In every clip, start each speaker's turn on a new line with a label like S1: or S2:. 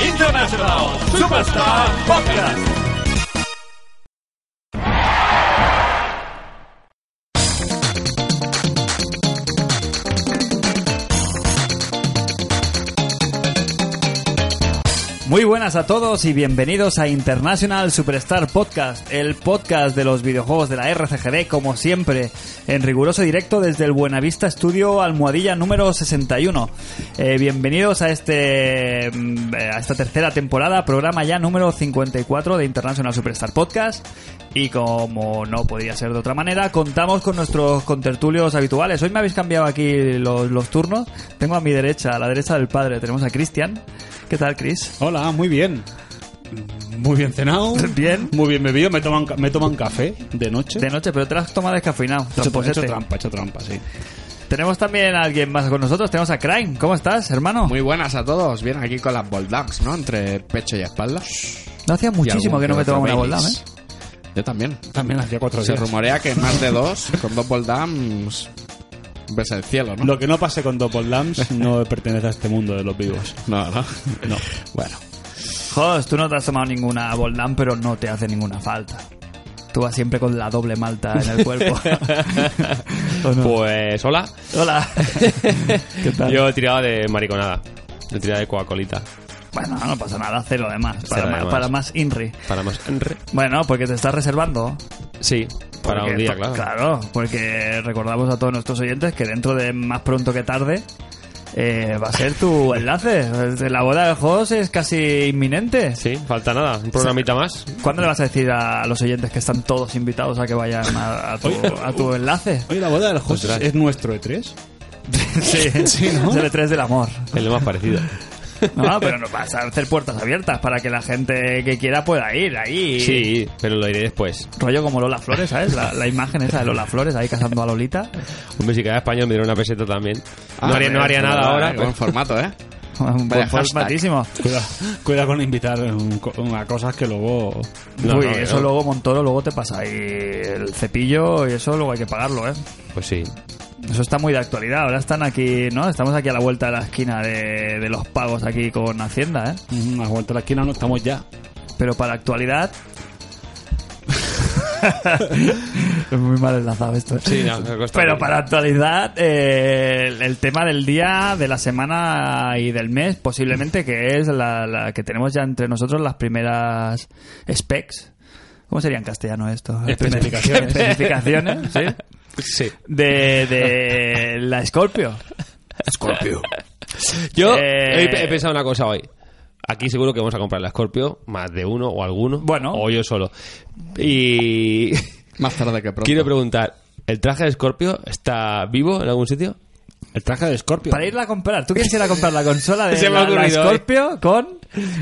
S1: International Superstar Podcast.
S2: Muy buenas a todos y bienvenidos a International Superstar Podcast, el podcast de los videojuegos de la RCGB, como siempre, en riguroso directo desde el Buenavista Estudio Almohadilla número 61. Eh, bienvenidos a, este, mm, eh, a esta tercera temporada, programa ya número 54 de International Superstar Podcast. Y como no podía ser de otra manera, contamos con nuestros contertulios habituales. Hoy me habéis cambiado aquí los, los turnos. Tengo a mi derecha, a la derecha del padre, tenemos a Cristian. ¿Qué tal, Chris?
S3: Hola, muy bien. Muy bien cenado.
S2: Bien.
S3: Muy bien bebido. Me toman, ca- me toman café de noche.
S2: De noche, pero te las tomas descafeinado.
S3: He hecho, he
S2: tramposete.
S3: hecho trampa, he hecho trampa, sí.
S2: Tenemos también a alguien más con nosotros. Tenemos a Crime. ¿Cómo estás, hermano?
S4: Muy buenas a todos. Bien aquí con las boldags, ¿no? Entre pecho y espalda.
S2: no hacía muchísimo
S4: Y algún
S2: que no me
S4: otro
S2: tomaba una boldam,
S4: Baileys.
S2: ¿eh?
S4: Yo también.
S3: También hacía cuatro
S4: Se
S3: días.
S4: rumorea que más de dos, con dos boldams, ves el cielo, ¿no?
S3: Lo que no pase con Double Lambs no pertenece a este mundo de los vivos.
S4: No, no.
S3: No.
S4: Bueno.
S2: ¿eh? Jos, tú no te has tomado ninguna boldam, pero no te hace ninguna falta. Tú vas siempre con la doble malta en el cuerpo. ¿O no?
S5: Pues hola,
S2: Hola. ¿Qué tal?
S5: yo he tirado de mariconada, he tirado de Coca-Colita,
S2: Bueno, no pasa nada. Cero de más. Para,
S5: Cero de
S2: más,
S5: más.
S2: para más Inri.
S5: para más...
S2: Bueno, porque te estás reservando.
S5: Sí, para
S2: Porque-
S5: un día, claro.
S2: Claro, porque recordamos a todos nuestros oyentes que dentro de más pronto que tarde eh, va a ser tu enlace. La boda de Jos es casi inminente.
S5: Sí, falta nada, un programita más.
S2: ¿Cuándo le vas a decir a los oyentes que están todos invitados a que vayan a, a tu, a
S5: uh.
S2: tu enlace?
S3: Oye, la boda del José
S5: Ostras.
S3: es nuestro E E3.
S2: Sí, Es el E3 del amor.
S5: Es lo más parecido.
S2: No, pero no, vas a hacer puertas abiertas para que la gente que quiera pueda ir ahí.
S5: Sí, pero lo diré después.
S2: Rollo como Lola Flores, ¿sabes? La, la imagen esa de Lola Flores ahí cazando a Lolita.
S5: Un musical español me dieron una peseta también.
S4: Ah,
S5: no haría, no
S4: mira,
S5: haría
S4: qué
S5: nada
S4: buena,
S5: ahora.
S4: qué Buen formato, ¿eh?
S2: Un buen
S4: Vaya hashtag.
S2: formatísimo.
S3: Cuida, cuida con invitar un co- a cosas que luego.
S5: No,
S2: Uy,
S5: no,
S2: eso
S5: no.
S2: luego Montoro, luego te pasa ahí el cepillo y eso luego hay que pagarlo, ¿eh?
S5: Pues sí.
S2: Eso está muy de actualidad. Ahora están aquí, ¿no? Estamos aquí a la vuelta de la esquina de, de los pagos aquí con Hacienda, ¿eh?
S3: mm, Aguanta la esquina, no estamos ya.
S2: Pero para actualidad... es muy mal enlazado esto. ¿eh?
S5: Sí, no, me cuesta
S2: Pero
S5: mucho.
S2: para actualidad, eh, el, el tema del día, de la semana y del mes, posiblemente que es la, la que tenemos ya entre nosotros las primeras specs. ¿Cómo sería en castellano esto? Las primeras-
S3: Especificaciones.
S2: Especificaciones, sí.
S5: Sí.
S2: De, de la Scorpio.
S4: Scorpio.
S5: Yo
S2: Eh,
S5: he, he pensado una cosa hoy. Aquí seguro que vamos a comprar la Scorpio, más de uno o alguno.
S2: Bueno.
S5: O yo solo. Y
S4: Más tarde que pronto.
S5: quiero preguntar, ¿el traje de Scorpio está vivo en algún sitio?
S3: El traje de Scorpio.
S2: Para irla a comprar. ¿Tú quieres ir a comprar la consola de
S5: Se me ha
S2: la, la
S5: ocurrido hoy.
S2: Scorpio con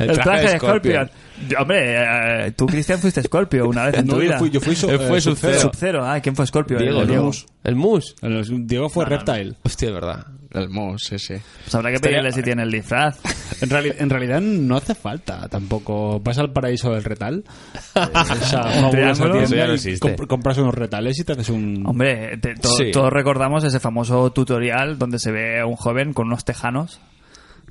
S2: el, traje, de Scorpion?
S5: Scorpion.
S2: Hombre, eh, tú, Cristian, fuiste Scorpio una vez en
S3: No,
S2: tu vida.
S3: yo fui, yo fui, so-
S5: Eh, fue
S3: eh,
S5: Sub-Zero.
S3: Sub-Zero.
S2: Sub-Zero. Ah, ¿quién fue Scorpio?
S5: Diego,
S2: El-
S5: ¿no? ¿El Mus?
S3: El- Diego fue Reptile.
S5: Hostia, es verdad.
S4: El Moose, sí, sí.
S2: Pues habrá que
S5: Estaría-
S2: pedirle si tiene el disfraz.
S3: En, reali- en realidad no hace falta tampoco. Vas al paraíso del retal. Esa fabulosa
S2: Triángulo.
S3: tienda
S5: Eso ya no
S3: y
S5: existe.
S3: comp- compras unos retales y te haces
S4: Mm.
S3: un.
S2: Hombre, te- to-
S5: Sí.
S2: todos recordamos ese famoso tutorial donde se ve a un joven con unos tejanos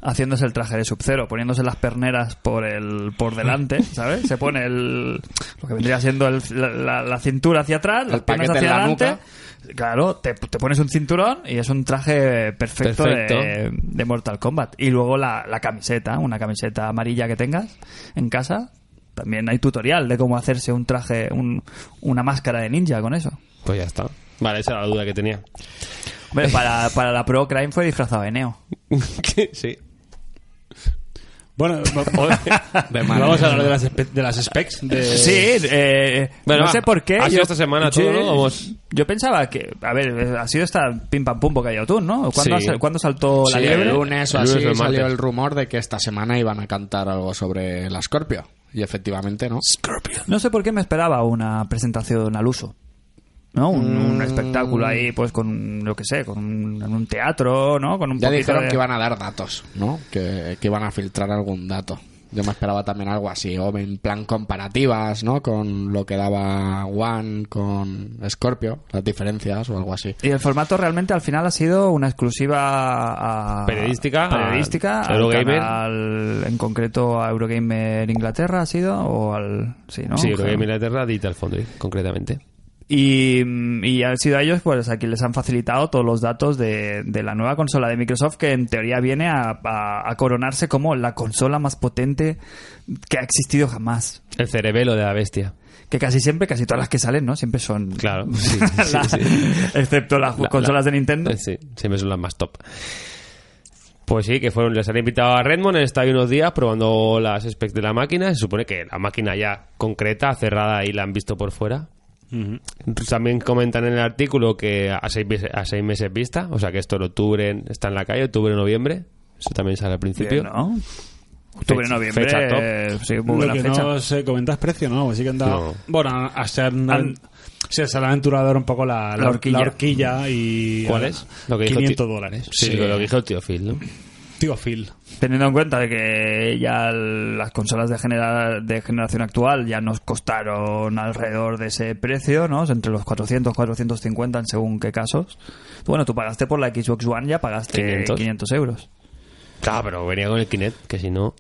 S2: haciéndose el traje de Sub-Zero, poniéndose las perneras por el por delante, ¿sabes? Se pone el lo que vendría siendo el- la, la- la cintura hacia atrás, las piernas
S4: paquete en
S2: hacia
S4: la
S2: adelante. Claro, te, te pones un cinturón y es un traje perfecto,
S5: Perfecto.
S2: De, de Mortal Kombat. Y luego la, la camiseta, una camiseta amarilla que tengas en casa. También hay tutorial de cómo hacerse un traje, un- una máscara de ninja con eso.
S5: Pues ya está. Vale, esa era la duda que tenía.
S2: Hombre, para, para la Pro Crime fue disfrazado de Neo.
S5: sí.
S3: Bueno, va-
S4: De madre.
S3: vamos a hablar de las, espe- de las specs. De...
S2: Sí, eh,
S5: Bueno,
S2: no
S5: va.
S2: sé por qué.
S5: Ha sido esta semana
S2: yo-
S5: todo, ¿no? Vamos.
S2: Yo pensaba que, a ver, eh, ha sido esta pim pam pum boca y atún, ¿no? ¿Cuándo,
S5: Sí.
S2: has- cuándo saltó la
S4: Sí, el
S2: liebre?
S4: lunes o
S5: El lunes
S4: así
S5: o el
S4: salió
S5: martes.
S4: el rumor de que esta semana iban a cantar algo sobre la Scorpio. Y efectivamente, ¿no?
S2: No sé por qué me esperaba una presentación al uso. ¿No? Un, un espectáculo ahí, pues con, lo que sé, con un, en un teatro, ¿no? Con un
S4: Ya
S2: poquito
S4: dijeron
S2: de-
S4: que iban a dar datos, ¿no? Que, que iban a filtrar algún dato. Yo me esperaba también algo así, o en plan comparativas, ¿no? Con lo que daba One con Scorpio, las diferencias o algo así.
S2: Y el formato realmente al final ha sido una exclusiva a-
S5: Periodística,
S2: periodística
S5: a
S2: al
S5: Eurogamer.
S2: canal, en concreto a Eurogamer Inglaterra ha sido o al sí no
S5: Sí, creo que Inglaterra, Digital Foundry, ¿eh? concretamente.
S2: y, y han sido a ellos pues a quienes les han facilitado todos los datos de, de la nueva consola de Microsoft que en teoría viene a, a- a coronarse como la consola más potente que ha existido jamás
S5: El cerebelo de la bestia.
S2: que casi siempre casi todas las que salen no siempre son
S5: Claro, sí, sí,
S2: la-
S5: sí.
S2: excepto las
S5: La-
S2: consolas
S5: la-
S2: de Nintendo
S5: Eh, Sí, siempre son las más top. Pues sí, que fueron, les han invitado a Redmond, han estado ahí unos días probando las specs de la máquina. Se supone que la máquina ya concreta, cerrada y la han visto por fuera. También comentan en el artículo que a seis, vis- a seis meses vista, o sea que esto en octubre en- está en la calle, octubre, noviembre. Eso también sale al principio.
S2: Bien, ¿no? Octubre,
S5: Fecha-
S2: noviembre.
S5: fecha top.
S2: eh, sí, muy
S3: Lo
S2: buena
S3: que
S2: fecha.
S3: no se eh, comentas precio, ¿no? Así que han dado...
S5: No.
S3: Bueno, a- se han,
S2: Han-
S3: se, se han aventurado ahora un poco la,
S2: La horquilla.
S3: horquilla y...
S5: ¿Cuál es? Lo que dijo
S3: 500
S5: Ti-
S3: dólares.
S5: Sí,
S3: Sí.
S5: lo que dijo el tío Phil, ¿no?
S3: Tío Phil.
S2: Teniendo en cuenta de que ya el- las consolas de, genera- de generación actual ya nos costaron alrededor de ese precio, ¿no? Entre los 400, 450 en según qué casos. Bueno, tú pagaste por la Xbox One, ya pagaste
S5: 500.
S2: 500, euros.
S5: Claro, pero venía con el Kinect, que si no.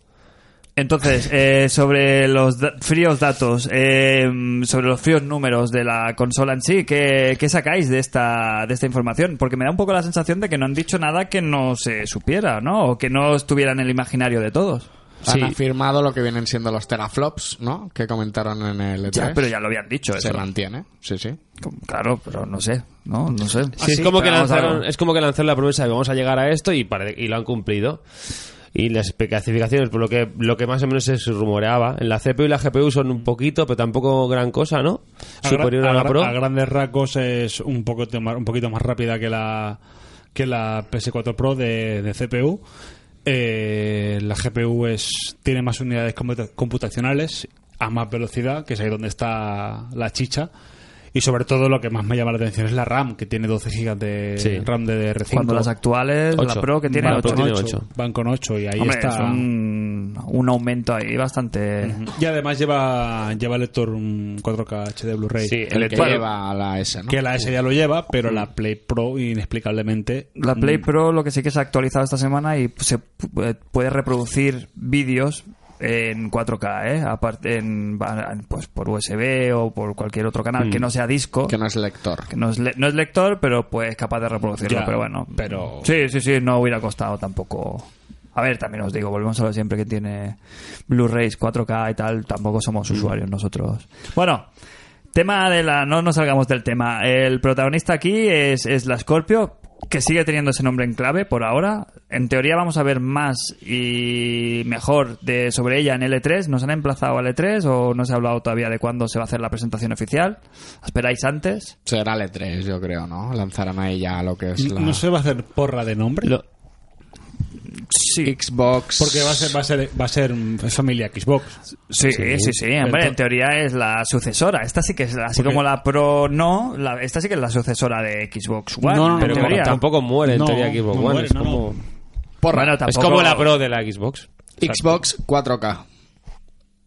S2: Entonces, eh, sobre los da- fríos datos, eh, sobre los fríos números de la consola en sí, ¿qué, qué sacáis de esta, de esta información? Porque me da un poco la sensación de que no han dicho nada que no se supiera, ¿no? O que no estuviera en el imaginario de todos.
S4: Han
S5: Sí.
S4: afirmado lo que vienen siendo los teraflops, ¿no? Que comentaron en el E3.
S2: Ya, pero ya lo habían dicho
S4: Se
S2: eso.
S4: mantiene, sí, sí.
S3: Eh,
S2: Como, Claro, pero no sé, ¿no? No sé.
S5: Sí, es, como que
S2: Esperamos
S5: lanzaron,
S2: algo.
S5: es como que lanzaron la promesa de vamos a llegar a esto y, pare- y lo han cumplido. Y las especificaciones, por lo que, lo que más o menos se rumoreaba, en la CPU y la GPU son un poquito, pero tampoco gran cosa, ¿no?
S3: A
S5: Superior
S3: gra-
S5: a la
S3: gra-
S5: Pro.
S3: a grandes rasgos es un poquito más, un poquito más rápida que la que la PS4 Pro de, de CPU. Eh, la GPU es, tiene más unidades computa- computacionales a más velocidad, que es ahí donde está la chicha. Y sobre todo lo que más me llama la atención es la RAM, que tiene 12 GB de
S5: Sí.
S3: RAM de DR5.
S2: Cuando las actuales,
S5: Ocho.
S2: la Pro que tiene
S5: Vale, la
S3: van,
S5: Pro
S2: ocho.
S3: con
S5: tiene
S3: 8,
S5: ocho.
S3: van con 8 y ahí
S2: Hombre,
S3: está.
S2: es un, un aumento ahí bastante...
S3: Y además lleva, lleva lector un 4K HD Blu-ray.
S5: Sí, el
S4: El que
S5: lector-
S4: lleva la S, ¿no?
S3: que la S ya lo lleva, pero
S5: Mm.
S3: la Play Pro inexplicablemente
S2: La Play Pro lo que sí que se ha actualizado esta semana y se pu- eh, puede reproducir vídeos en 4K, ¿eh? Aparte en, va- pues por USB o por cualquier otro canal que no sea disco.
S4: Que no es lector.
S2: Que no es, le- no es lector, pero pues capaz de reproducirlo,
S3: Ya,
S2: pero bueno.
S3: pero-
S2: Sí, sí, sí, no hubiera costado tampoco. A ver, también os digo, volvemos a lo siempre que tiene Blu-rays 4K y tal, tampoco somos
S3: Mm.
S2: usuarios nosotros. Bueno, tema de la... No nos salgamos del tema. El protagonista aquí es, es la Scorpio, que sigue teniendo ese nombre en clave por ahora. En teoría vamos a ver más y mejor de sobre ella en L3. ¿Nos han emplazado a L3 o no se ha hablado todavía de cuándo se va a hacer la presentación oficial? ¿Esperáis antes?
S4: Será el E3, yo creo, ¿no? Lanzarán ahí ya lo que es
S5: Pues
S4: la
S3: no se va a hacer porra de nombre
S2: Sí,
S4: Xbox.
S3: porque va a ser va a ser va a ser mm, familia Xbox
S2: sí, sí, sí, hombre, en teoría es la sucesora. Esta sí que es, la- así como la Pro no, la- esta sí que es la sucesora de Xbox One,
S3: No, no, no,
S2: en
S5: pero como
S2: teoría.
S5: tampoco muere en
S3: No,
S5: teoría Xbox
S3: no
S5: One,
S3: muere,
S5: es,
S3: no,
S5: como,
S2: Porra, no,
S5: es
S2: tampoco-
S5: como la Pro de la Xbox.
S4: Xbox 4K.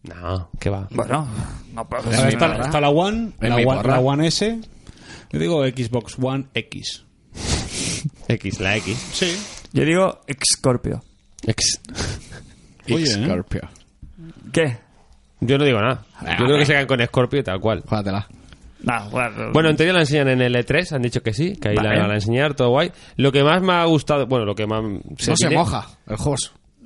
S5: No, que va.
S2: Bueno, no, pues,
S3: A ver,
S2: sí,
S3: está,
S2: no,
S3: está la One
S4: Es
S3: la
S4: mi
S3: One,
S4: porra.
S3: la One S yo digo Xbox One X
S5: X, la X.
S3: sí
S2: Yo digo Scorpio.
S5: X.
S3: Oye, ¿eh?
S4: Scorpio.
S2: ¿Qué?
S5: Yo no digo nada. Yo creo que se quedan con Scorpio y tal cual.
S4: Júgatela.
S2: Nah, bueno,
S5: Bueno, en teoría la enseñan en el E3, han dicho que sí, que ahí
S2: Vale.
S5: la van a enseñar, todo guay. Lo que más me ha gustado, bueno, lo que más...
S4: no se
S5: tiene-
S4: moja el juego.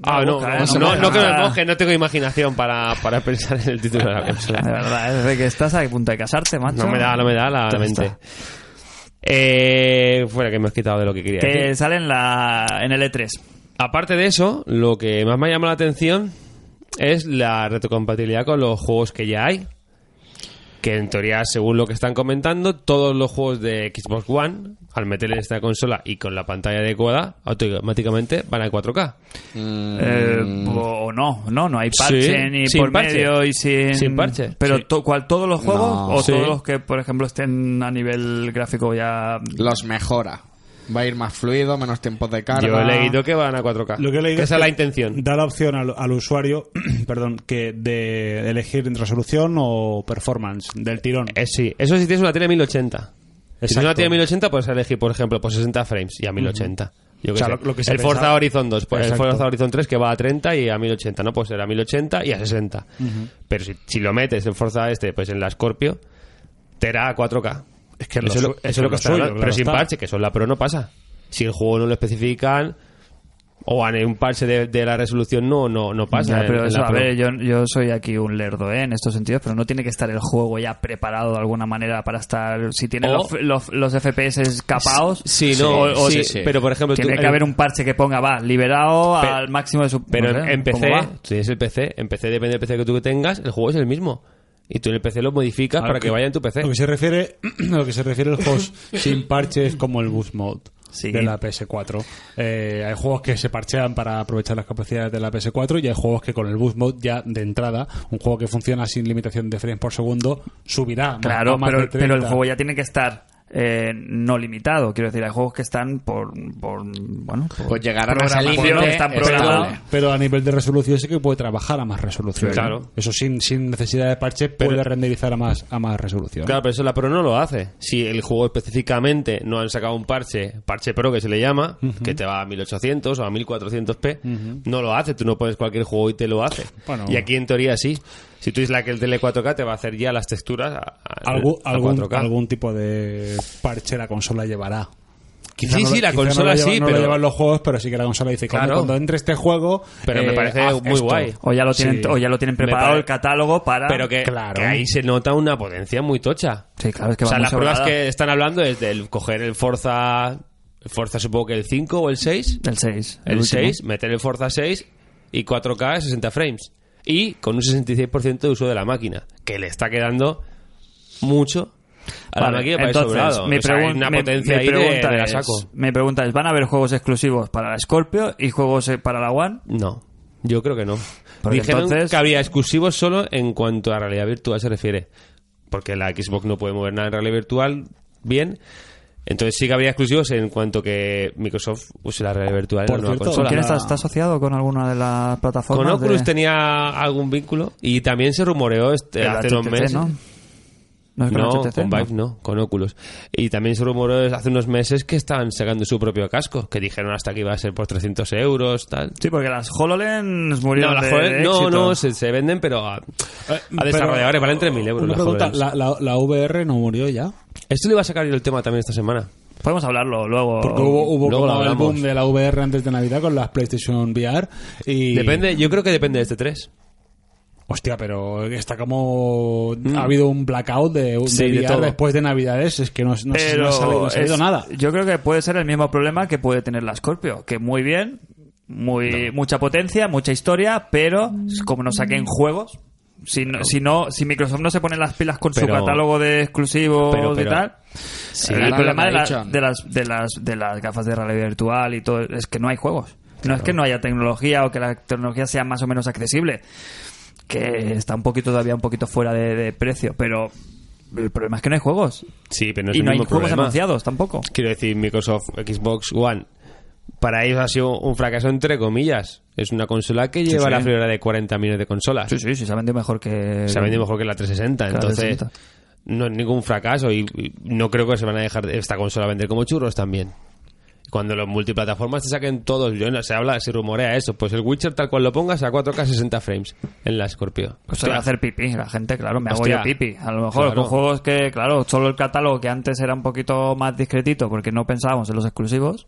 S5: Ah, no,
S2: boca,
S5: no,
S2: eh,
S5: no,
S2: no
S5: no, no que me
S2: nada.
S5: moje, no tengo imaginación para, para pensar en el título de la
S2: de
S5: consola.
S2: verdad, es de que estás a punto de casarte, macho.
S5: No me da, no me da la
S2: Ya
S5: mente.
S2: está.
S5: Eh, fuera que me has quitado de lo que quería
S2: Que
S5: decir.
S2: sale en, la, en el E E3.
S5: Aparte de eso, lo que más me ha llamado la atención es la retrocompatibilidad con los juegos que ya hay. Que en teoría, según lo que están comentando, todos los juegos de Xbox One, al meterle en esta consola y con la pantalla adecuada, automáticamente van a 4K.
S2: Eh, o o no, no, no hay parche
S5: Mm. Sí,
S2: ni
S5: sin
S2: por
S5: parche.
S2: medio y sin,
S5: Sin parche,
S2: Pero
S5: sí.
S2: to- ¿cuál, todos los juegos
S4: No.
S2: o
S5: Sí.
S2: todos los que, por ejemplo, estén a nivel gráfico ya.
S4: Los mejora. Va a ir más fluido, menos tiempos de carga.
S5: Yo he leído que van a 4K.
S3: Lo que he leído
S5: esa es
S3: que
S5: la intención.
S3: Da la opción al, al usuario, perdón, que de elegir entre resolución o performance del tirón.
S5: Eh, sí, eso si tienes una tele 1080. Si tienes
S3: Exacto.
S5: una tele 1080 puedes elegir, por ejemplo, pues 60 frames y a 1080. Yo
S3: O
S5: qué
S3: sea,
S5: sé.
S3: lo- lo que se
S5: el Forza
S3: pensaba.
S5: Horizon 2, pues el
S3: Exacto.
S5: Forza Horizon 3 que va a 30 y a 1080, no Pues puede ser a 1080 y a 60. Pero si, si lo metes el Forza este, pues en la Scorpio, te hará a 4K.
S3: Es que
S5: eso, es lo-
S3: su-
S5: eso es lo que está,
S3: suyo,
S5: hablando,
S3: claro
S5: pero sin
S3: está.
S5: parche, que eso en la Pro no pasa. Si el juego no lo especifican o en un parche de, de la resolución no no no pasa.
S2: Ya,
S5: en-
S2: pero
S5: en
S2: eso,
S5: la
S2: a
S5: Pro.
S2: ver, yo, yo soy aquí un lerdo ¿eh? en estos sentidos, pero no tiene que estar el juego ya preparado de alguna manera para estar. Si tiene
S5: O-
S2: los, los- los FPS capados,
S5: Sí, no,
S4: Sí,
S5: o- o-
S4: sí, sí.
S5: pero por ejemplo, tú-
S2: tiene que
S5: el-
S2: haber un parche que ponga, va, liberado
S5: Pero-
S2: al máximo de su.
S5: Pero
S2: no
S5: en-
S2: sé,
S5: en PC,
S2: ¿cómo va?
S5: tú tienes el PC, en PC depende del PC que tú tengas, el juego es el mismo. Y tú en el PC lo modificas
S3: A ver,
S5: para que vaya en tu PC.
S3: Lo que se refiere, a lo que se refiere el host sin parches como el Boost Mode
S2: Sí.
S3: de la PS4. Eh, hay juegos que se parchean para aprovechar las capacidades de la PS4 y hay juegos que con el Boost Mode ya de entrada, un juego que funciona sin limitación de frames por segundo, subirá. más- a
S2: Claro,
S3: más
S2: pero,
S3: de
S2: pero el
S3: 30.
S2: juego ya tiene que estar eh, no limitado. Quiero decir, hay juegos que están por. por bueno, por
S4: Pues llegarán a ese
S2: programación,
S4: límite
S2: que están
S4: estable.
S2: programados.
S3: Pero a nivel de resolución sí que puede trabajar a más resolución.
S5: Claro.
S3: Eso sin, sin necesidad de parche puede renderizar a más, a más resolución.
S5: Claro, pero eso la Pro no lo hace. Si el juego específicamente no han sacado un parche, parche Pro que se le llama, que te va a 1800 o a 1400p, no lo hace. Tú no pones cualquier juego y te lo hace.
S3: Bueno.
S5: y aquí en teoría sí. Si tú dices la que el Tele 4K te va a hacer ya las texturas a, a-
S3: Algú-
S5: a
S3: algún,
S5: 4K.
S3: algún tipo de parche la consola llevará.
S5: Quizá
S3: no
S5: sí,
S3: lo-
S5: la
S3: quizá
S5: consola
S3: no lo lleva-
S5: sí,
S3: no
S5: pero-
S3: lo llevan los juegos, pero sí que la consola dice, "Coño,
S5: Claro.
S3: cuando entre este juego...
S5: Pero me
S3: eh,
S5: parece
S3: haz
S5: muy
S3: esto".
S5: guay.
S2: O ya lo tienen,
S3: Sí.
S2: o ya lo tienen
S5: Me
S2: preparado
S5: pare-
S2: el catálogo para.
S5: Pero que,
S3: Claro.
S5: que ahí se nota una potencia muy tocha.
S2: Sí, claro, es que
S5: o
S2: va
S5: sea,
S2: muy
S5: las pruebas
S2: sobrada.
S5: que están hablando es del coger el Forza, el Forza supongo que el 5 o el 6,
S2: El 6.
S5: el,
S2: último.
S5: 6, meter el Forza 6 y 4K a 60 frames. Y con un 66% de uso de la máquina, que le está quedando mucho a
S2: Vale,
S5: la máquina para ir
S2: entonces,
S5: sobrado.
S2: mi
S5: O sea, hay
S2: pregun-
S5: una
S2: mi-
S5: potencia
S2: mi
S5: ahí de-
S2: pregunta
S5: de la
S2: es-
S5: saco.
S2: Mi pregunta es, ¿van a haber juegos exclusivos para la Scorpio y juegos eh, para la One?
S5: No, yo creo que no.
S2: Porque
S5: Dijeron
S2: entonces-
S5: que habría exclusivos solo en cuanto a realidad virtual se refiere. Porque la Xbox no puede mover nada en realidad virtual bien. Entonces sí que habría exclusivos en cuanto que Microsoft use la realidad virtual
S3: Por
S5: en la nueva
S3: cierto,
S2: ¿Con
S5: consola.
S3: Hola.
S2: quién está, está asociado con alguna de las plataformas?
S5: Con Oculus
S2: de-
S5: tenía algún vínculo y también se rumoreó este,
S2: de la
S5: hace unos
S2: HTC,
S5: meses.
S2: ¿no? No es con
S5: No,
S2: HTC,
S5: con
S2: ¿no?
S5: Vive no, con Oculus. Y también se rumoró desde hace unos meses que estaban sacando su propio casco, que dijeron hasta que iba a ser por 300 euros, tal.
S2: Sí, porque las HoloLens murieron
S5: No, las
S2: de-
S5: Hololens-
S2: de
S5: no,
S2: éxito.
S5: no, se, se venden, pero a, a
S3: Eh, pero-
S5: desarrolladores valen 3.000 euros.
S3: Una
S5: las
S3: pregunta,
S5: Hololens.
S3: ¿la, la, la VR no murió ya?
S5: Esto le iba a sacar yo el tema también esta semana.
S2: Podemos hablarlo luego.
S3: Porque hubo, hubo
S5: Oh, Luego lo
S3: como el
S5: hablamos.
S3: boom de la VR antes de Navidad con las PlayStation VR y...
S5: Depende, yo creo que depende de este 3.
S3: Hostia, pero está como... Ha habido un blackout de, de
S5: Mm. Sí, de
S3: VR
S5: todo.
S3: después de Navidades. Es que no, no, se-
S2: Pero
S3: no, se ha salido- no se ha salido
S2: es-
S3: nada.
S2: Yo creo que puede ser el mismo problema que puede tener la Scorpio, que muy bien, muy mucha potencia, mucha historia, pero como no saquen juegos, si no, si no, si Microsoft no se pone las pilas con
S5: Pero-
S2: su catálogo de exclusivos
S5: pero- pero-
S2: y tal, el
S4: ahora
S2: problema
S4: lo
S2: de,
S4: que ha
S2: la-
S4: dicho.
S2: de las de las de las gafas de realidad virtual y todo es que no hay juegos. No es que no haya tecnología o que la tecnología sea más o menos accesible, que está un poquito todavía un poquito fuera de, de precio, pero el problema es que no hay juegos
S5: Sí, pero no es
S2: y
S5: el
S2: no hay
S5: mismo
S2: juegos
S5: problema.
S2: anunciados tampoco.
S5: Quiero decir, Microsoft Xbox One, para ellos ha sido un fracaso entre comillas. Es una consola que lleva
S2: sí.
S5: la friolera de 40 millones de consolas.
S2: Sí, sí, sí, se ha vendido mejor que.
S5: se ha vendido mejor que la 360.
S2: Claro,
S5: entonces,
S2: 360.
S5: no es ningún fracaso y, y no creo que se van a dejar esta consola vender como churros también. Cuando los multiplataformas te saquen todos, yo no, se habla, se rumorea eso. Pues el Witcher, tal cual lo pongas, a 4K 60 frames en la Scorpio.
S2: Pues se va a hacer pipí, la gente, claro, me hago
S5: Hostia.
S2: yo pipí. A lo mejor
S5: Claro.
S2: con juegos que, claro, solo el catálogo que antes era un poquito más discretito porque no pensábamos en los exclusivos.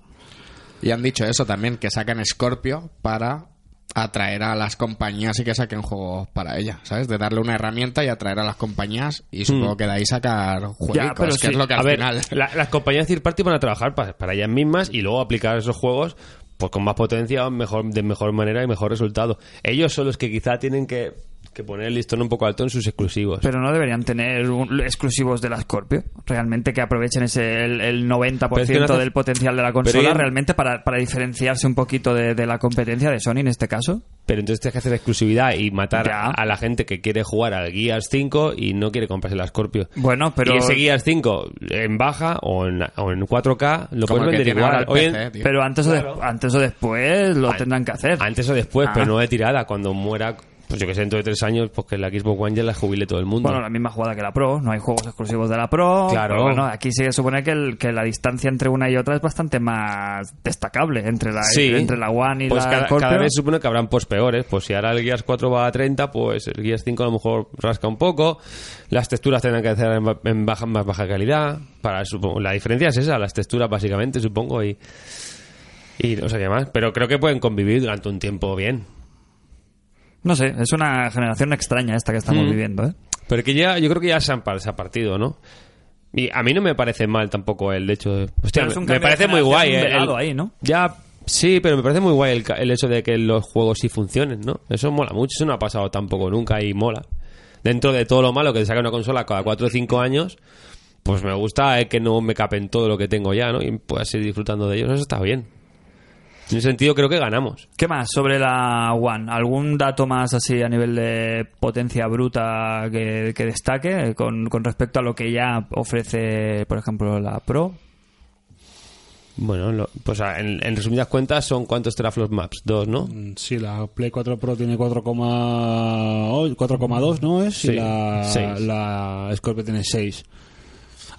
S4: Y han dicho eso también, que sacan Scorpio para atraer a las compañías y que saquen juegos para ella, ¿sabes? De darle una herramienta y atraer a las compañías y supongo que de ahí sacar juegos,
S2: pero
S4: que
S2: sí.
S4: es lo que
S5: a
S4: al
S5: ver,
S4: final...
S5: la- las compañías third party van a trabajar pa- para, ellas mismas y luego aplicar esos juegos pues con más potencia, mejor, de mejor manera y mejor resultado. Ellos son los que quizá tienen que que poner el listón un poco alto en sus exclusivos.
S2: Pero no deberían tener un- exclusivos de la Scorpio. Realmente que aprovechen ese, el, el 90%
S5: Pero es que no hace-
S2: del potencial de la consola
S5: ya-
S2: realmente para, para diferenciarse un poquito de, de la competencia de Sony en este caso.
S5: Pero entonces tienes que hacer exclusividad y matar
S2: Ya.
S5: a la gente que quiere jugar al Gears 5 y no quiere comprarse la Scorpio.
S2: Bueno, pero...
S5: Y ese Gears 5 en baja o en, o en 4K lo puedes
S4: Como el que
S5: vender
S4: tiene
S5: igual.
S4: ahora el
S5: Hoy en-
S4: PC, tío.
S2: Pero antes, o des- antes o después lo
S5: An-
S2: tendrán que hacer.
S5: Antes o después,
S2: Ah.
S5: pero no de tirada. Cuando muera, pues yo que sé, dentro de tres años, pues que la Xbox One ya la jubile todo el mundo.
S2: Bueno, la misma jugada que la Pro, no hay juegos exclusivos de la Pro.
S5: Claro.
S2: pero Bueno, aquí se supone que, el- que la distancia entre una y otra es bastante más destacable entre la,
S5: Sí.
S2: entre la One y
S5: pues
S2: la
S5: cada,
S2: Scorpio.
S5: cada vez supone que habrán post peores. Pues si ahora el Gears 4 va a 30, pues el Gears 5 a lo mejor rasca un poco. Las texturas tendrán que ser en, ba- en baja, más baja calidad. Para, supongo, la diferencia es esa, las texturas básicamente, supongo, y, y no sé qué más. Pero creo que pueden convivir durante un tiempo bien.
S2: No sé, es una generación extraña esta que estamos
S5: Mm.
S2: viviendo, ¿eh?
S5: Pero que ya, yo creo que ya se han, par- se ha partido, ¿no? Y a mí no me parece mal tampoco el hecho de... Hostia,
S2: Pero es un
S5: me
S2: cambio
S5: parece
S2: de
S5: muy
S2: generación
S5: guay. eh, el-
S2: velado ahí, ¿no?
S5: Ya, sí, pero me parece muy guay el, ca- el hecho de que los juegos sí funcionen, ¿no? Eso mola mucho, eso no ha pasado tampoco nunca y mola. Dentro de todo lo malo que te saca una consola cada 4 o 5 años, pues me gusta eh, que no me capen todo lo que tengo ya, ¿no? Y pueda seguir disfrutando de ellos, eso está bien. En ese sentido creo que ganamos.
S2: ¿Qué más sobre la One? ¿Algún dato más así a nivel de potencia bruta que, que destaque eh, con, con respecto a lo que ya ofrece, por ejemplo, la Pro?
S5: Bueno, lo- pues a- en, en resumidas cuentas son cuántos teraflops maps, dos, ¿no?
S3: Mm, Sí, la Play 4 Pro tiene 4,8, 4,2, ¿no es?
S5: Sí,
S3: y la,
S5: seis.
S3: la Scorpio tiene 6.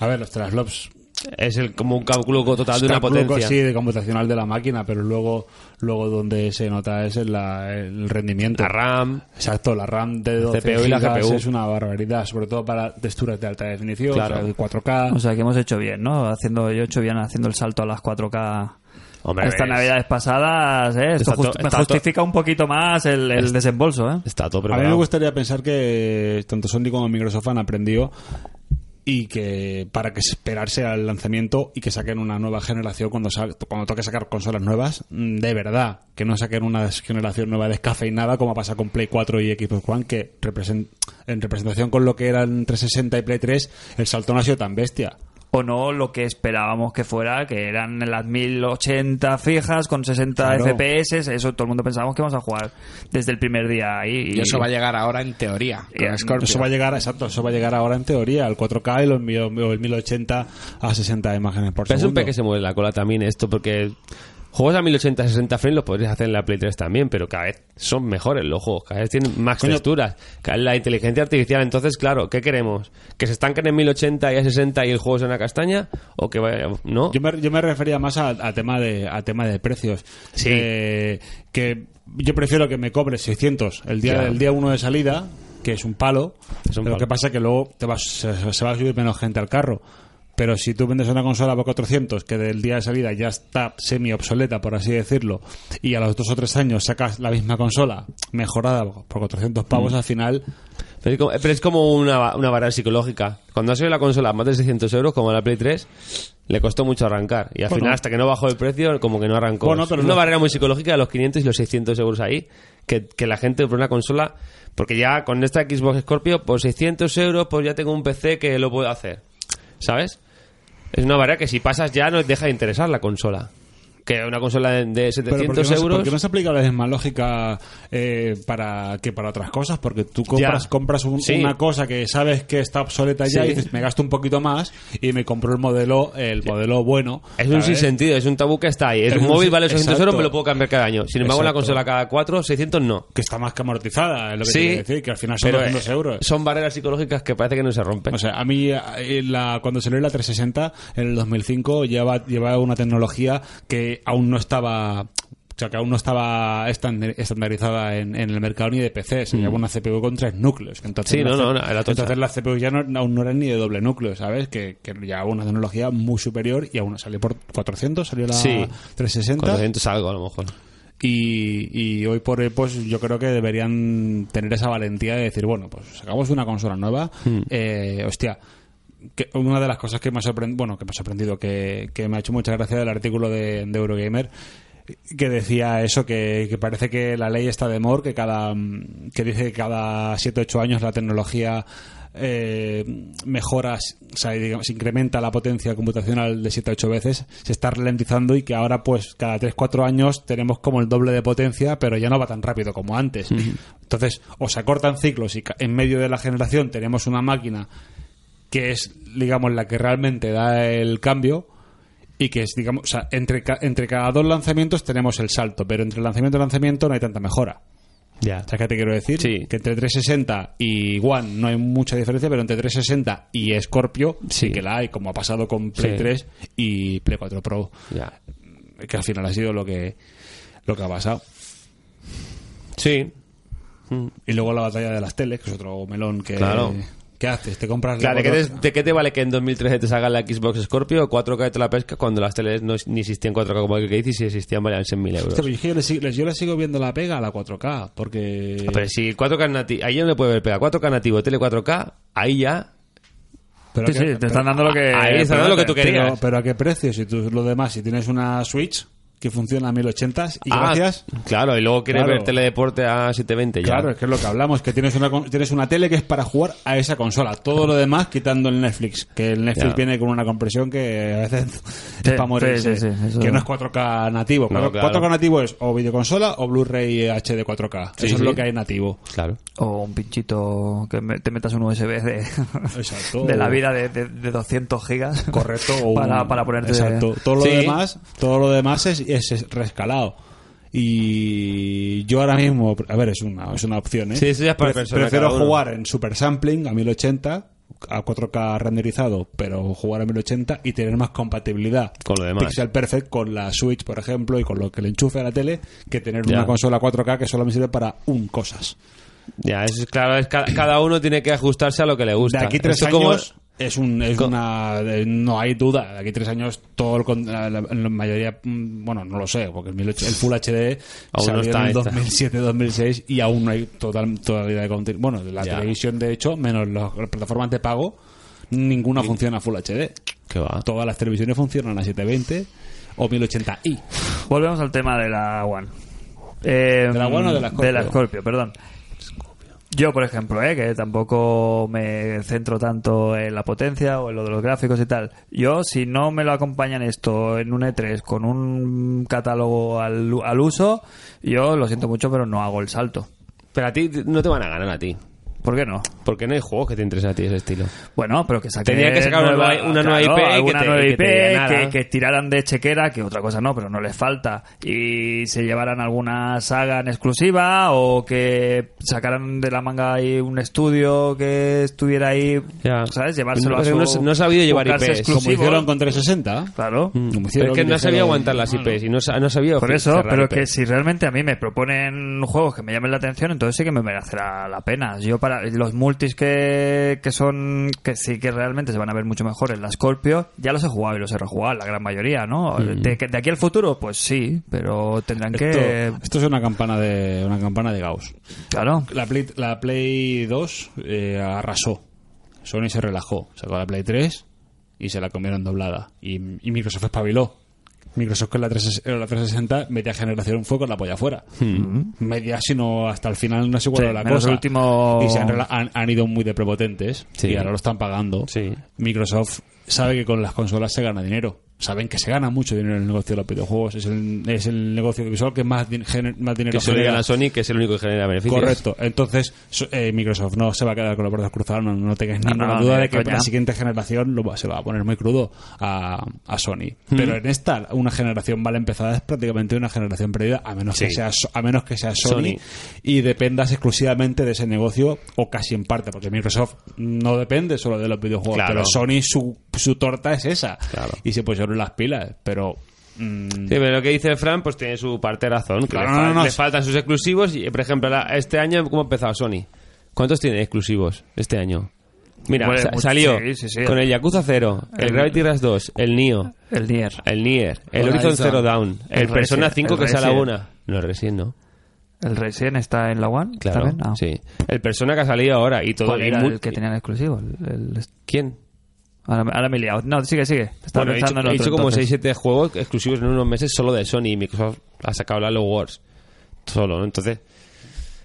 S3: A ver, los traslops.
S5: Es el, como un cálculo total de una
S3: cálculo,
S5: potencia.
S3: Sí, de computacional de la máquina, pero luego, luego donde se nota es en la- el rendimiento.
S5: La RAM.
S3: Exacto, la RAM de 12
S5: CPU y la
S3: gigas
S5: GPU.
S3: es una barbaridad, sobre todo para texturas de alta definición,
S5: Claro.
S3: o sea, de 4K.
S2: O sea, que hemos hecho bien, ¿no? Haciendo, yo he hecho bien haciendo el salto a las 4K.
S5: Hombre,
S2: Estas
S5: ves,
S2: navidades pasadas, ¿eh? Esto
S5: Está to-
S2: just- me
S5: está
S2: justifica un poquito más el, el desembolso, ¿eh?
S5: Está todo
S3: A mí
S5: preparado.
S3: me gustaría pensar que tanto Sony como Microsoft han aprendido y que para que esperarse al lanzamiento y que saquen una nueva generación cuando sa- cuando toque sacar consolas nuevas mm, de verdad que no saquen una des- generación nueva descafeinada como pasa con Play 4 y Xbox One que represen- en representación con lo que eran 360 y Play 3 el salto no ha sido tan bestia
S2: O no lo que esperábamos que fuera, que eran las 1080 fijas con 60
S3: Claro.
S2: FPS. Eso todo el mundo pensábamos que íbamos a jugar desde el primer día ahí.
S4: Y eso va a llegar ahora en teoría.
S2: Y,
S4: Con Scorpio.
S3: Eh, eso va a llegar exacto eso va a llegar ahora en teoría al 4K y los mil- o el 1080 a 60 imágenes por
S5: Pero es un
S3: segundo
S5: pe que se mueve la cola también esto, porque juegos a 1080 60 frames los podrías hacer en la Play 3 también, pero cada vez son mejores los juegos, cada vez tienen más
S3: Coño.
S5: texturas. Cada vez La inteligencia artificial, entonces, claro, ¿qué queremos? ¿Que se estanquen en 1080 y a 60 y el juego sea una castaña? ¿O que vaya.? ¿No?
S3: Yo me, yo me refería más a, a tema de a tema de precios.
S5: Sí.
S3: Eh, que yo prefiero que me cobres 600 el día
S5: Ya.
S3: el día uno de salida, que es un palo.
S5: Es un
S3: lo
S5: palo.
S3: que pasa es que luego te vas, se, se va a subir menos gente al carro. Pero si tú vendes una consola por 400 que del día de salida ya está semi obsoleta, por así decirlo, y a los dos o tres años sacas la misma consola mejorada por 400 pavos,
S5: Mm.
S3: al final
S5: Pero es como, eh, pero es como una, una barrera psicológica. Cuando ha salido la consola a más de 600 euros, como la Play 3, le costó mucho arrancar. Y al
S3: Bueno.
S5: final, hasta que no bajó el precio, como que no arrancó.
S3: Bueno, pero
S5: es una
S3: no-
S5: barrera muy psicológica de los 500 y los 600 euros ahí, que, que la gente por una consola... Porque ya con esta Xbox Scorpio, por 600 euros, pues ya tengo un PC que lo puedo hacer. ¿Sabes? Es una barrera que si pasas ya no deja de interesar la consola. Que una consola de, de
S3: Pero ¿por qué
S5: 700
S3: no se-
S5: euros...
S3: ¿Por qué no se aplica la misma lógica eh, para que para otras cosas? Porque tú compras,
S5: Ya.
S3: compras un-
S5: Sí.
S3: una cosa que sabes que está obsoleta ya
S5: Sí.
S3: y dices, me gasto un poquito más y me compro el modelo el modelo bueno.
S5: Es un
S3: ¿sabes?
S5: sinsentido, es un tabú que está ahí. Es
S3: Es
S5: un
S3: un
S5: móvil,
S3: sin-
S5: vale 800
S3: exacto.
S5: euros, me lo puedo cambiar cada año. Sin embargo, una
S3: Exacto.
S5: consola cada 4, 600 no.
S3: Que está más que amortizada, es lo que
S5: Sí,
S3: quiero decir, que al final son
S5: pero,
S3: 200
S5: eh,
S3: euros.
S5: Son barreras psicológicas que parece que no se rompen.
S3: O sea, a mí eh, la, cuando salió la 360 en el 2005 llevaba, llevaba una tecnología que aún no estaba o sea, que aún no estaba estandar- estandarizada en, en el mercado ni de PC. Se llevaba una CPU con tres núcleos. Entonces,
S5: Mm. Sí, no,
S3: la C-
S5: no, no, era tocha.
S3: entonces la CPU ya no, aún no era ni de doble núcleo, ¿sabes? Que, que llevaba una tecnología muy superior y aún salió por 400, salió la
S5: Sí.
S3: 360.
S5: 400 algo, a lo mejor.
S3: Y, y hoy por hoy, pues yo creo que deberían tener esa valentía de decir, bueno, pues sacamos una consola nueva. eh, hostia, que una de las cosas que me ha sorprendido, bueno, que me ha sorprendido, que, que me ha hecho mucha gracia del artículo de, de Eurogamer, que decía eso, que, que parece que la ley está de Moore, que cada mm, que dice que cada 7-8 años la tecnología eh, mejora, s- o sea, digamos, se incrementa la potencia computacional de 7-8 veces, se está ralentizando y que ahora pues cada 3-4 años tenemos como el doble de potencia, pero ya no va tan rápido como antes. Entonces, o se acortan ciclos y ca- en medio de la generación tenemos una máquina que es, digamos, la que realmente da el cambio y que es, digamos, o sea, entre, ca- entre cada dos lanzamientos tenemos el salto, pero entre lanzamiento y lanzamiento no hay tanta mejora.
S5: Ya.
S3: ¿Sabes qué te quiero decir?
S5: Sí.
S3: Que entre 360 y One no hay mucha diferencia, pero entre 360 y Scorpio sí,
S5: Sí.
S3: que la hay, como ha pasado con Play
S5: Sí.
S3: 3 y Play 4 Pro,
S5: ya.
S3: que al final ha sido lo que, lo que ha pasado.
S5: Sí.
S3: Y luego la batalla de las teles, que es otro melón que...
S5: Claro.
S3: ¿Qué haces? ¿Te compras
S5: Claro, ¿de
S3: la
S5: qué, te,
S3: cuatro-
S5: de qué te vale que en 2013 te salga la Xbox Scorpio o 4K te la pesca cuando las teles no, ni existían 4K como el que dices y si existían valían 100.000 euros?
S3: Hostia, pero es que yo, le sigo, yo le sigo viendo la pega a la 4K, porque...
S5: Ah, Pero si el 4K nativo, ahí ya no le puede ver pega. 4K nativo, tele 4K, ahí ya.
S3: Pero
S2: Sí,
S3: que-
S2: sí, te están dando lo que...
S5: Ahí está dando lo que tú
S3: pero-
S5: querías.
S3: Pero, a qué precio, si tú lo demás, si tienes una Switch que funciona a 1080 y
S5: Ah,
S3: gracias...
S5: Claro, y luego quieres
S3: Claro.
S5: ver teledeporte a 720 ya.
S3: Claro, es que es lo que hablamos, que tienes una, con- tienes una tele que es para jugar a esa consola. Todo lo demás quitando el Netflix, que el Netflix
S5: Ya.
S3: viene con una compresión que a veces
S2: Sí,
S3: es para morirse.
S2: sí, sí, sí, eso-
S3: que no es 4K nativo.
S5: No,
S3: 4K,
S5: claro.
S3: nativo es o videoconsola o Blu-ray HD 4K.
S5: Sí,
S3: eso
S5: sí.
S3: es lo que hay nativo.
S5: Claro.
S2: O un pinchito que me- te metas un USB de,
S3: Exacto.
S2: de la vida de, de- de 200 gigas.
S3: Correcto. o un-
S2: para, para ponerte...
S3: Exacto. Todo lo
S5: Sí.
S3: demás, todo lo demás es, es rescalado. Y yo ahora mismo, a ver, es una, es una opción, ¿eh?
S5: Sí, eso ya es para
S3: Pre-
S5: persona,
S3: Prefiero
S5: cada uno.
S3: jugar en super sampling a 1080 a 4K renderizado, pero jugar a 1080 y tener más compatibilidad
S5: Con lo demás.
S3: Pixel Perfect con la Switch, por ejemplo, y con lo que le enchufe a la tele, que tener
S5: Ya.
S3: una consola 4K que solo me sirve para un cosas.
S5: Ya, eso es claro. Es ca- cada uno tiene que ajustarse a lo que le gusta.
S3: De aquí tres
S5: Esto como-
S3: años es un es una de- no hay duda. De aquí tres años todo el con- la, la- la mayoría mm, bueno no lo sé porque el, 1008 el Full HD
S5: Aún no
S3: salió
S5: está
S3: en
S5: esta.
S3: 2007 2006 y aún no hay total totalidad de contenido. Bueno, la
S5: Ya.
S3: televisión de hecho menos las las plataformas de pago ninguna funciona Full HD.
S5: ¿Qué va?
S3: Todas las televisiones funcionan a 720 o 1080i.
S2: Volvemos al tema de la One. Eh,
S3: ¿De la One o de la Scorpio?
S2: Scorpio, perdón. Yo, por ejemplo, eh, que tampoco me centro tanto en la potencia o en lo de los gráficos y tal. Yo, si no me lo acompañan esto en un E3 con un catálogo al, al uso, yo lo siento mucho, pero no hago el salto.
S5: Pero a ti t- no te van a ganar a ti.
S2: ¿Por qué no?
S5: Porque no hay juegos que te interesen a ti de ese estilo.
S2: Bueno, pero que saquen
S5: Tenía que sacar una nueva- una nueva IP que
S2: alguna
S5: te-
S2: nueva
S5: que
S2: IP,
S5: te llenara.
S2: que, que tiraran de chequera, que otra cosa no, pero no les falta, y se llevaran alguna saga en exclusiva o que sacaran de la manga ahí un estudio que estuviera ahí,
S5: Ya.
S2: ¿sabes? Llevárselo a
S5: Pero
S2: su...
S5: no se- no ha sabido llevar
S2: buscarse
S5: IPs, como Mm.
S3: Como
S2: exclusivos.
S3: hicieron con 360.
S2: Claro.
S3: Como
S5: Pero
S3: hicieron
S5: es que no sabía
S3: dijeron-
S5: aguantar las
S3: Bueno,
S5: IPs y no, sa- no sabía.
S2: Por eso,
S5: cerrar
S2: pero
S5: IPs.
S2: que si realmente a mí me proponen juegos que me llamen la atención, entonces sí que me merecerá la pena. Yo para los multis que, que son, que sí que realmente se van a ver mucho mejores, la Scorpio, ya los he jugado y los he rejugado, la gran mayoría, ¿no?
S5: Mm.
S2: De, que- de aquí al futuro, pues sí, pero tendrán que...
S3: Esto, esto es una campana de una campana de Gauss.
S2: Claro.
S3: La Play, la Play 2 eh, arrasó. Sony se relajó. Sacó la Play 3 y se la comieron doblada. Y, y Microsoft espabiló. Microsoft con la, 360 eh, la 360, media generación fue con la polla afuera. Media, sino hasta el final no se cuál
S2: Sí,
S3: era la
S2: menos
S3: cosa.
S2: el último-
S3: Y se han, rela- han- han ido muy de prepotentes
S5: Sí.
S3: y ahora lo están pagando.
S5: Sí.
S3: Microsoft sabe que con las consolas se gana dinero. Saben que se gana mucho dinero en el negocio de los videojuegos. Es el, es el negocio visual que más, din- gener- más dinero
S5: Que se lo digan
S3: genera.
S5: a Sony, que es el único que genera beneficios.
S3: Correcto. Entonces, so- eh, Microsoft no se va a quedar con los brazos cruzados. No, no tengas
S2: No,
S3: ninguna
S2: no,
S3: duda
S2: ni
S3: de
S2: de
S3: que
S2: coña.
S3: la siguiente generación lo va- se lo va a poner muy crudo a, a Sony. Pero en esta, una generación mal empezada es prácticamente una generación perdida, a menos,
S5: Sí.
S3: que, sea, so- a menos que sea
S5: Sony.
S3: Sony, y dependas exclusivamente de ese negocio o casi en parte, porque Microsoft no depende solo de los videojuegos,
S5: Claro.
S3: pero Sony su, su torta es esa.
S5: Claro.
S3: Y se pusieron las pilas, pero... mm,
S5: Sí, pero lo que dice Fran, pues tiene su parte de razón. que
S3: Claro,
S5: le, fal-
S3: no, no, no.
S5: le faltan sus exclusivos. Y, por ejemplo, la- este año, ¿cómo ha empezado Sony? ¿Cuántos tiene exclusivos este año? Mira,
S2: Hombre,
S5: sa-
S2: muchos,
S5: salió
S2: sí, sí, sí.
S5: con el Yakuza 0, el,
S2: El-
S5: Gravity Rush 2, el Nio,
S2: El Nier.
S5: el Nier, el
S4: Horizon.
S5: Horizon Zero Dawn, el,
S2: El
S5: Persona
S2: Resident,
S5: 5
S2: el
S5: que sale a la
S2: Resident.
S5: una. No, el Resident no.
S2: El Resident está en la One.
S5: Claro,
S2: ¿También? Ah.
S5: sí. El Persona que ha salido ahora y todo.
S2: ¿Cuál
S5: y
S2: era
S5: mu-
S2: el que tenía el exclusivo? El- el-
S5: ¿Quién?
S2: Ahora, me- ahora me he liado. No, sigue, sigue. Estaba
S5: Bueno, he
S2: pensando
S5: hecho,
S2: en
S5: he
S2: otro,
S5: hecho como
S2: entonces.
S5: 6-7 juegos exclusivos en unos meses solo de Sony y Microsoft ha sacado la Low Wars solo, ¿no? Entonces.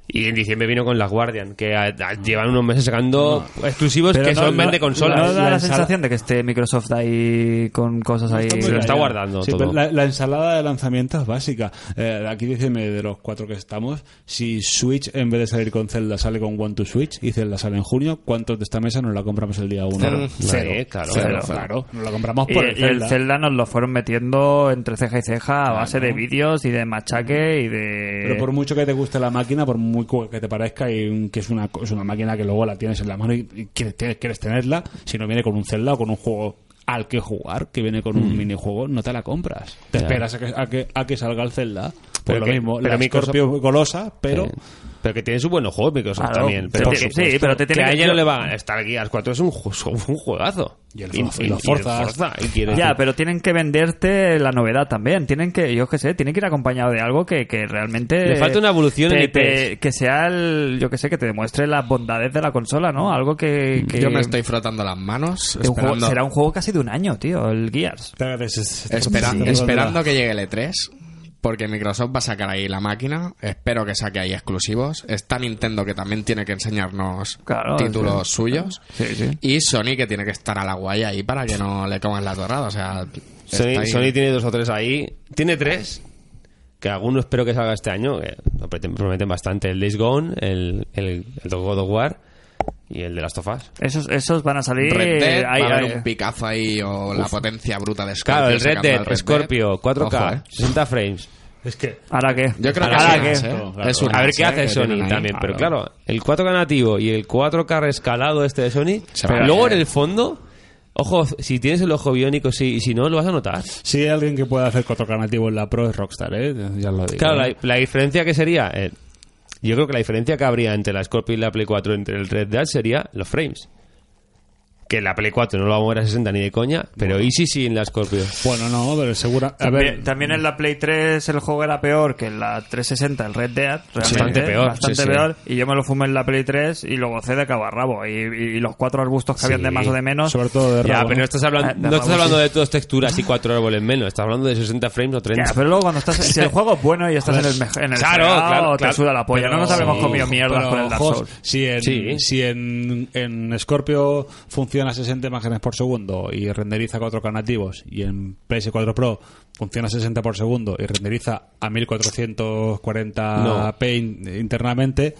S5: Y en diciembre vino con las Guardian, que a- a- llevan unos meses sacando exclusivos
S2: Pero
S5: que
S2: no-
S5: son
S2: no-
S5: vende consolas.
S2: ¿No da la,
S3: La ensala-
S2: sensación de que esté Microsoft ahí con cosas ahí?
S5: muy Se lo bien. está guardando
S3: Sí,
S5: todo.
S3: pero La, la ensalada de lanzamientos básica. Eh, aquí dice de los cuatro que estamos, si Switch en vez de salir con Zelda sale con One to Switch y Zelda sale en junio, ¿cuántos de esta mesa nos la compramos el día uno?
S4: Cero.
S5: Sí, Eh, claro.
S2: Cero.
S3: Claro, nos la compramos
S2: Y,
S3: por el
S2: y el
S3: Zelda.
S2: Zelda nos lo fueron metiendo entre ceja y ceja a base de vídeos y de machaque y de...
S5: Eh.
S3: Pero por mucho que te guste la máquina, por muy cool que te parezca y un- que es una, co- es una máquina que luego la tienes en la mano y, y quieres, tienes- quieres tenerla, si no viene con un Zelda o con un juego al que jugar, que viene con un minijuego, no te la compras. Te
S5: Mm. Ya.
S3: esperas a que, a que, a que salga el Zelda. Pero
S5: Pero
S3: lo
S5: que-
S3: mismo,
S5: pero
S3: la
S5: mi cosa-
S3: Scorpio golosa, pero...
S5: Sí. Pero que tiene sus buenos juegos Microsoft
S2: Claro,
S5: también.
S2: te
S5: Pero
S2: tiene-
S5: por
S2: sí,
S5: supuesto,
S2: pero te tiene
S5: que a
S2: que-
S5: ella no le va a estar Gears 4 es un, ju- es un juegazo.
S3: Y el Forza- y los Forzas.
S5: Forza, y quiero
S2: Ya,
S5: decir-
S2: pero tienen que venderte la novedad también. Tienen que, yo qué sé, tienen que ir acompañado de algo que, que realmente...
S5: Le falta una evolución
S2: te-
S5: en
S2: te-
S5: IPs.
S2: Que sea el, yo qué sé, que te demuestre las bondades de la consola, ¿no? Algo que... que-
S4: Yo me estoy frotando las manos
S2: que eh, un juego-
S4: esperando,
S2: será un juego casi de un año, tío, el Gears.
S4: espera-
S3: Sí.
S4: esperando que llegue el E3, porque Microsoft va a sacar ahí la máquina. Espero que saque ahí exclusivos. Está Nintendo que también tiene que enseñarnos
S2: Claro,
S4: títulos
S2: sí.
S4: suyos.
S2: Sí, sí.
S4: Y Sony que tiene que estar a la guay ahí para que no le coman la torrada. O sea, está
S5: Sony,
S4: ahí.
S5: Sony tiene dos o tres ahí. Tiene tres. Que alguno espero que salga este año. Que lo prometen- prometen bastante. El Days Gone, el, el, el God of War y el de las tofas.
S2: Esos, esos van a salir... eh,
S4: Red Dead,
S2: ahí-
S4: va a haber
S2: ahí-
S4: un picazo ahí o la potencia bruta de Scorpio.
S5: Claro, el Red
S4: sacando al
S5: Dead, Scorpio, 4K,
S4: Ojo, eh.
S5: 60 frames.
S3: Es que...
S2: ¿Ahora qué?
S4: Yo creo que
S2: ¿Ahora
S4: sí,
S2: qué?
S4: sí. Es un
S5: a ver
S4: as,
S5: qué
S4: eh,
S5: hace
S4: que tienen
S5: Sony
S4: ahí.
S5: también. Pero claro, el 4K nativo y el 4K rescalado este de Sony.
S4: Se va a
S5: luego
S4: ver.
S5: en el fondo, ojo, si tienes el ojo biónico, sí, y si no, lo vas a notar.
S3: Si hay alguien que pueda hacer 4K nativo en la Pro es Rockstar, ¿eh? Ya lo digo.
S5: Claro, la,
S3: ¿eh?
S5: la diferencia que sería. eh, yo creo que la diferencia que habría entre la Scorpio y la Play 4 entre el Red Dead sería los frames. Que la Play 4 no lo va a mover a 60 ni de coña, pero Easy sí en la Scorpio.
S3: Bueno, no, pero segura... A
S2: También,
S3: ver,
S2: también en la Play 3 el juego era peor que en la 360, el Red Dead. Realmente,
S5: Bastante peor,
S2: Bastante
S5: sí, sí.
S2: peor. Y yo me lo fumé en la Play 3 y lo gocé de cabo a rabo. Y, y los cuatro arbustos que habían de más o de menos.
S3: sobre todo de
S5: Ya,
S3: rabo,
S5: pero
S3: ¿no?
S5: no estás hablando,
S2: Ah, de
S5: no estás
S2: rabo,
S5: hablando
S2: sí.
S5: de dos texturas y cuatro árboles menos, estás hablando de 60 frames o
S2: Ya,
S5: 30.
S2: pero luego cuando estás si el juego es bueno y estás en el mej- en el
S5: Claro,
S2: fregado,
S5: claro,
S2: te
S5: claro.
S2: suda la polla. Pues no nos
S5: Pero-
S2: habremos comido mierdas
S3: Pero,
S2: con el Dark
S3: ojos,
S2: Souls.
S3: Si en,
S5: Sí.
S3: si en, en Scorpio funciona a 60 imágenes por segundo y renderiza 4K nativos, y en PS4 Pro funciona a 60 por segundo y renderiza a 1440p in- internamente,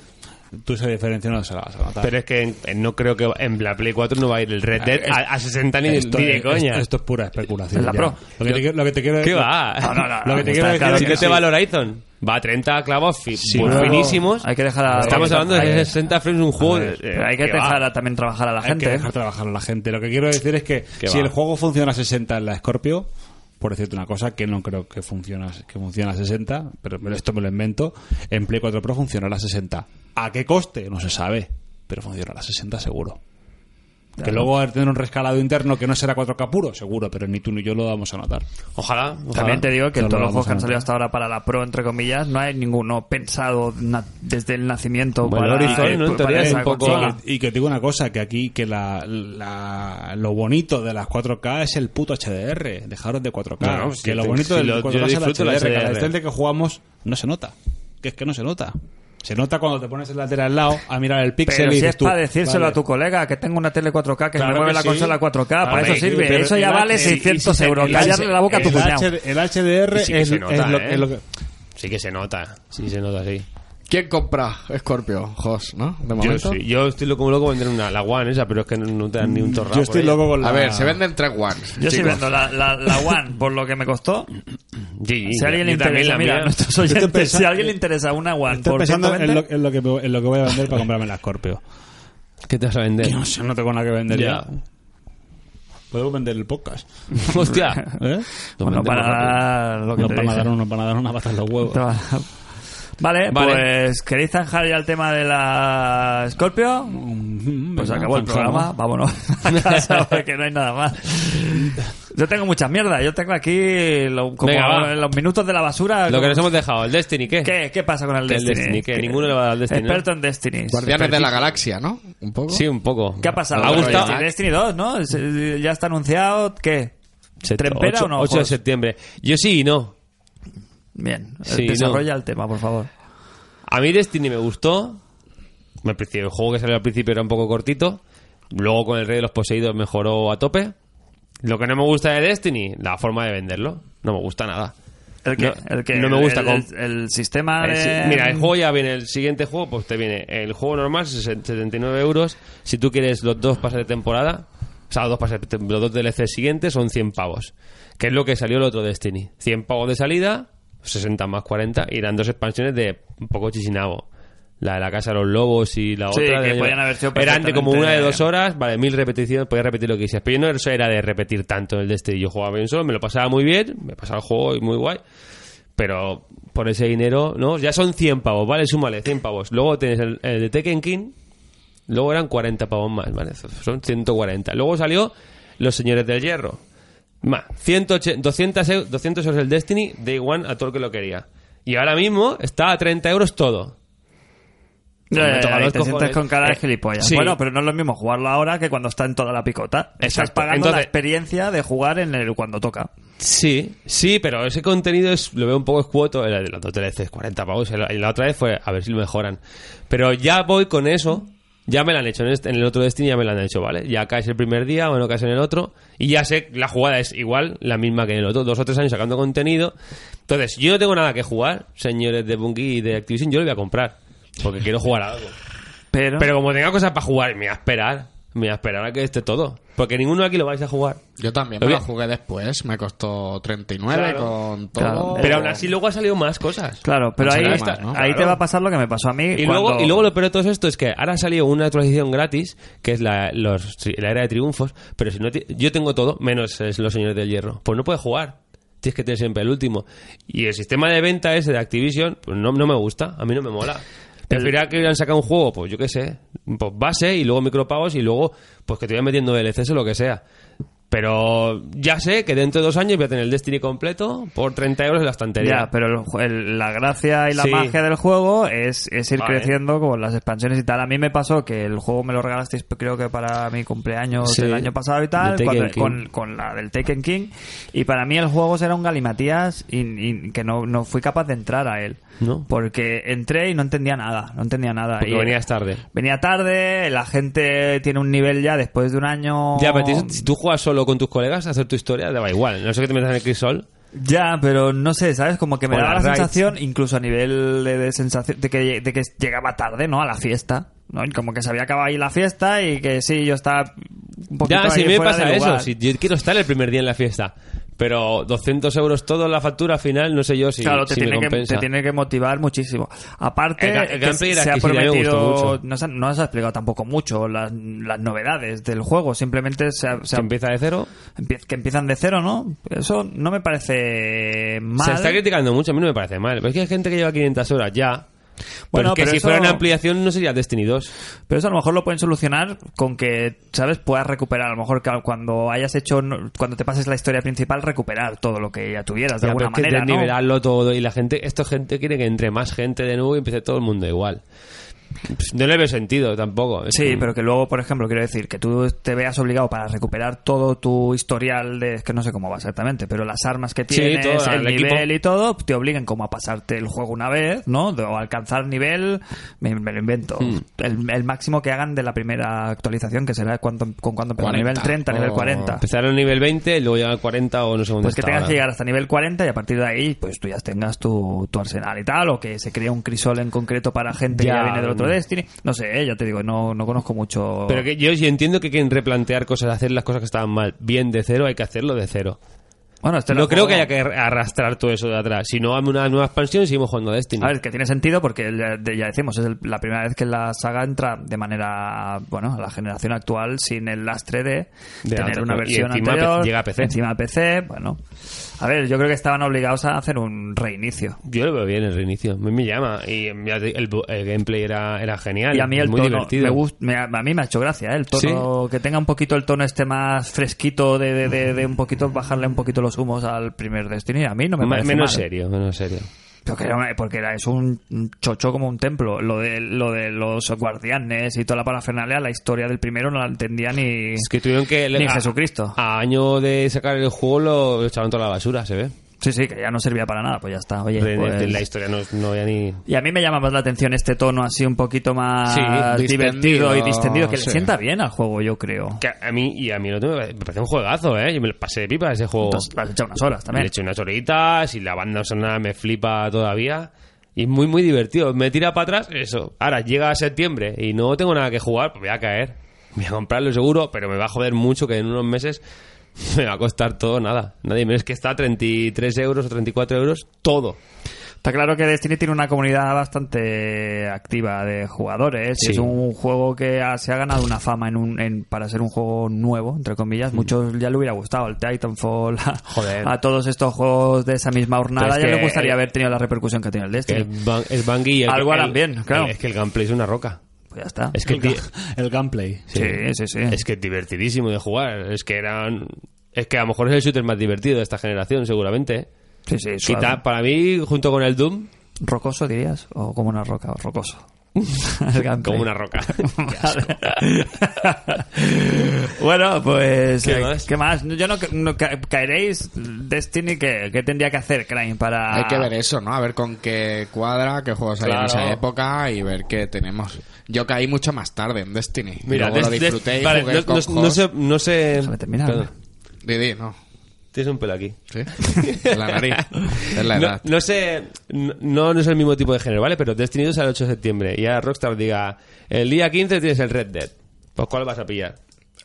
S3: tú esa diferencia no se la vas a notar.
S5: Pero es que en- en- no creo que en la Play 4 no va a ir el Red Dead a, a 60 ni,
S3: esto,
S5: ni de
S3: es-
S5: coña.
S3: Esto, es pura especulación.
S2: En la
S3: ya.
S2: Pro.
S3: Lo que, te, quiero- lo que te quiero
S5: ¿Qué
S3: lo-
S5: va?
S2: No, no, no, no,
S3: Lo que te
S2: está
S3: quiero decir
S2: claro
S3: es
S5: si
S3: que
S5: no te
S3: sí.
S5: va el Horizon, va a 30 clavos fi-
S3: Sí,
S5: pues,
S3: luego
S5: finísimos.
S2: Hay que dejar a-
S5: Estamos hablando de
S2: hay-
S5: 60 frames un juego. de-
S2: Pero hay que
S5: ¿qué eh, va?
S2: dejar a- también trabajar a la gente.
S3: Hay que
S2: ¿eh?
S3: dejar trabajar a la gente. Lo que quiero decir es que
S5: Que
S3: si
S5: va.
S3: el juego funciona a 60 en la Scorpio, por decirte una cosa, que no creo que funcione, que funcione a 60, pero me lo- esto me lo invento, en Play 4 Pro funcionará a 60. ¿A qué coste? No se sabe, pero funcionará a 60 seguro. Que luego va a tener un rescalado interno que no será 4K puro, seguro, pero ni tú ni yo lo vamos a notar.
S5: Ojalá. ojalá.
S2: También te digo que
S3: No
S2: en todos
S3: lo
S2: los juegos
S3: vamos
S2: que
S3: a
S2: han salido
S3: notar.
S2: hasta ahora para la pro, entre comillas, no hay ninguno pensado na- desde el nacimiento
S5: Bueno,
S2: para,
S5: Horizon, ¿no? En
S2: para
S5: teoría es
S2: esa
S5: un poco-
S2: consola.
S3: Y que- Y que te digo una cosa, que aquí que la, la- lo bonito de las 4K es el puto HDR. Dejaros de 4K.
S5: No, no,
S3: que
S5: sí,
S3: lo
S5: sí,
S3: bonito
S5: sí,
S3: del
S5: lo- yo
S3: 4K es el
S5: disfruto
S3: HDR.
S5: el
S3: Que la
S5: HDR.
S3: Zelda que jugamos no se nota. Que es que no se nota. Se nota cuando te pones el lateral al lado a mirar el píxel
S2: Pero
S3: y
S2: si
S3: dices
S2: es
S3: tú,
S2: para decírselo
S3: vale.
S2: a tu colega que tengo una tele 4K que
S3: Claro
S2: me mueve
S3: que
S2: la
S3: sí.
S2: consola 4K, para
S3: Hombre,
S2: eso sirve.
S3: pero
S2: eso ya
S3: el
S2: vale
S3: H-
S2: 600
S3: y- y-
S2: euros.
S3: el
S2: Callarle
S3: H-
S2: la boca a tu
S3: el
S2: cuñado.
S3: H- El HDR
S5: Y sí que
S3: es,
S5: se
S3: es
S5: nota,
S3: lo,
S5: ¿eh?
S3: es lo que...
S5: Sí que se nota. Sí se nota, sí.
S4: ¿Quién compra Scorpio? Jos, ¿no? De
S5: Yo,
S4: momento.
S5: sí, yo estoy lo- como loco vender una, la One esa, pero es que no, no te dan ni un ¿eh? torrado.
S3: Yo
S5: por
S3: estoy
S5: ella.
S3: loco con la...
S4: A ver, se venden tres ones.
S2: Yo sí
S4: chicos.
S2: vendo la, la, la One por lo que me costó.
S5: Sí,
S2: Si a alguien
S5: yo
S2: le
S5: también
S2: interesa,
S5: la
S2: mira,
S5: mía.
S2: nuestros
S3: estoy
S2: oyentes, si
S3: pensando-
S2: a alguien le interesa una One
S3: Estoy
S2: por
S3: pensando en lo,
S2: 120,
S3: en, lo que, en lo que voy a vender para comprarme la Scorpio.
S5: ¿Qué te vas a vender?
S3: Que no sé, no tengo nada que vender
S5: Ya.
S3: ya. Podemos vender el podcast.
S5: Hostia.
S3: ¿Eh?
S2: bueno,
S5: vendemos
S2: para lo que
S3: Nos
S2: te
S3: van, a
S2: dije.
S3: dar, nos van a dar una pata en los huevos.
S2: Te va- Vale,
S5: Pues. Vale.
S2: pues queréis zanjar ya el tema de la Scorpio. Pues
S3: Venga,
S2: acabó el
S3: zanjamos.
S2: programa, vámonos a casa porque no hay nada más. Yo tengo muchas mierdas, yo tengo aquí lo- como
S5: Venga, va.
S2: los minutos de la basura.
S5: Lo que
S2: como-
S5: nos hemos dejado, el Destiny, ¿qué?
S2: ¿Qué, qué pasa con el
S5: Que el
S2: Destiny?
S5: Destiny, que ninguno le va a dar al Destiny, ¿no?
S2: Experto en Destiny.
S4: Guardianes de la Galaxia, ¿no? Un poco.
S5: Sí, un poco.
S2: ¿Qué ha pasado?
S5: ¿Ha
S2: con
S5: gustado?
S2: Destiny? Destiny 2, ¿no? Se- Ya está anunciado. ¿Qué?
S5: Set-
S2: ¿Trempera
S5: Ah, ocho-
S2: o no?
S5: 8 de
S2: Joder.
S5: septiembre. Yo sí y no.
S2: Bien,
S5: Sí,
S2: desarrolla
S5: no.
S2: el tema, por favor.
S5: A mí Destiny me gustó. Al principio- El juego que salió al principio era un poco cortito. Luego con el Rey de los Poseídos mejoró a tope. Lo que no me gusta de Destiny, la forma de venderlo. No me gusta nada.
S2: El que,
S5: no,
S2: el que-
S5: no me gusta.
S2: el,
S5: con-
S2: el- el sistema
S5: Eh,
S2: de-
S5: sí, Mira, el juego ya viene, el siguiente juego, pues te viene el juego normal, 60 79 euros. Si tú quieres los dos pases de temporada, o sea, los dos, pases de tem- los dos DLC siguientes son 100 pavos. Que es lo que salió el otro Destiny. 100 pavos de salida, 60 más 40, y eran dos expansiones de un poco chisinabo. La de la casa de los lobos y la
S2: Sí,
S5: otra.
S2: que
S5: de-
S2: podían haber sido
S5: Eran de como una de
S2: perfectamente-
S5: dos horas, vale, mil repeticiones, podía repetir lo que quisieras. Pero yo no era- era de repetir tanto el Destiny. Yo jugaba bien solo, me lo pasaba muy bien, me pasaba el juego y muy guay. Pero por ese dinero, ¿no? Ya son 100 pavos, ¿vale? Súmale, 100 pavos. Luego tienes el, el de Tekken King, luego eran 40 pavos más, ¿vale? Son 140. Luego salió Los Señores del Hierro. Más, 180 200, eu- 200 euros el Destiny, de igual a todo el que lo quería. Y ahora mismo está a 30 euros todo.
S2: Ya, ya,
S5: Me toca
S2: ya, y
S5: los
S2: te sientes
S5: cojones.
S2: con cara de
S5: Eh,
S2: gilipollas.
S5: sí.
S2: Bueno, pero no es lo mismo jugarlo ahora que cuando está en toda la picota. Estás
S5: Exacto.
S2: pagando la
S5: Entonces-
S2: experiencia de jugar en el cuando toca.
S5: Sí, sí, pero ese contenido es, lo veo un poco escueto. El de las dos veces, 40 pavos. el- Y la otra vez fue a ver si lo mejoran. Pero ya voy con eso. Ya me lo han hecho. En, este- en el otro Destiny ya me lo han hecho, ¿vale? Ya caes el primer día, bueno, caes en el otro. Y ya sé, la jugada es igual, la misma que en el otro. Dos o tres años sacando contenido. Entonces, yo no tengo nada que jugar, señores de Bungie y de Activision. Yo lo voy a comprar. Porque quiero jugar a algo.
S2: Pero,
S5: Pero como tenga cosas para jugar, me voy a esperar. Me voy a esperar a que esté todo. Porque ninguno de aquí lo vais a jugar.
S4: Yo también
S5: Lo
S4: me lo
S5: vi-
S4: jugué después, me costó 39
S5: Claro.
S4: con todo.
S2: Claro.
S5: Pero aún así luego ha salido más cosas.
S2: claro, pero ahí,
S4: Será
S2: ahí
S4: más, ¿no?
S2: te
S5: Claro.
S2: va a pasar lo que me pasó a mí.
S5: Y
S2: cuando-
S5: luego, y luego lo peor de todo esto es que ahora ha salido una actualización gratis, que es la, los- la era de triunfos, pero si no ti- yo tengo todo, menos es los señores del hierro. Pues no puedes jugar. Tienes que tener siempre el último. Y el sistema de venta ese de Activision, pues no, no me gusta, a mí no me mola. Preferirá que hubieran sacado un juego, pues yo qué sé, pues base y luego micropagos y luego pues que te vayan metiendo DLCs o lo que sea. Pero ya sé que dentro de dos años voy a tener el Destiny completo por 30 euros en la estantería.
S2: Ya, pero el- el- la gracia y la
S5: Sí.
S2: magia del juego es, es ir
S5: Vale.
S2: creciendo con las expansiones y tal. A mí me pasó que el juego me lo regalasteis creo que para mi cumpleaños
S5: Sí.
S2: el año pasado y
S5: Del
S2: tal,
S5: Taken
S2: cuando-
S5: King.
S2: con, con la del Taken King. Y para mí el juego era un galimatías y, y que no, no fui capaz de entrar a él.
S5: No.
S2: Porque entré y no entendía nada, no entendía nada.
S5: porque
S2: Y-
S5: venías tarde.
S2: Venía tarde, la gente tiene un nivel ya después de un año...
S5: Ya, pero tienes- si tú juegas solo con tus colegas a hacer tu historia, te va igual. No sé que te metas en el crisol.
S2: Ya, pero no sé, ¿sabes? Como que me
S5: O
S2: daba la
S5: las raids.
S2: sensación, incluso a nivel de, de sensación, de que, de que llegaba tarde, ¿no? A la fiesta, ¿no? Y como que se había acabado ahí la fiesta y que sí, yo estaba un poquito
S5: Ya, si
S2: ahí
S5: me
S2: fuera
S5: pasa
S2: de
S5: eso.
S2: lugar.
S5: Si yo quiero estar el primer día en la fiesta. Pero 200 euros todo en la factura final, no sé yo si,
S2: claro, te,
S5: si me
S2: tiene que,
S5: compensa.
S2: te tiene que motivar muchísimo. Aparte,
S5: El ga- el
S2: que
S5: gameplay era
S2: se ha
S5: exquisito, a mí me gustó
S2: prometido,
S5: mucho.
S2: no se, ha- no se ha explicado tampoco mucho las, las novedades del juego, simplemente se ha- se
S5: Se
S2: ha-
S5: empieza de cero.
S2: empie- que empiezan de cero, ¿no? Eso no me parece mal.
S5: Se está criticando mucho, a mí no me parece mal. Pero es que hay gente que lleva 500 horas ya.
S2: Bueno,
S5: Bueno, que
S2: pero
S5: si
S2: eso-
S5: fuera una ampliación no sería Destiny 2.
S2: Pero eso a lo mejor lo pueden solucionar con que, ¿sabes? Puedas recuperar, a lo mejor que cuando hayas hecho, no- cuando te pases la historia principal, recuperar todo lo que ya tuvieras de
S5: Ya, pero
S2: alguna
S5: es que
S2: manera, ¿no?
S5: desnivelarlo todo y la gente... Esto gente quiere que entre más gente de nuevo y empiece todo el mundo igual. Pues No le veo sentido tampoco. Es
S2: Sí,
S5: como-
S2: pero que luego, por ejemplo, quiero decir, que tú te veas obligado para recuperar todo tu historial de, es que no sé cómo va exactamente, pero las armas que
S5: Sí,
S2: tienes,
S5: todo,
S2: el
S5: el equipo.
S2: nivel y todo, te obliguen como a pasarte el juego una vez, ¿no? De- o alcanzar nivel, me, me lo invento,
S5: Hmm.
S2: el, el máximo que hagan de la primera actualización, que será cuando, con cuando empezó,
S4: 40,
S2: nivel 30, nivel
S4: o-
S2: 40.
S5: Empezaron nivel 20, luego llegan al 40 o no sé dónde
S2: Ah. Pues que
S5: está
S2: tengas
S5: ahora.
S2: que llegar hasta nivel 40 y a partir de ahí, pues tú ya tengas tu, tu arsenal y tal, o que se crea un crisol en concreto para gente que
S5: Ya,
S2: ya viene del otro
S5: no.
S2: Destiny. No sé, eh, ya te digo, no, no conozco mucho.
S5: Pero que yo, yo entiendo que quieren replantear cosas, hacer las cosas que estaban mal bien de cero, hay que hacerlo de cero.
S2: bueno, este
S5: no
S2: lo
S5: creo
S2: juego-
S5: que haya que arrastrar todo eso de atrás. Si no, hazme una nueva expansión y seguimos jugando a Destiny.
S2: A ver, que tiene sentido porque ya, de- ya decimos, es el- la primera vez que la saga entra de manera, bueno, a la generación actual sin el lastre de,
S5: De
S2: tener
S5: otra-
S2: una
S5: y
S2: versión
S5: encima
S2: anterior.
S5: pe- llega a PC.
S2: Encima PC, bueno. A ver, yo creo que estaban obligados a hacer un reinicio.
S5: Yo lo veo bien el reinicio. A mí me llama. Y ya te- el, bu- el gameplay era, era genial.
S2: Y a mí el
S5: muy
S2: tono,
S5: divertido.
S2: Me gust- me- a mí me ha hecho gracia, ¿eh? el tono, que tenga un poquito el tono este más fresquito, de, de, de- de un poquito, bajarle un poquito los humos al primer Destiny, a mí no me
S5: Ma-
S2: parece
S5: menos
S2: mal.
S5: serio, menos serio.
S2: Porque, era una- porque era- es un un chocho como un templo. Lo de, lo de los guardianes y toda la parafernalia, la historia del primero no la entendía ni...
S5: Es que tuvieron que.
S2: Ni
S5: a-
S2: Jesucristo.
S5: A año de sacar el juego lo echaron toda la basura, se ve.
S2: Sí, sí, que ya no servía para nada, pues ya está. Oye,
S5: De- de-
S2: pues-
S5: de la historia no, no había ni...
S2: Y a mí me llama más la atención este tono así un poquito más
S5: Sí,
S2: divertido
S4: distendido,
S2: y distendido, que le
S4: sí.
S2: sienta bien al juego, yo creo.
S5: Que a mí, y a mí lo tengo- me parece un juegazo, ¿eh? Yo me lo pasé de pipa ese juego.
S2: Entonces, lo has echado unas horas
S5: Me
S2: también.
S5: he hecho unas horitas y la banda sonora me flipa todavía. Y es muy, muy divertido. Me tira para atrás, eso. Ahora llega septiembre y no tengo nada que jugar, pues voy a caer. Voy a comprarlo seguro, pero me va a joder mucho que en unos meses me va a costar todo nada. Nadie menos que está a 33 euros o 34 euros, todo.
S2: Está claro que Destiny tiene una comunidad bastante activa de jugadores. y
S5: Sí.
S2: Es un juego que ha- se ha ganado una fama en un, en- para ser un juego nuevo, entre comillas. Muchos ya le hubiera gustado, el Titanfall, a,
S5: Mm. Joder.
S2: a todos estos juegos de esa misma
S5: Pero
S2: hornada.
S5: es
S2: Ya
S5: que eh,
S2: le gustaría
S5: el-
S2: haber tenido la repercusión que tiene el
S5: Que
S2: Destiny.
S5: el, ban- el Bungie y el-
S2: Algo harán
S5: el-
S2: bien, claro.
S5: el- es que el gameplay es una roca.
S2: Pues ya está.
S5: Es que
S3: el,
S5: ti-
S3: ga- el gameplay.
S2: Sí, sí, sí.
S5: Es que es divertidísimo de jugar. Es que eran. Es que a lo mejor es el shooter más divertido de esta generación, seguramente.
S2: sí, sí, suave.
S5: Quizá para mí, junto con el Doom,
S2: ¿Rocoso dirías? ¿O como una roca? ¿O rocoso? El gameplay.
S5: como una roca.
S2: bueno, pues.
S5: ¿Qué
S2: eh,
S5: más?
S2: Yo no, no ca- caeréis. Destiny, ¿qué, qué tendría que hacer Crane para.?
S5: Ah.
S4: Hay que ver eso, ¿no? A ver con qué cuadra, qué juegos hay en
S5: Claro.
S4: esa época y ver qué tenemos. Yo caí mucho más tarde en Destiny.
S5: Mira,
S4: Mira, Luego lo
S2: este-
S5: des- des-
S4: disfruté y
S5: vale,
S4: jugué
S5: no,
S4: con
S5: no-
S4: juegos-
S5: no sé. No sé
S2: Déjame terminar,
S5: Perdón.
S2: hombre.
S4: Didi, no.
S5: Tienes un pelo aquí.
S4: ¿Sí? En la nariz. Es la
S5: No,
S4: edad.
S5: no sé, no, no es el mismo tipo de género, ¿vale? Pero Destiny 2 al 8 de septiembre y a Rockstar diga, el día 15 tienes el Red Dead. Pues ¿cuál vas a pillar?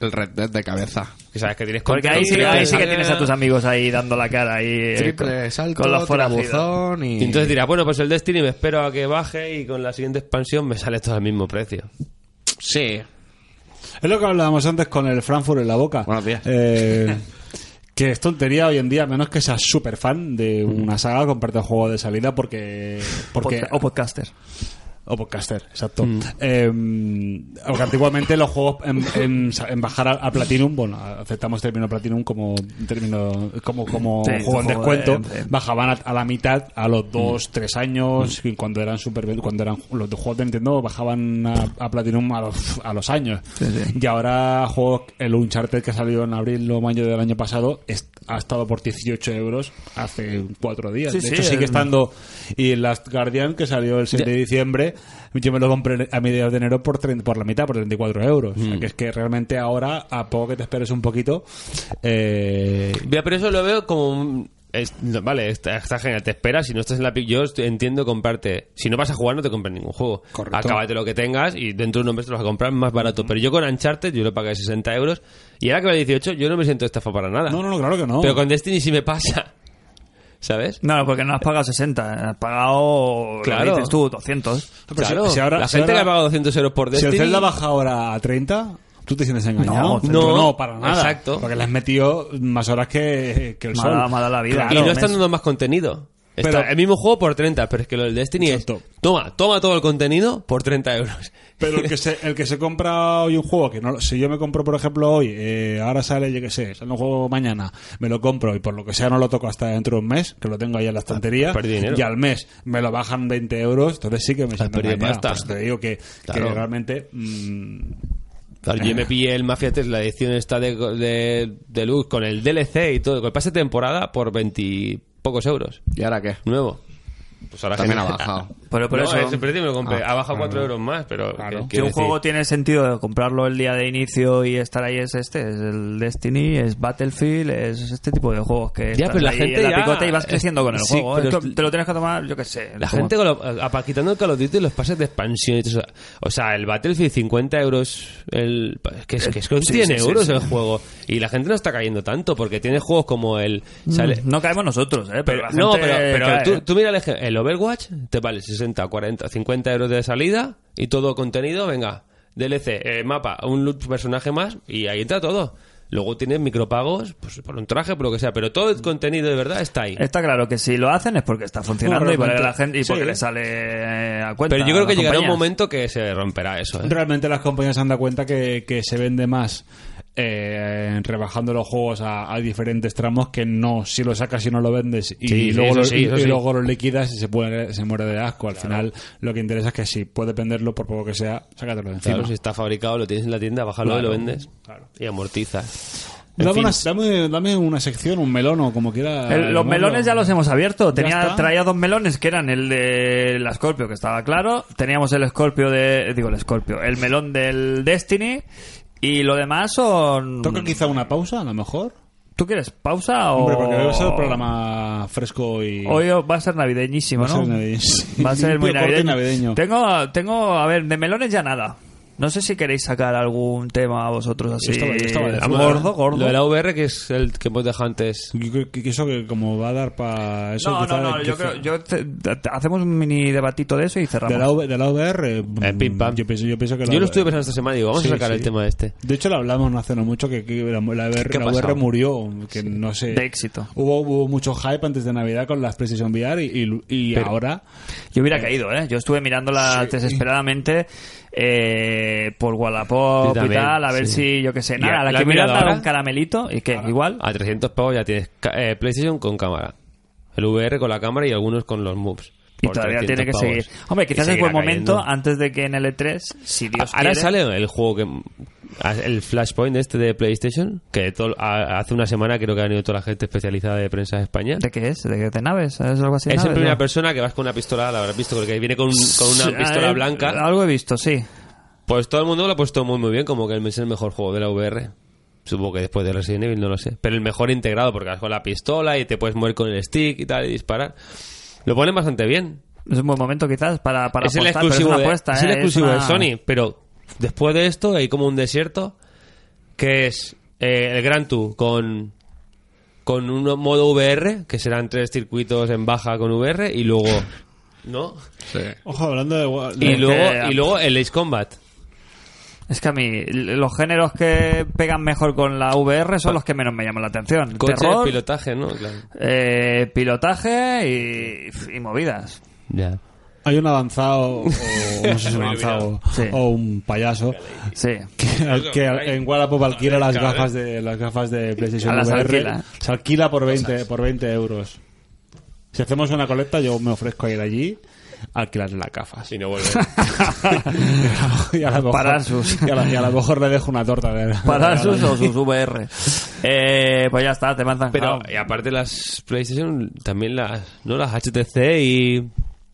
S4: El Red Dead de cabeza.
S5: Que sabes que tienes
S2: Porque ahí sí,
S5: control,
S2: ahí sí que
S5: triple-
S2: tienes a tus amigos ahí dando la cara ahí eh,
S4: Triple
S2: con,
S4: salto,
S2: con los forajidos.
S4: tirabuzón y...
S5: Y entonces dirás, bueno, pues el Destiny me espero a que baje y con la siguiente expansión me sale todo al mismo precio.
S4: Sí.
S3: Es lo que hablábamos antes con el Frankfurt en la boca.
S4: Buenos días.
S3: Eh, que es tontería hoy en día, a menos que seas súper fan de una saga, comprarte el juego de salida porque... porque
S2: Podca- O podcaster.
S3: o podcaster, exacto.
S2: Mm.
S3: Eh, porque antiguamente los juegos en, en- en bajar a, a Platinum, bueno, aceptamos el término Platinum como término como, como
S2: Sí, este juego
S3: juego en
S2: de- Mm.
S3: descuento,
S2: sí.
S3: bajaban a, a la mitad a los dos, tres años, y cuando eran super cuando eran los de juegos de Nintendo bajaban a, a Platinum a los, a los años.
S2: sí.
S3: Y ahora juegos, el Uncharted que salió en abril o mayo del año pasado es- ha estado por 18 euros hace cuatro días.
S2: Sí,
S3: de
S2: sí,
S3: hecho, sigue
S2: el-
S3: estando Nintendo y Last Guardian, que salió el 6 de diciembre, yo me lo compré a mediados de enero por, 30 por la mitad, por 34 euros.
S5: Mm.
S3: O sea, que es que realmente ahora, a poco que te esperes un poquito, eh,
S5: Ya, pero eso lo veo como... un- es- no, vale, está, está genial, te esperas, si no estás en la... pi- Yo est- entiendo comprarte... Si no vas a jugar, no te compras ningún juego.
S3: Correcto.
S5: Acábate lo que tengas y dentro de unos meses te lo vas a comprar más barato. Pero yo con Uncharted, yo lo pagué 60 euros y ahora que vale 18, yo no me siento estafa para nada.
S3: No, no, no, claro que no.
S5: Pero con Destiny sí me pasa. ¿Sabes?
S2: No, no, porque no has pagado 60, has pagado, claro.
S5: Claro.
S2: dices tú, 200.
S3: Pero si-
S5: Claro,
S3: si ahora-
S5: la
S3: si
S5: gente
S3: ahora-
S5: que ha pagado 200 euros por
S3: si
S5: Destiny...
S3: el Zelda baja ahora a 30... ¿Tú te sientes engañado?
S2: No,
S5: no,
S3: para nada.
S5: exacto.
S3: Porque le has metido más horas que, que el
S2: Me ha
S3: sol.
S2: dado- me ha dado la vida.
S3: Claro.
S5: y no
S2: mes.
S5: están dando más contenido. Está
S3: Pero-
S5: el mismo juego por 30, pero es que lo del Destiny
S3: Exacto.
S5: es... Toma, toma todo el contenido por 30 euros.
S3: Pero el que, se, el que se compra hoy un juego, que no lo- si yo me compro, por ejemplo, hoy, eh, ahora sale, yo qué sé, sale un juego mañana, me lo compro y por lo que sea no lo toco hasta dentro de un mes, que lo tengo ahí en la estantería,
S5: Ah, pues perdí dinero.
S3: y al mes me lo bajan 20 euros, entonces sí que me siento
S5: perdido
S3: engañado.
S5: pasta.
S3: Pues te digo que, que
S5: Claro.
S3: realmente... mm,
S5: Claro, yo me pillé el Mafia 3, la edición esta de, de, de Lux, con el DLC y todo, con el pase de temporada por 20 y pocos euros.
S4: ¿Y ahora qué?
S5: Nuevo. Pues ahora
S4: También ha
S5: gente-
S4: bajado.
S2: Pero por
S5: no, eh,
S2: eso,
S5: ese precio me lo compré.
S4: Ah,
S5: ha bajado 4 euros más, pero.
S3: Claro.
S5: ¿qué-
S2: si
S5: qué
S2: un
S5: decir?
S2: juego tiene sentido de comprarlo el día de inicio y estar ahí es este, es el Destiny, es Battlefield, es este tipo de juegos que
S5: Ya,
S2: estás
S5: pero la
S2: ahí
S5: gente
S2: en la
S5: ya-
S2: picota y vas creciendo con el
S5: Sí,
S2: juego. ¿eh?
S5: pero
S2: Esto
S5: es-
S2: te lo tienes que tomar, yo qué sé.
S5: La
S2: como-
S5: gente, con lo- apa- quitando el Call of Duty, los pases de expansión y todo eso. O sea, el Battlefield 50 euros. El, es que es, que es que
S2: Sí,
S5: 100
S2: sí, sí,
S5: euros
S2: sí.
S5: el juego. Y la gente no está cayendo tanto porque tiene juegos como el. sale-
S2: No caemos nosotros, ¿eh? Mm. Pero, la gente
S5: no, pero, pero
S2: cae.
S5: tú, tú mira el, ej- el Overwatch, te vale 60, 40, 50 euros de salida y todo contenido, venga, DLC, eh, mapa, un loot personaje más y ahí entra todo. Luego tienes micropagos, pues por un traje, por lo que sea, pero todo el contenido de verdad está ahí.
S2: Está claro que si lo hacen es porque está funcionando
S3: No,
S2: y porque, la
S3: realmente,
S2: gente, y
S3: sí.
S2: porque le sale eh, a cuenta.
S5: Pero yo creo
S2: a
S5: que
S2: las
S5: llegará un
S2: compañías.
S5: momento que se romperá eso. ¿eh?
S3: Pues Realmente las compañías se han dado cuenta que, que se vende más eh, rebajando los juegos a, a diferentes tramos que no, si lo sacas y no lo vendes y,
S5: Sí, sí,
S3: luego,
S5: eso
S3: lo,
S5: sí,
S3: y-
S5: eso
S3: y
S5: sí.
S3: luego lo liquidas y se, puede, se muere de asco. Al final lo que interesa es que si puedes venderlo por poco que sea, sácatelo de encima.
S5: Claro, si está fabricado, lo tienes en la tienda, bájalo y lo vendes. Y amortizas. En
S3: Dame,
S5: fin.
S3: una, dame, dame una sección, un melón o como
S2: El-
S3: quiera.
S2: los
S3: llamarlo.
S2: melones ya los hemos abierto. Tenía,
S3: está.
S2: traía dos melones que eran el del Scorpio, que estaba claro. Teníamos el Scorpio de. Digo, el Scorpio. El melón del Destiny. Y lo demás son.
S3: Toca quizá una pausa, a lo mejor.
S2: ¿Tú quieres pausa o.?
S3: Hombre, porque debe ser un programa fresco y.
S2: Hoy va a ser navideñísimo,
S3: Va a
S2: ¿no?
S3: ser navideño.
S2: Va a ser muy
S3: Limpio, corto y
S2: navideño.
S3: navideño.
S2: Tengo, tengo, a ver, de melones ya nada. No sé si queréis sacar algún tema vosotros así.
S3: Yo estaba- yo estaba de
S2: gordo,
S3: fútbol.
S2: gordo,
S5: Lo de la VR, que es el que hemos dejado antes.
S3: Yo creo que eso que como va a dar para eso.
S2: No,
S3: quizá,
S2: no, no. Yo
S3: quizá-
S2: creo, yo te- te- hacemos un mini debatito de eso y cerramos.
S3: De la, V- de la VR. mm,
S5: Eh, pim, pam.
S3: Yo pienso, yo pienso que
S5: Yo
S3: la
S5: lo
S3: VR
S5: estuve pensando esta semana, digo, vamos
S3: Sí,
S5: a sacar
S3: sí.
S5: el tema este.
S3: De hecho, lo hablamos no hace no mucho que, que la, la VR,
S5: ¿Qué ha
S3: la VR
S5: pasado?
S3: murió. Que no sé.
S2: De éxito.
S3: Hubo, hubo mucho hype antes de Navidad con las PlayStation VR y, y, y
S5: Pero-
S3: ahora.
S2: Yo hubiera caído, ¿eh? Yo estuve mirándola desesperadamente eh, por
S5: Yo
S2: Wallapop
S5: también,
S2: y tal, a ver
S5: sí.
S2: si, yo qué sé,
S5: ¿Y
S2: nada,
S5: a-
S2: la
S5: la
S2: que
S5: has
S2: me
S5: mirado
S2: dado
S5: ahora?
S2: un caramelito y que igual.
S5: A 300 pavos ya tienes ca- eh, PlayStation con cámara. El VR con la cámara y algunos con los moves.
S2: Y
S5: Por
S2: todavía
S5: 300
S2: tiene que
S5: pavos.
S2: seguir. Hombre,
S5: Y
S2: quizás es buen
S5: seguirá
S2: momento
S5: cayendo.
S2: antes de que en el E3, si Dios
S5: Ahora
S2: quiere-
S5: sale el juego que. El Flashpoint este de PlayStation. Que todo- a- hace una semana creo que ha venido toda la gente especializada de prensa de España.
S2: ¿De qué es? ¿De, qué- de naves? ¿Es algo así? de
S5: Es en
S2: naves,
S5: primera
S2: no?
S5: persona que vas con una pistola, la habrás visto, porque viene con, con
S2: Sí,
S5: una pistola
S2: eh,
S5: blanca.
S2: Algo he visto, sí.
S5: Pues todo el mundo lo ha puesto muy muy bien, como que es el mejor juego de la VR. Supongo que después de Resident Evil, no lo sé. Pero el mejor integrado, porque vas con la pistola y te puedes mover con el stick y tal, y disparar. Lo ponen bastante bien.
S2: Es un buen momento quizás para, para
S5: es el
S2: apostar, pero
S5: exclusivo,
S2: es una
S5: de-
S2: apuesta,
S5: es
S2: ¿eh?
S5: el exclusivo
S2: una-
S5: de Sony, pero después de esto hay como un desierto que es eh, el Gran Tour con con un modo VR, que serán tres circuitos en baja con VR y luego ¿no?
S3: Ojo, hablando de. wa- de-
S5: Y luego
S2: que-
S5: y luego el Ace Combat.
S2: Es que a mí l- los géneros que pegan mejor con la VR son los que menos me llaman la atención.
S5: Coche,
S2: Terror,
S5: pilotaje, ¿no? Claro.
S2: eh, pilotaje y, y movidas.
S5: Ya.
S3: Hay un avanzado, o, no sé si un avanzado,
S2: Sí.
S3: o un payaso,
S2: Sí.
S3: que, al- que al- en Wallapop alquila las gafas de, las gafas de PlayStation
S2: ¿eh? A las
S3: VR.
S2: alquila.
S3: Se alquila por 20, por 20 euros. Si hacemos una colecta, yo me ofrezco a ir allí a alquilar las gafas.
S5: Si no vuelve.
S3: y, a lo mejor,
S2: Para sus.
S3: y a la- y a lo mejor le dejo una torta. De,
S2: Para sus o sus VR. Eh, pues ya está, te mandan.
S5: Pero y aparte las PlayStation también las no las HTC y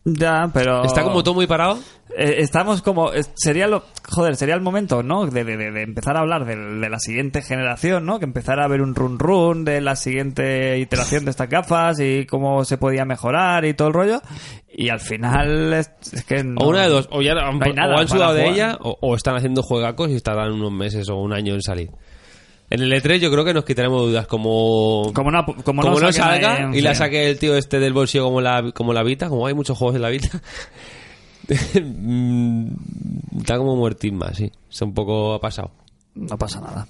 S2: Ya, pero...
S5: está como todo muy parado.
S2: Eh, estamos como. eh, sería lo. Joder, sería el momento, ¿no? De, de- de- de empezar a hablar del- de, la siguiente generación, ¿no? Que empezara a haber un run run de la siguiente iteración de estas gafas y cómo se podía mejorar y todo el rollo. Y al final es, es que. no-
S5: O una de dos, o ya han,
S2: no hay nada
S5: o han
S2: para
S5: sudado de
S2: jugar.
S5: ella o, o están haciendo juegacos y estarán unos meses o un año en salir. En el E3 yo creo que nos quitaremos dudas como
S2: Como, no- como,
S5: como no,
S2: no saquen,
S5: salga
S2: eh,
S5: y la
S2: sí.
S5: saque el tío este del bolsillo como la como la Vita, como hay muchos juegos en la Vita. Mm, Está como muertisma, sí. Es un poco ha pasado.
S2: No pasa nada.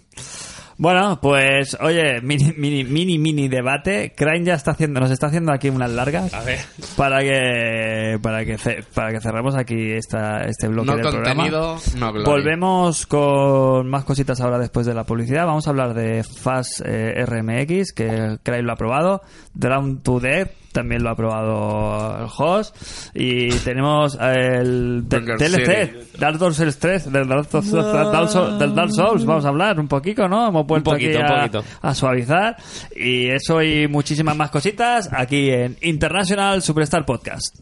S2: Bueno, pues oye, mini, mini, mini, mini debate. Crane ya está haciendo, nos está haciendo aquí unas largas.
S5: A ver.
S2: Para que, para que, ce- para que cerremos aquí esta, este bloque
S4: No
S2: del
S4: contenido,
S2: programa.
S4: no gloria.
S2: Volvemos con más cositas ahora después de la publicidad. Vamos a hablar de Fast eh, RMX, que Crane lo ha probado. Drown to Death también lo ha probado el host. Y tenemos el de-
S4: Bunker
S2: DLC,
S4: City.
S2: Dark Souls 3, del Dark Souls, Dark Souls- del Dark Souls, vamos a hablar un poquito, ¿no? Hemos vuelto
S5: Un poquito,
S2: aquí a,
S5: un poquito.
S2: a suavizar. Y eso y muchísimas más cositas aquí en International Superstar Podcast.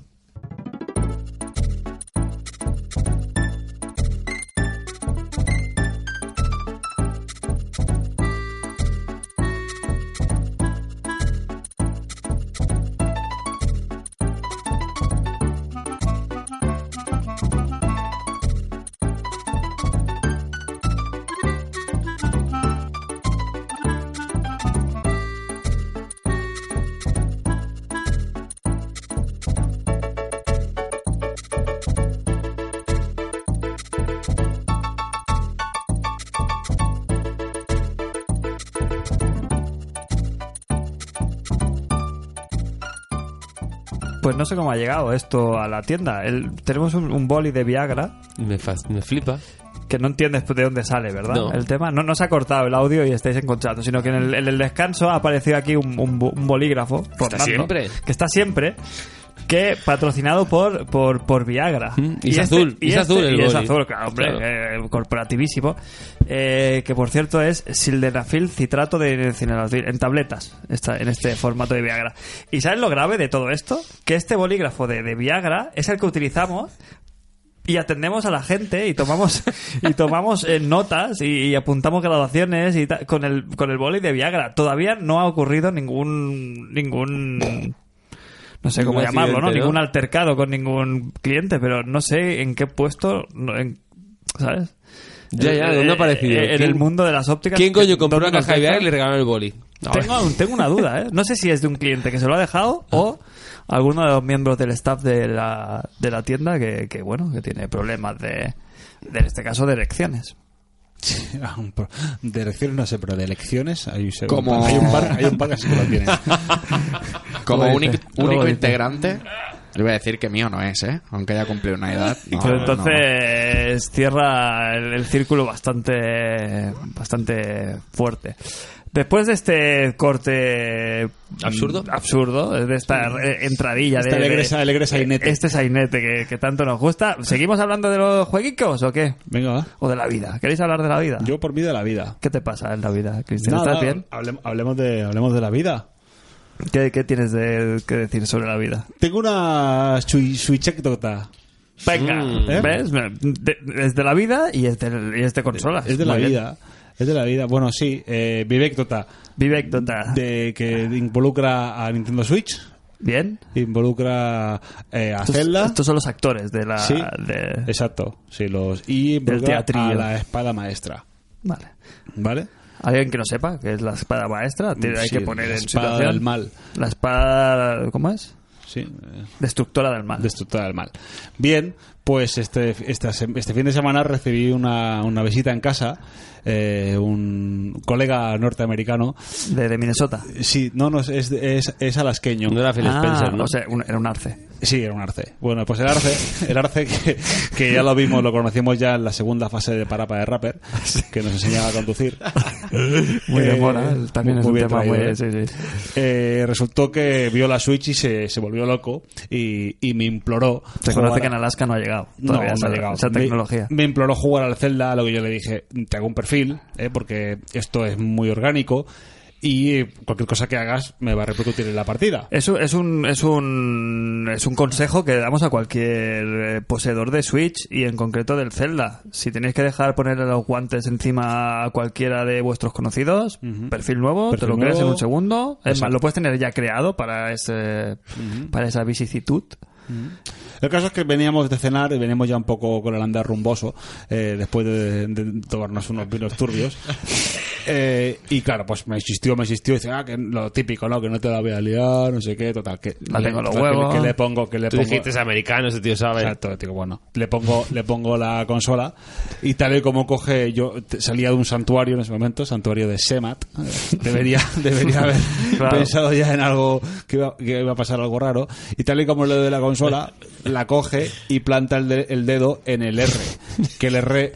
S2: Pues no sé cómo ha llegado esto a la tienda. El- tenemos un, un boli de Viagra
S5: Me, fas- me flipa.
S2: que no entiendes de dónde sale, ¿verdad?
S5: No.
S2: El tema no, no se ha cortado el audio y estáis encontrando, sino que en el, en el descanso ha aparecido aquí un, un bo- un bolígrafo. rotando,
S5: siempre.
S2: Que está siempre. que patrocinado por, por, por Viagra. este-
S5: Mm, y es azul, y es azul el
S2: y es
S5: boli.
S2: azul, claro, hombre, eh, corporativísimo. Eh, que por cierto es sildenafil citrato de cinenafil en tabletas, está en este formato de Viagra. ¿Y sabes lo grave de todo esto? Que este bolígrafo de, de Viagra es el que utilizamos y atendemos a la gente y tomamos y tomamos eh, notas y, y apuntamos graduaciones y ta- con el con el boli de Viagra todavía no ha ocurrido ningún ningún no sé cómo
S5: Ningún
S2: llamarlo no
S5: accidente, ¿no?
S2: ningún altercado con ningún cliente pero no sé en qué puesto no, en- sabes
S5: Ya, ya, ¿de dónde ha aparecido?
S2: Eh, en el
S5: ¿Quién-
S2: mundo de las ópticas
S5: ¿Quién coño compró
S2: ¿dónde
S5: una caja de
S2: nos
S5: Viagra y
S2: dejan?
S5: le regaló el boli?
S2: tengo, tengo una duda, ¿eh? No sé si es de un cliente que se lo ha dejado o alguno de los miembros del staff de la, de la tienda que, que, bueno, que tiene problemas de, de, en este caso, de erecciones.
S3: De elecciones no sé, pero de elecciones hay, seguro-
S4: Como-
S3: hay un par, hay un par que sí que lo tienen.
S4: Como
S2: Luego
S4: únic-
S2: dice, luego
S4: único
S2: dice.
S4: integrante, le voy a decir que mío no es, ¿eh? Aunque haya cumplido una edad. no,
S2: Pero
S4: no.
S2: entonces cierra el, el círculo bastante, bastante fuerte. Después de este corte
S5: Absurdo.
S2: mm, absurdo, de esta eh, entradilla
S3: Este
S2: de,
S3: alegresa-
S2: de-
S3: alegresa sainete.
S2: este sainete que, que tanto nos gusta, ¿seguimos hablando de los jueguicos o qué?
S3: Venga, va.
S2: ¿O de la vida? ¿Queréis hablar de la vida?
S3: Yo por mí de la vida.
S2: ¿Qué te pasa en la vida, Cristian?
S3: Nada,
S2: ¿Estás bien?
S3: hablem- hablemos, de, hablemos de la vida.
S2: ¿Qué, qué tienes de, que decir sobre la vida?
S3: Tengo una suichectota.
S2: Venga,
S5: Mm.
S3: ¿Eh?
S2: ¿ves? De- es de la vida y es de, y es de consolas.
S3: Es de la
S2: Muy bien.
S3: vida. Es de la vida. Bueno, sí, eh, vivectota.
S2: Vivectota.
S3: De, que involucra a Nintendo Switch,
S2: ¿Bien?
S3: involucra eh, a
S2: Estos,
S3: Zelda.
S2: estos son los actores de la...
S3: Sí,
S2: de-
S3: exacto. Sí, los, y involucra
S2: teatrillo.
S3: a la espada maestra.
S2: Vale.
S3: ¿Vale?
S2: Alguien que no sepa que es la espada maestra, tiene- hay
S3: Sí,
S2: que poner
S3: la
S2: en
S3: espada
S2: situación...
S3: del mal.
S2: La espada... ¿Cómo es?
S3: Sí. eh,
S2: Destructora del mal.
S3: destructora del mal. Bien, pues este, esta se- este fin de semana recibí una, una visita en casa, eh, un colega norteamericano.
S2: de, de Minnesota.
S3: Sí, no, no, es, es, es alasqueño.
S5: No era Phil
S2: Ah,
S5: Spencer, ¿no?
S2: o sea, un- era un arce.
S3: Sí, era un arce. Bueno, pues el arce, el arce que, que ya lo vimos, lo conocimos ya en la segunda fase de Parapa de Rapper, que nos enseñaba a conducir.
S2: Muy de
S3: Eh,
S2: moda, él también es
S3: muy
S2: un
S3: bien
S2: tema
S3: traído,
S2: muy...
S3: ¿eh?
S2: sí, sí.
S3: Eh, resultó que vio la Switch y se, se volvió loco y, y me imploró.
S2: Reconoce
S3: jugar-
S2: que en Alaska no ha llegado
S3: No,
S2: todavía
S3: no
S2: esa,
S3: ha llegado.
S2: esa
S3: Me-
S2: tecnología.
S3: Me, imploró jugar al Zelda, a lo que yo le dije, te hago un perfil, eh, porque esto es muy orgánico y eh, cualquier cosa que hagas me va a repercutir en la partida.
S2: Es un, es, un, es, un, es un consejo que damos a cualquier eh, poseedor de Switch y en concreto del Zelda. Si tenéis que dejar ponerle los guantes encima a cualquiera de vuestros conocidos, perfil nuevo, te
S3: Perfil
S2: lo creas en
S3: nuevo.
S2: un segundo. Es más,
S3: Exacto.
S2: lo puedes tener ya creado para, ese, para esa vicisitud.
S3: El caso es que veníamos de cenar y veníamos ya un poco con el andar rumboso, eh, después de, de tomarnos unos vinos turbios. Eh, y claro, pues me insistió, me insistió, dice, ah, que lo típico, ¿no? Que no te la voy a liar, no sé qué, total. Que,
S2: La tengo en los
S3: total, que-
S2: huevos.
S3: Que, le pongo, que le
S5: Tú
S3: pongo.
S5: dijiste es americano, ese tío sabe.
S3: Exacto, digo, bueno, le pongo, le pongo la consola y tal y como coge, yo te- salía de un santuario en ese momento, santuario de Semat, debería, debería haber
S2: Claro.
S3: pensado ya en algo que iba, que iba a pasar algo raro, y tal y como le doy la consola, la coge y planta el, de- el dedo en el R, que el R,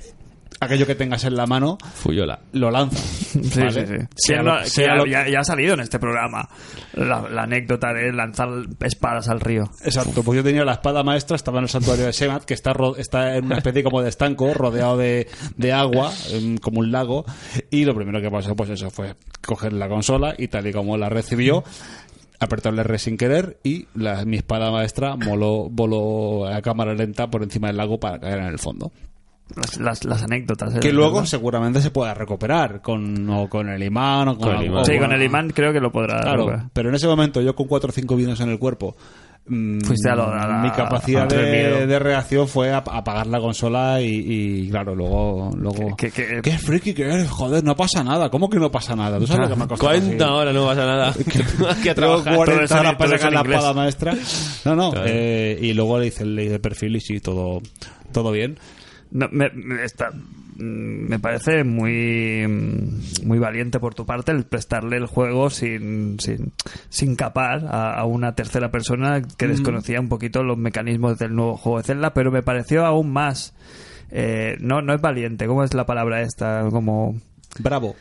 S3: aquello que tengas en la mano,
S5: Fuyola.
S3: lo lanza.
S2: Sí,
S3: ¿vale?
S2: sí, sí.
S3: Sea
S2: Siendo-
S3: lo- sea
S2: ya,
S3: lo-
S2: ya- ya ha salido en este programa la, la anécdota de lanzar espadas al río.
S3: Exacto, pues yo tenía la espada maestra, estaba en el santuario de Semat, que está, ro- está en una especie como de estanco, rodeado de, de agua, em, como un lago, y lo primero que pasó, pues eso, fue coger la consola y tal y como la recibió, apretarle R sin querer y la- mi espada maestra moló, voló a cámara lenta por encima del lago para caer en el fondo.
S2: Las, las- las anécdotas. ¿eh?
S3: Que luego
S2: ¿Verdad?
S3: seguramente se pueda recuperar con, o con el imán o con,
S5: Con el
S3: algo-
S5: imán.
S2: Sí,
S3: o
S2: con el imán creo que lo podrá.
S3: Claro, pero en ese momento yo con cuatro o cinco vinos en el cuerpo. mm,
S2: Fuiste a lo- a la-
S3: mi capacidad
S2: ante el miedo.
S3: de, de reacción fue a- apagar la consola y, y, claro, luego. luego
S2: Que- que-
S3: Qué friki que eres, joder, no pasa nada. ¿Cómo que no pasa nada? ¿Tú sabes lo que me ha costado?
S5: 40
S3: así?
S5: horas no vas a nada. Aquí a
S3: Luego
S5: trabajar.
S3: 40
S2: todo eso en-
S3: horas para
S2: todo eso en
S3: sacar la
S2: inglés.
S3: espada maestra. No, no.
S5: Claro.
S3: eh, y luego le hice el ley de perfil y sí, todo, todo bien.
S2: No, me, me está- mm, me parece muy, mm, muy valiente por tu parte el prestarle el juego sin, sin, sin capar a, a una tercera persona que desconocía un poquito los mecanismos del nuevo juego de Zelda, pero me pareció aún más. eh, no, no es valiente, ¿cómo es la palabra esta? Como.
S3: Bravo.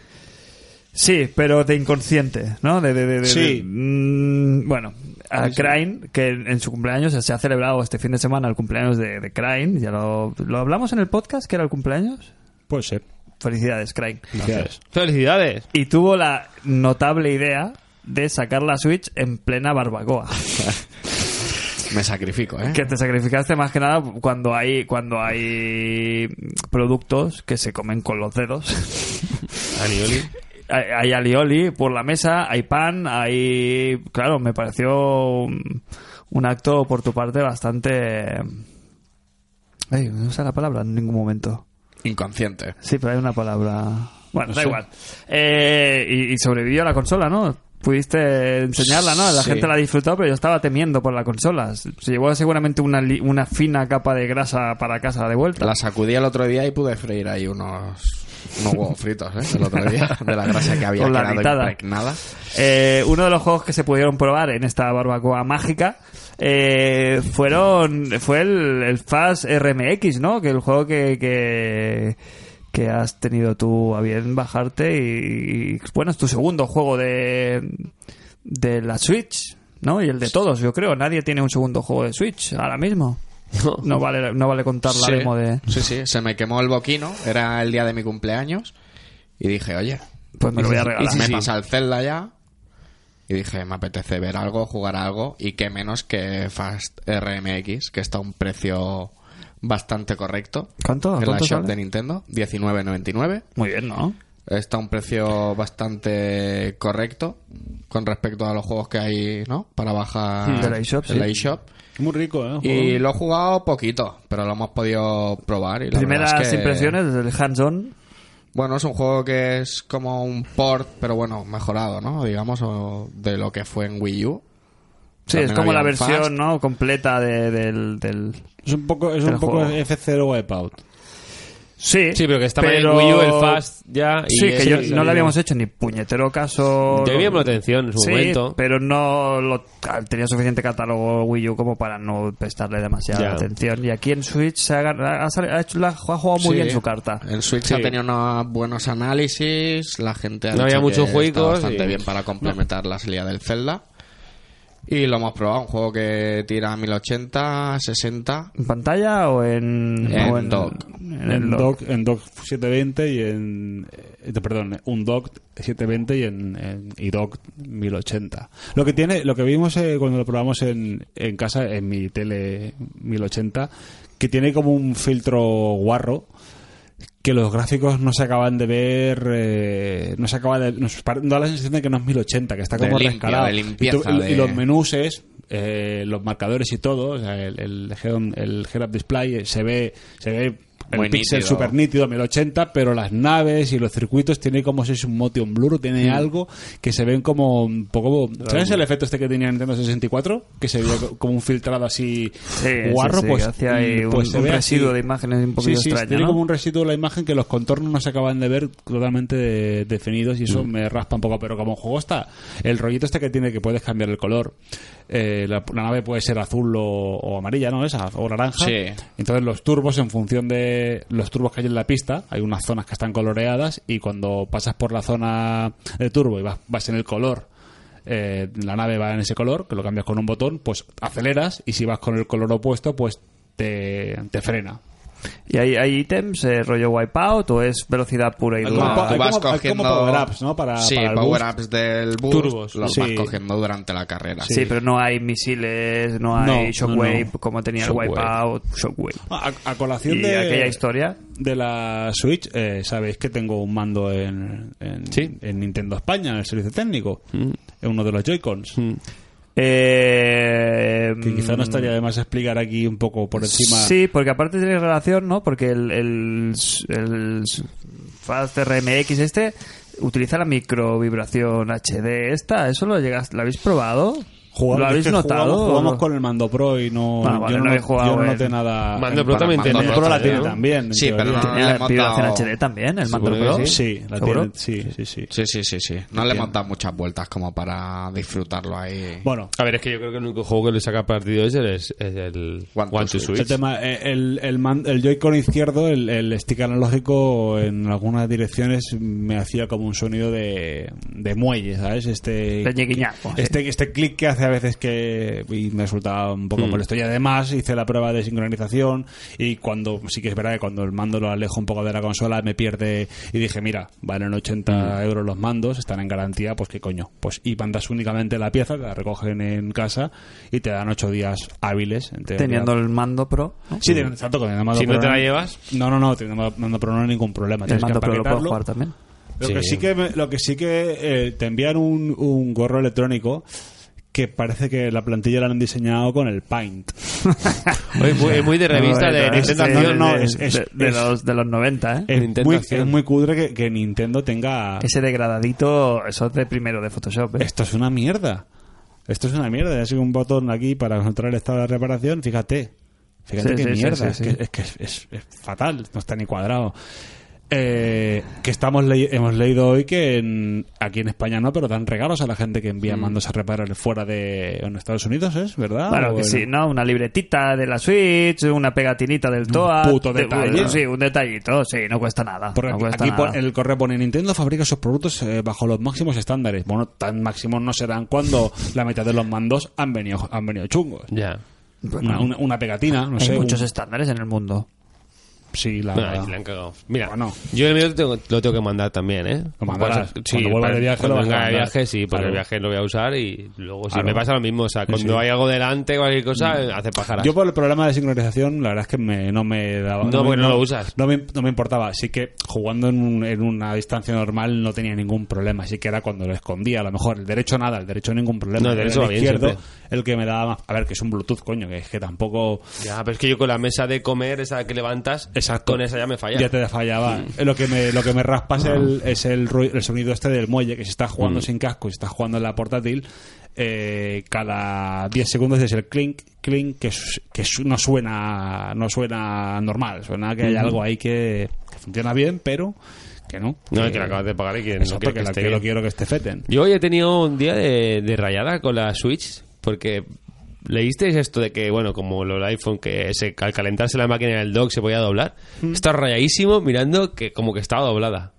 S2: Sí, pero de inconsciente, ¿no? De, de- de- de- de-
S3: Sí.
S2: mm, bueno, a Crane, que en su cumpleaños se ha celebrado este fin de semana el cumpleaños de, de Crane. Ya lo, lo hablamos en el podcast, que era el cumpleaños.
S3: Puede ser.
S2: Felicidades, Crane.
S3: Felicidades.
S5: ¡Felicidades!
S2: Y tuvo la notable idea de sacar la Switch en plena barbacoa.
S4: Me sacrifico, ¿eh?
S2: Que te sacrificaste más que nada cuando hay, cuando hay productos que se comen con los dedos.
S5: Anioli.
S2: hay, hay alioli por la mesa, hay pan, hay... Claro, me pareció un, un acto por tu parte bastante... Ay, no usa la palabra en ningún momento.
S4: Inconsciente.
S2: Sí, pero hay una palabra... Bueno, da igual. Eh, y, y sobrevivió la consola, ¿no? Pudiste enseñarla, ¿no? La
S4: Sí.
S2: gente la disfrutó, pero yo estaba temiendo por la consola. Se llevó seguramente una, li- una fina capa de grasa para casa de vuelta.
S4: La sacudí el otro día y pude freír ahí unos, unos huevos fritos, ¿eh? El otro día, de la grasa que había
S2: Con la
S4: quedado
S2: nitada.
S4: impregnada.
S2: Eh, uno de los juegos que se pudieron probar en esta barbacoa mágica eh, fueron fue el, el Fast RMX, ¿no? Que el juego que, que, que has tenido tú a bien bajarte y, y, bueno, es tu segundo juego de, de la Switch, ¿no? Y el de todos, yo creo. Nadie tiene un segundo juego de Switch ahora mismo. No vale, no vale contar la
S4: Sí,
S2: demo de...
S4: sí, sí, se me quemó el boquino, era el día de mi cumpleaños y dije, oye,
S2: Pues me lo voy a
S4: y
S2: regalar.
S4: si me pasa el Zelda ya y dije, me apetece ver algo, jugar a algo y que menos que Fast RMX, que está a un precio bastante correcto.
S2: ¿Cuánto?
S4: En la
S2: Ah, ¿Cuánto
S4: shop
S2: sale?
S4: de Nintendo, 19.99.
S2: Muy bien, ¿no?
S4: Está a un precio bastante correcto con respecto a los juegos que hay, ¿no? Para bajar
S2: De la eShop,
S4: en la
S2: sí.
S4: eShop.
S3: Muy rico, ¿eh?
S4: Y
S3: Juego.
S4: lo he jugado poquito, pero lo hemos podido probar. Y la verdad
S2: Primeras
S4: es que-
S2: impresiones del hands-on.
S4: Bueno, es un juego que es como un port, pero bueno, mejorado, ¿no? Digamos, o de lo que fue en Wii U.
S2: Sí,
S4: También
S2: es como la
S4: había un
S2: versión
S4: Fast.
S2: ¿no? completa de- del, del...
S3: Es un poco, es
S2: El
S3: un poco
S2: juego.
S3: F0 Wipeout.
S2: Sí,
S5: Sí, pero que estaba
S2: pero-
S5: en Wii U, el Fast ya. y
S2: Sí, que
S5: ese
S2: yo,
S5: ha
S2: no le
S5: salido.
S2: habíamos hecho ni puñetero caso.
S5: Te llamó la atención en su
S2: sí,
S5: momento.
S2: pero no lo, ah, tenía suficiente catálogo Wii U como para no prestarle demasiada
S5: Ya.
S2: atención. Y aquí en Switch se ha, gan- ha, sal- ha hecho la- ha jugado muy
S4: Sí.
S2: bien su carta.
S4: En Switch
S5: Sí.
S4: ha tenido unos buenos análisis, la gente ha
S5: No
S4: dicho
S5: había muchos
S4: que está
S5: juegos
S4: bastante
S5: y-
S4: bien para complementar la salida del Zelda. Y lo hemos probado, un juego que tira a 1080, 60.
S2: ¿En pantalla o en,
S4: En
S2: o en
S4: dock.
S2: En
S3: En,
S2: el dock.
S3: dock, en dock 720 y en. eh, perdón, un dock 720 y en, en- y dock 1080. Lo que tiene, lo que vimos eh, cuando lo probamos en, en casa, en mi tele 1080, que tiene como un filtro guarro que los gráficos no se acaban de ver eh, no se acaba de nos par- da la sensación de que no es 1080 que está
S4: De
S3: como
S4: limpio,
S3: rescalado
S4: de limpieza,
S3: y, tú- y- y
S4: de-
S3: los menús es eh, los marcadores y todo o sea, el, el, head- el head up display eh, se ve se ve
S4: Muy
S3: el pixel
S4: nítido.
S3: super nítido 1080 pero las naves y los circuitos tiene como si es un motion blur tiene algo que se ven como un poco ¿sabes el efecto este que tenía Nintendo 64? que se veía co- como un filtrado así
S2: Sí, sí,
S3: guarro
S2: sí,
S3: pues,
S2: que hacía ahí
S3: pues
S2: un,
S3: se
S2: un
S3: ve
S2: residuo
S3: así.
S2: de imágenes un poquito
S3: Sí, sí,
S2: extraño.
S3: tiene
S2: ¿no?
S3: como un residuo la imagen que los contornos no se acaban de ver totalmente de- definidos y eso me raspa un poco. Pero como juego está, el rollito este que tiene que puedes cambiar el color. eh, la, la nave puede ser azul o, o amarilla, ¿no? Esa, o naranja.
S4: Sí.
S3: Entonces los turbos, en función de los turbos que hay en la pista, hay unas zonas que están coloreadas y cuando pasas por la zona de turbo y vas, vas en el color. eh, la nave va en ese color, que lo cambias con un botón, pues aceleras y si vas con el color opuesto, pues te, te frena.
S2: ¿Y hay, hay ítems, eh, rollo wipeout o es velocidad pura y
S3: Hay
S2: dura?
S3: como-
S4: tú
S3: hay como-
S4: vas
S3: hay como
S4: cogiendo
S3: power-ups, ¿no? Para-
S4: sí,
S3: para el
S4: power-ups del boost
S3: Turbos,
S4: los
S3: sí.
S4: vas cogiendo durante la carrera.
S2: Sí, pero no hay misiles, no
S3: No,
S2: hay
S3: no,
S2: Shockwave
S3: no.
S2: como tenía
S5: Shockwave.
S2: el Wipeout, Shockwave.
S3: A, a
S2: Y
S3: colación de
S2: aquella historia.
S3: de la Switch, eh, sabéis que tengo un mando en, en,
S5: Sí.
S3: en Nintendo España, en el servicio técnico,
S2: Mm.
S3: en uno de los Joy-Cons.
S5: Mm.
S2: Eh,
S3: Que quizá no estaría de más explicar aquí un poco por encima.
S2: Sí, porque aparte tiene relación, ¿no? Porque el, el, el Fast RMX este utiliza la microvibración HD esta. ¿Eso lo llegas, la habéis probado?
S3: Jugamos-
S2: ¿Lo habéis
S3: es que jugamos-
S2: notado?
S3: Jugamos con el mando pro y no.
S2: Ah, vale,
S3: yo
S2: no
S3: no,
S2: habéis jugado
S3: yo no
S2: en-
S3: noté nada.
S5: Mando
S3: en-
S5: Pro
S4: para
S5: también
S4: Mando
S5: tiene.
S3: el Pro la
S5: HD,
S3: tiene
S5: ¿no?
S3: también. en
S4: Sí, pero
S3: teoría.
S4: no-
S2: ¿Tiene
S4: le
S2: la
S4: hemos
S2: activación
S4: dado-
S2: HD también, el mando
S5: Supongo que sí.
S2: pro?
S3: Sí, la
S2: ¿Seguro?
S3: tiene. Sí, sí, sí.
S4: Sí, sí, sí, sí. No le hemos dado muchas vueltas como para disfrutarlo ahí.
S3: Bueno,
S5: A ver, es que yo creo que el único juego que le saca partido es el, es el One,
S4: One to
S5: to
S4: Switch.
S5: Switch.
S3: El tema, eh, el, el, man- el Joy-Con izquierdo, el, el stick analógico, en algunas direcciones me hacía como un sonido de, de muelle, ¿sabes? Este,
S2: De ñiquiñaco, sí.
S3: este, este clic que hace a veces que y me resultaba un poco molesto. Y además hice la prueba de sincronización y cuando, sí que es verdad que cuando el mando lo alejo un poco de la consola me pierde y dije, mira, valen 80 euros los mandos, están en garantía, pues qué coño. Pues y mandas únicamente la pieza, la recogen en casa y te dan 8 días hábiles. en teoría,
S2: Teniendo el mando pro. ¿no?
S3: Sí, tiene- exacto, con el mando
S5: Si no
S3: Pro
S5: te la
S3: hay-
S5: llevas.
S3: No, no, no, tiene mando mando Pro no hay ningún problema.
S2: el
S3: tienes que
S2: mando pro lo puedo
S3: empaquetarlo.
S2: jugar también.
S3: Lo
S5: Sí.
S3: que sí que, me- lo que, sí que eh, te envían un, un gorro electrónico que parece que la plantilla la han diseñado con el Paint.
S5: Oye, muy, es muy de revista de
S2: Bueno,
S5: Nintendo
S2: de-
S5: Acción.
S3: no, no,
S2: de-
S3: es- es-
S2: de- de
S3: es-
S2: los de los 90, ¿eh?
S3: Es
S5: Nintendo
S3: muy,
S5: Acción.
S3: es muy cudre que, que Nintendo tenga...
S2: Ese degradadito, eso es de primero de Photoshop. ¿eh?
S3: Esto es una mierda. Esto es una mierda. Es un botón aquí para encontrar el estado de reparación. Fíjate. Fíjate
S2: Sí,
S3: qué
S2: sí, sí,
S3: mierda.
S2: sí,
S3: es, Que, es que es, es- es fatal. No está ni cuadrado. Eh, que estamos ley- hemos leído hoy que en- aquí en España no, pero dan regalos a la gente que envía
S2: Mm.
S3: mandos a reparar fuera de en Estados Unidos, ¿es verdad?
S2: Claro
S3: O
S2: que
S3: en-
S2: sí, ¿no? Una libretita de la Switch, una pegatinita del TOA.
S3: puto detalle.
S2: Sí, un detallito, sí, no cuesta nada.
S3: Porque
S2: no
S3: aquí-
S2: cuesta
S3: aquí
S2: nada.
S3: pon- el correo pone Nintendo fabrica sus productos eh, bajo los máximos estándares. Bueno, tan máximos no serán cuando la mitad de los mandos han venido han venido chungos.
S5: Ya.
S3: Una, una- una pegatina, no
S2: Hay
S3: sé.
S2: muchos
S3: un-
S2: estándares en el mundo.
S3: Sí, la,
S5: Bueno, aquí la han cagado. Mira,
S3: Ah. Bueno.
S5: yo el mío lo tengo, lo tengo que mandar también, ¿eh?
S3: Lo mandarás.
S5: Pues,
S3: Cuando vuelva
S5: para-
S3: de viaje,
S5: cuando
S3: lo vas a
S5: venga de
S3: mandar.
S5: viaje, sí, porque
S3: Claro.
S5: el viaje lo voy a usar y luego si
S3: Claro.
S5: me pasa lo mismo. O sea, cuando
S3: sí. Mm.
S5: hay algo delante, cualquier cosa, eh, hace pajaras.
S3: Yo por el problema de sincronización, la verdad es que me- no me daba...
S5: No,
S3: me-
S5: porque no lo usas.
S3: No me, no me importaba. Así que jugando en, un- en una distancia normal no tenía ningún problema. Así que era cuando lo escondía, a lo mejor. El derecho nada, el derecho ningún problema.
S5: No, el
S3: Era
S5: derecho va bien
S3: izquierdo
S5: siempre.
S3: el que me daba más... A ver, que es un Bluetooth, coño, que es que tampoco...
S5: Ya, pero es que yo con la mesa de comer, esa que levantas,
S3: Exacto.
S5: con esa ya me falla.
S3: Ya te fallaba. Lo que me, lo que me raspa es, el, es el, ru- el sonido este del muelle, que si estás
S5: Mm.
S3: jugando sin casco y si estás jugando en la portátil, eh, cada 10 segundos es el clink, clink, que, su- que su- no, suena, no suena normal. Suena que hay algo ahí que, que funciona bien, pero que no.
S5: No, es que la acabas de pagar y que no
S3: Exacto,
S5: quiero
S3: que
S5: que
S3: la-
S5: esté
S3: que lo
S5: bien.
S3: quiero que esté feten.
S5: Yo hoy he tenido un día de, de rayada con la Switch porque leísteis esto de que, bueno, como lo del iPhone, que se- al calentarse la máquina del dock se podía doblar.
S3: Mm.
S5: Está rayadísimo mirando que como que estaba doblada.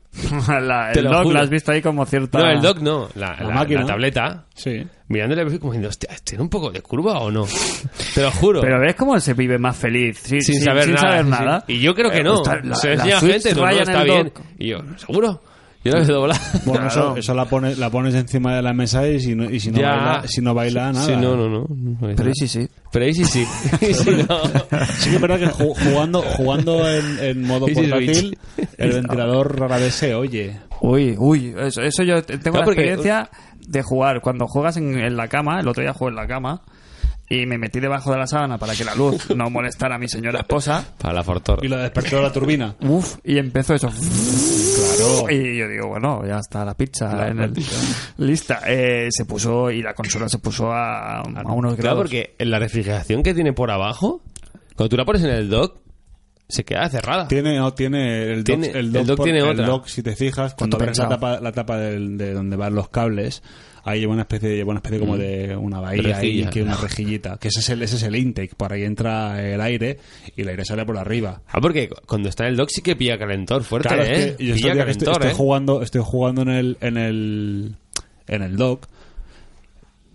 S2: La-
S5: Te
S2: el
S5: lo
S2: dock
S5: juro.
S2: lo has visto ahí como cierta...
S5: No, el dock no, la, la-
S3: máquina.
S5: la tableta.
S3: Sí.
S5: Mirándole pues, como diciendo, hostia, este ¿tiene un poco de curva o no? Te lo juro.
S2: Pero ves cómo se vive más feliz, sin,
S5: sin,
S2: sin-
S5: saber
S2: sin
S5: nada.
S2: saber
S5: sí, sí.
S2: nada.
S5: Y yo creo que
S2: Eh,
S5: no.
S3: pues,
S2: está- la-
S5: se
S2: la
S5: enseña a
S2: Switch
S5: gente, no, no,
S2: raya en
S5: está
S2: el
S5: bien.
S2: dock.
S5: Y yo, ¿seguro? Yo lo he doblado.
S3: Bueno,
S2: Claro.
S3: eso, eso la, pones, la pones encima de la mesa y si no, y si no,
S5: Ya.
S3: baila, si no baila nada. eh.
S5: Sí, no, no, no. no es
S2: Pero
S5: nada.
S2: y sí, sí.
S5: Pero ahí sí, sí. Y si no.
S3: Sí que es verdad que ju- jugando, jugando en, en modo
S5: Easy
S3: portátil,
S5: switch.
S3: el ventilador rara vez se oye.
S2: Uy, uy, eso, eso yo te- tengo
S5: No,
S2: la
S5: porque- uh,
S2: experiencia de jugar. Cuando juegas en, en la cama, el otro día jugué en la cama y me metí debajo de la sábana para que la luz no molestara a mi señora esposa.
S5: Para la Fortor.
S3: Y lo despertó la turbina.
S2: Uf, y empezó eso.
S3: Claro.
S2: Y yo digo, bueno, ya está la pizza en el- lista. Eh, se puso y la consola se puso a, a
S5: Claro,
S2: unos grados.
S5: porque en la refrigeración que tiene por abajo, cuando tú la pones en el dock, se queda cerrada.
S3: Tiene, no, tiene el dock,
S5: Tiene- el dock tiene
S3: el
S5: otra.
S3: dock, si te fijas, cuando abres la
S2: pensado.
S3: tapa, la tapa del- de donde van los cables, ahí lleva una especie, lleva una especie como de una bahía ahí,
S5: Rejilla.
S3: que una rejillita, que ese es el, ese es el intake, por ahí entra el aire y el aire sale por arriba.
S5: Ah, porque cuando está en el dock sí que pilla calentor fuerte,
S3: Claro,
S5: ¿eh?
S3: es que
S5: pilla
S3: yo estos días que estoy,
S5: calentor,
S3: estoy
S5: ¿eh?
S3: jugando, estoy jugando en el, en el, en el dock.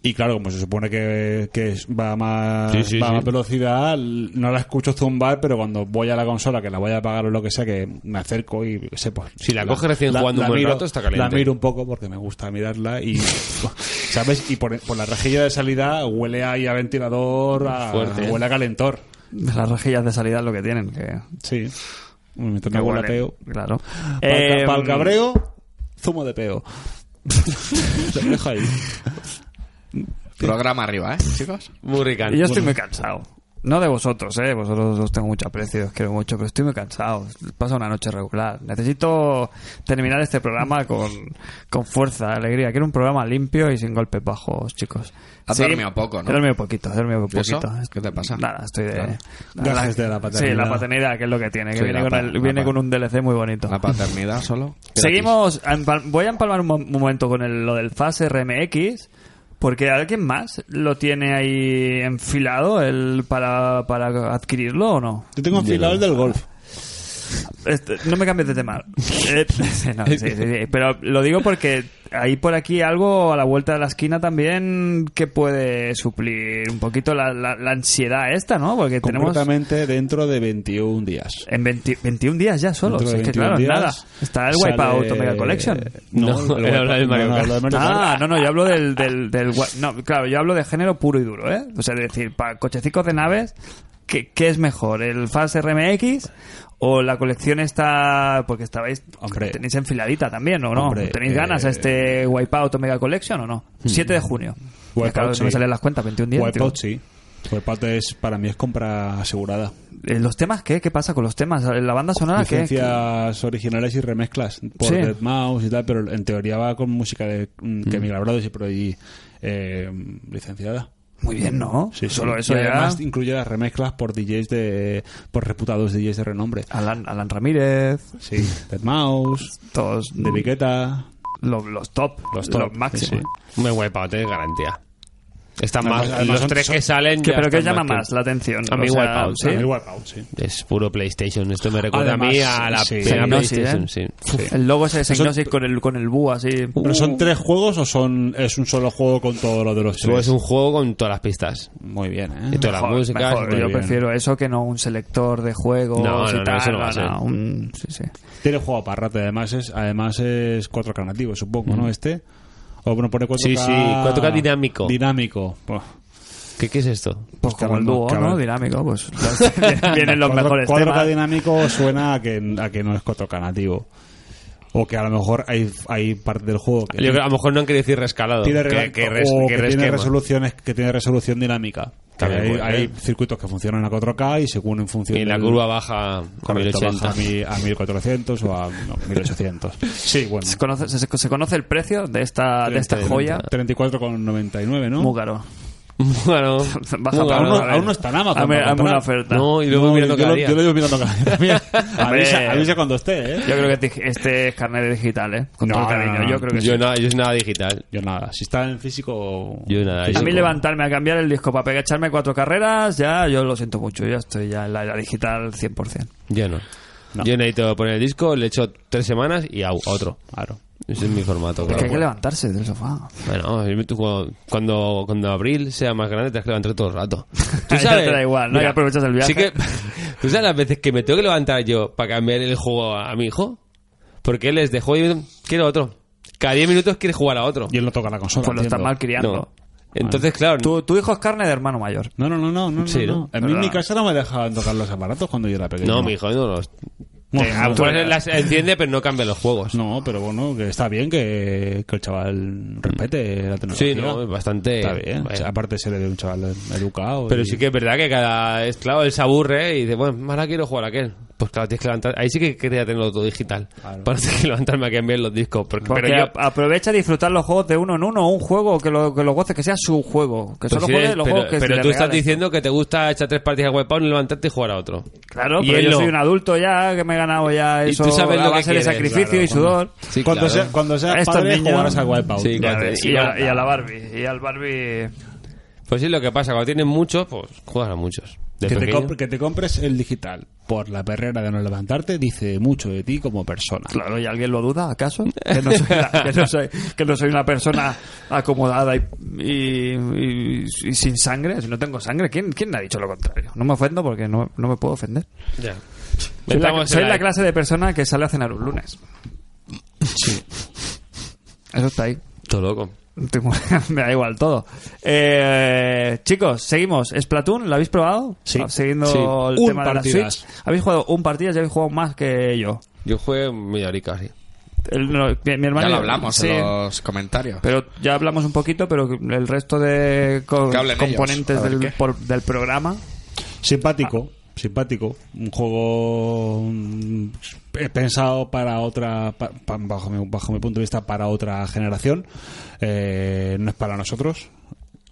S3: Y claro, como se supone que, que es- va, a más,
S5: Sí, sí,
S3: va a
S5: sí.
S3: más velocidad, l- no la escucho zumbar, pero cuando voy a la consola, que la voy a apagar o lo que sea, que me acerco y yo qué sé, pues...
S5: Si la coges recién jugando un buen rato, está caliente.
S3: La miro un poco porque me gusta mirarla y... ¿Sabes? Y por, por la rejilla de salida huele ahí a ventilador, a-
S5: Fuerte, ¿eh?
S3: huele a calentor.
S2: Las rejillas de salida es lo que tienen. Que,
S3: Sí. Me meto
S2: que
S3: un
S2: huelen,
S3: volateo.
S2: Claro.
S3: Para
S2: Eh,
S3: el cabreo, zumo de peo. Lo dejo ahí.
S4: Programa arriba, ¿eh, chicos?
S5: Muy rica.
S2: Y yo estoy muy cansado. No de vosotros, ¿eh? Vosotros os tengo mucho aprecio, os quiero mucho, pero estoy muy cansado. Pasa una noche regular. Necesito terminar este programa con, con fuerza, alegría. Quiero un programa limpio y sin golpes bajos, chicos.
S4: Has
S2: Seguim-
S4: dormido poco, ¿no?
S2: He dormido poquito, he dormido poquito.
S4: ¿Y eso? ¿Qué te pasa?
S2: Nada, estoy de...
S4: Claro.
S3: Gajes de la paternidad.
S2: Sí, la paternidad, que es lo que tiene, que
S4: Sí,
S2: viene,
S4: la
S2: con,
S4: pa-
S2: el-
S4: la
S2: viene
S4: pa-
S2: con un DLC muy bonito.
S4: La paternidad solo.
S2: Seguimos. a empal- Voy a empalmar un mo- un momento con el- lo del Fase RMX. Porque alguien más lo tiene ahí enfilado el, para, para adquirirlo o no.
S3: Yo tengo enfilado el del golf.
S2: Ah, Este, no me cambies de tema. Eh, sí, no, sí, sí, sí. Pero lo digo porque hay por aquí algo a la vuelta de la esquina también que puede suplir un poquito la, la- la ansiedad esta, ¿no? Porque tenemos
S3: Concretamente dentro de 21 días.
S2: en 20 21 días ya solo.
S3: Dentro
S2: Si
S3: de
S2: es que
S3: 21
S2: claro,
S3: días
S2: nada. Está el
S3: sale-
S2: Wipeout Omega Collection.
S5: No,
S3: el
S5: he hablado del
S3: Wipeout-
S5: Mario
S3: no, no,
S5: Kart.
S3: hablo del Mario Kart.
S2: Ah, no, no, yo hablo del, del, del gua- No, claro, yo hablo de género puro y duro, ¿eh? O sea, es decir, para cochecicos de naves, ¿qué, qué es mejor? ¿El Fast RMX o la colección está... Porque estabais...
S3: Hombre.
S2: Tenéis enfiladita también, ¿o no?
S3: Hombre,
S2: ¿Tenéis
S3: eh, Hmm.
S2: ganas a este Wipeout Omega Collection o no? 7 de junio. Ya,
S3: Wipeout,
S2: claro,
S3: sí.
S2: no me salen las cuentas, 21 días.
S3: Wipeout sí. Wipeout es, para mí es compra asegurada.
S2: Eh, ¿Los temas qué? ¿Qué pasa con los temas? ¿La banda sonora Ah, qué?
S3: Licencias originales y remezclas por
S2: Sí.
S3: Dead Mouse y tal, pero en teoría va con música de mm, que Miguel Abrado y por ahí eh, licenciada.
S2: Muy bien, ¿no?
S3: Sí, sí.
S2: Solo eso
S3: y
S2: ya...
S3: además incluye las remezclas por DJs de por reputados DJs de renombre.
S2: Alan, Alan Ramírez,
S3: Sí, Dead Mouse,
S2: todos
S3: de Viqueta.
S2: los, los top, los,
S3: Los top,
S2: máximos.
S3: sí, sí.
S5: Me wipeout, es garantía. Están
S3: Además-
S5: más,
S3: además
S5: los
S3: son-
S5: tres
S3: son-
S5: que salen.
S2: ¿Qué-
S5: ya
S2: ¿Pero qué os
S5: están
S2: llama
S5: más
S2: más
S5: que-
S2: la atención?
S5: A mí
S2: O sea, ¿eh?
S5: Wipeout,
S2: ¿sí?
S5: a mí
S3: Wipeout, sí.
S5: Es puro PlayStation. Esto me recuerda a mí
S3: Además,
S5: a la
S3: sí.
S5: primera
S2: Psygnosis,
S5: PlayStation.
S2: ¿eh?
S5: sí.
S2: Uf, El logo ese de Psygnosis con el, con el búho así.
S3: ¿Pero son tres juegos o son es un solo juego con todo lo de los
S5: Supongo que es
S3: tres?
S5: un juego con todas las pistas.
S3: Muy bien, ¿eh?
S5: Y todas las
S2: Mejor,
S5: músicas.
S2: mejor.
S5: muy
S2: Yo
S5: bien.
S2: prefiero eso que no un selector de juegos
S5: No, no,
S2: y
S5: no,
S2: tal.
S5: eso no va a ser. Pues
S2: un- sí, sí.
S3: Tiene juego para rato, además es, además es 4K nativo, supongo, ¿no? Este. O bueno, pone 4K.
S5: Sí, sí, 4K dinámico.
S3: Dinámico. Buah.
S5: ¿Qué, qué es esto?
S2: Pues como el
S3: cabrón,
S2: dúo,
S3: cabrón.
S2: ¿no? Dinámico, pues vienen los
S3: Cuatro-
S2: mejores
S3: 4K
S2: temas.
S3: dinámico suena a que, a que no es 4K nativo. O que a lo mejor hay, hay parte del juego que
S5: Yo creo que a lo mejor no han querido decir rescalado.
S3: tiene,
S5: que,
S3: rela-
S5: que res- que
S3: o que tiene
S5: resquema.
S3: resoluciones que tiene resolución dinámica. Que
S5: También
S3: hay,
S5: puede ser.
S3: hay circuitos que funcionan a 4K y según en función
S5: Y en la
S3: del-
S5: curva baja a
S3: correcto,
S5: 1080.
S3: baja a, mi- a 1400 o a no, 1800. Sí, bueno.
S2: Se conoce, se, se conoce el precio de esta, de esta joya.
S3: 34,99, ¿no?
S2: Muy caro.
S5: Bueno,
S2: Baja
S5: bueno,
S2: para
S3: aún, no,
S2: a ver.
S3: aún no está en Amazon.
S2: Hazme-
S3: para
S2: hazme
S3: comprar.
S2: una oferta.
S5: No, y luego
S3: No,
S5: mirando
S3: yo
S5: cada
S3: lo-
S5: día.
S3: Yo lo llevo mirando cada día también.
S2: Hombre.
S3: avisa, avisa cuando esté, ¿eh?
S2: Yo creo que es este es carnet digital, ¿eh. Con
S3: No,
S2: todo el cariño.
S3: no, no.
S2: Yo creo que sí.
S5: yo, nada, yo es nada digital.
S3: Yo nada. Si está en físico...
S5: Yo nada.
S2: A
S5: yo
S2: mí
S5: como-
S2: levantarme a cambiar el disco para pegar, echarme cuatro carreras, ya yo lo siento mucho, ya estoy ya en la era digital 100%.
S5: Yo no.
S3: No.
S5: Yo necesito poner el disco, le echo tres semanas y a otro.
S3: Claro.
S5: Ese es mi formato.
S2: Es
S5: claro.
S2: que hay que levantarse del sofá.
S5: Pues Bueno, yo me- tú cuando, cuando, cuando abril sea más grande, te has que levantar todo el rato. Tú
S2: Ya te da igual, ¿no? Ya aprovechas el viaje.
S5: Sí que, ¿Tú sabes las veces que me tengo que levantar yo para cambiar el juego a mi hijo? Porque él les dejó y quiero otro. Cada 10 minutos quiere jugar a otro.
S3: Y él no toca la consola.
S2: Pues lo
S3: entiendo.
S2: estás mal criando.
S5: No. Entonces, claro,
S2: Tu, tu hijo es carne de hermano mayor.
S3: No, no, no, no. no,
S5: Sí, ¿no?
S3: no, no. A mí en mi
S2: ¿Verdad?
S3: casa no me dejaban tocar los aparatos cuando yo era pequeño.
S5: no, mi hijo no los.
S3: Bueno,
S2: Ah,
S5: A lo
S3: tú-
S5: mejor las enciende, pero no cambia los juegos.
S3: No, pero bueno, que está bien que, que el chaval respete la tecnología.
S5: Sí, no, es bastante-
S3: Está bien.
S5: Vaya.
S3: O sea, aparte se le ve un chaval educado.
S5: Pero
S3: y-
S5: sí que es verdad que cada. es- Claro, él se aburre y dice, bueno, ahora quiero jugar a aquel. Pues claro, tienes que levantar. Ahí sí que quería tenerlo todo digital.
S3: Claro.
S5: Para tener que levantarme a cambiar los discos. Porque,
S2: Porque
S5: pero yo.
S2: a- aprovecha de disfrutar los juegos de uno en uno, un juego que lo, que lo goce, que sea su juego.
S5: Pero,
S2: Que solo
S5: Pues sí,
S2: juegue los
S5: pero-
S2: juegos que
S5: pero
S2: le
S5: tú estás
S2: regalen.
S5: diciendo que te gusta echar tres partidas de Wipeout, levantarte y jugar a otro.
S2: Claro,
S5: Y
S2: pero
S5: él
S2: yo
S5: no.
S2: soy un adulto ya, que me he ganado ya
S5: Y
S2: eso
S5: tú sabes lo
S2: a
S5: que
S2: base de
S5: quieres,
S2: sacrificio y sudor.
S5: Sí,
S3: cuando,
S5: claro.
S3: sea, cuando seas
S2: Estos
S3: padre
S2: niños-
S3: jugarás al Wipeout.
S5: Sí,
S2: Ya
S5: claro.
S2: ves,
S5: Sí,
S2: Y a,
S5: claro.
S2: y a la Barbie. Y al Barbie...
S5: Pues sí, lo que pasa, cuando tienes muchos, pues juegas a muchos. De
S3: Que te,
S5: pequeño.
S3: compre- que te compres el digital por la perrera de no levantarte dice mucho de ti como persona.
S2: Claro, ¿y alguien lo duda, acaso? Que no soy, la- que no soy- que no soy una persona acomodada y, y- y- y sin sangre. Si no tengo sangre, ¿quién, quién ha dicho lo contrario? No me ofendo porque no, no me puedo ofender.
S5: Ya.
S2: Soy la,
S5: Estamos en
S2: soy
S5: la-
S2: la clase de persona que sale a cenar un lunes. Eso está ahí.
S5: Todo loco.
S2: Estoy muy- Me da igual todo. Eh, chicos, seguimos. ¿Splatoon? ¿Lo habéis probado?
S3: Sí.
S2: Ah, Siguiendo
S5: Sí.
S2: el
S3: Un
S2: tema de la
S3: partidas.
S2: Switch. ¿Habéis jugado un partido? Ya habéis jugado más que yo.
S5: Yo jugué millorica, sí.
S2: El- no, mi, mi hermano
S4: Ya lo hablamos
S2: sí.
S4: en los comentarios.
S2: Pero ya hablamos un poquito, pero el resto de co-
S4: Que hablen ellos.
S2: componentes
S4: A ver
S2: del,
S4: qué.
S2: por- del programa.
S3: Simpático, simpático. Un juego mm, he pensado para otra, pa- pa- bajo, mi, bajo mi punto de vista, para otra generación. Eh, no es para nosotros.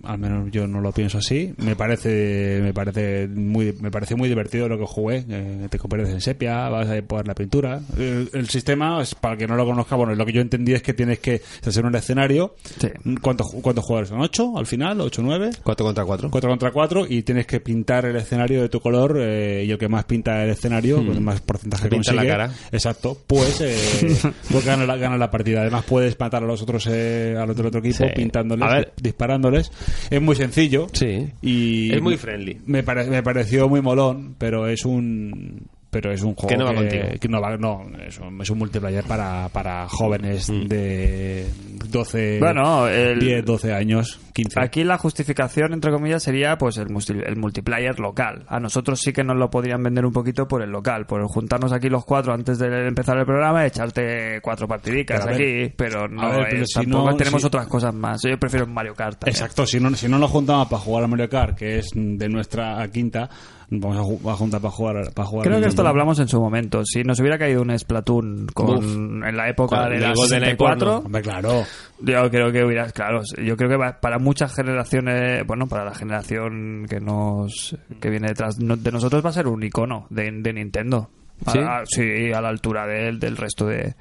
S3: Al menos yo no lo pienso así. Me parece, me parece muy, me pareció muy divertido lo que jugué. Eh, te conviertes en sepia, vas a poder la pintura. El, el sistema, es para el que no lo conozca, bueno, lo que yo entendí es que tienes que hacer un escenario.
S2: Sí.
S3: ¿Cuántos, cuántos jugadores son? ¿Ocho al final? ¿Ocho, nueve?
S6: 4 contra 4.
S3: 4 contra 4 y tienes que pintar el escenario de tu color eh, y el que más pinta el escenario, con el más porcentaje
S5: Hmm. Pinta la
S3: consigue,
S5: cara.
S3: exacto, pues, eh, pues gana, la, gana la partida. Además puedes matar a los otros, eh, al otro, otro equipo
S5: Sí.
S3: pintándoles,
S5: A ver.
S3: disparándoles. Es muy sencillo.
S5: Sí.
S3: Y
S5: Es muy friendly.
S3: Me, pare- me pareció muy molón, pero es un... Pero es un juego
S5: Que no va contigo.
S3: que no, va- no, es un, es un multiplayer para, para jóvenes
S5: Hmm.
S3: de 12,
S2: Bueno, el-
S3: 10, 12 años, 15.
S2: Aquí la justificación, entre comillas, sería pues el, multi- el multiplayer local. A nosotros sí que nos lo podrían vender un poquito por el local, por juntarnos aquí los cuatro antes de empezar el programa, echarte cuatro partidicas
S3: Pero a ver-
S2: aquí, pero no
S3: a ver, pero
S2: es-
S3: si
S2: tampoco
S3: no-
S2: tenemos
S3: si-
S2: otras cosas más. Yo prefiero Mario Kart. también.
S3: Exacto, si no, si no nos juntamos para jugar a Mario Kart, que es de nuestra quinta, vamos a, ju- a juntar para jugar, para jugar
S2: Creo
S3: al
S2: que esto
S3: mundo.
S2: lo hablamos en su momento. Si nos hubiera caído un Splatoon con, en la época
S5: Con
S2: de
S5: el
S2: la
S5: GoldenEye
S2: 64,
S5: porno.
S3: Hombre, claro.
S2: Yo creo que hubiera, claro, yo creo que va- para muchas generaciones, bueno, para la generación que nos que viene detrás no- de nosotros va a ser un icono de, de Nintendo. A,
S5: ¿Sí?
S2: a- sí, a la altura del, del resto de,